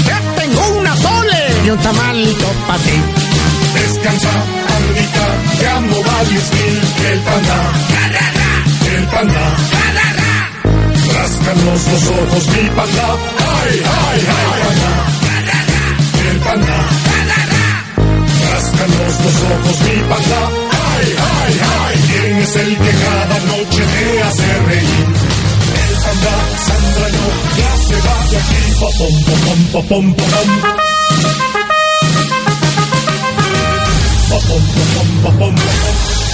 S2: Ya tengo una sole y un tamalito para ti. Descansa, pandita, te amo varios mil. El panda, el panda, rascanos los ojos, mi panda. Ay, ay, ay, panda, el panda. Rascanos los ojos, mi panda. Ay, ay, ay. ¿Quién es el que cada noche te hace reír? El panda, Sandra, yo, ya se va de aquí. Popom, popom, popom, popom. Popom, popom, popom, popom.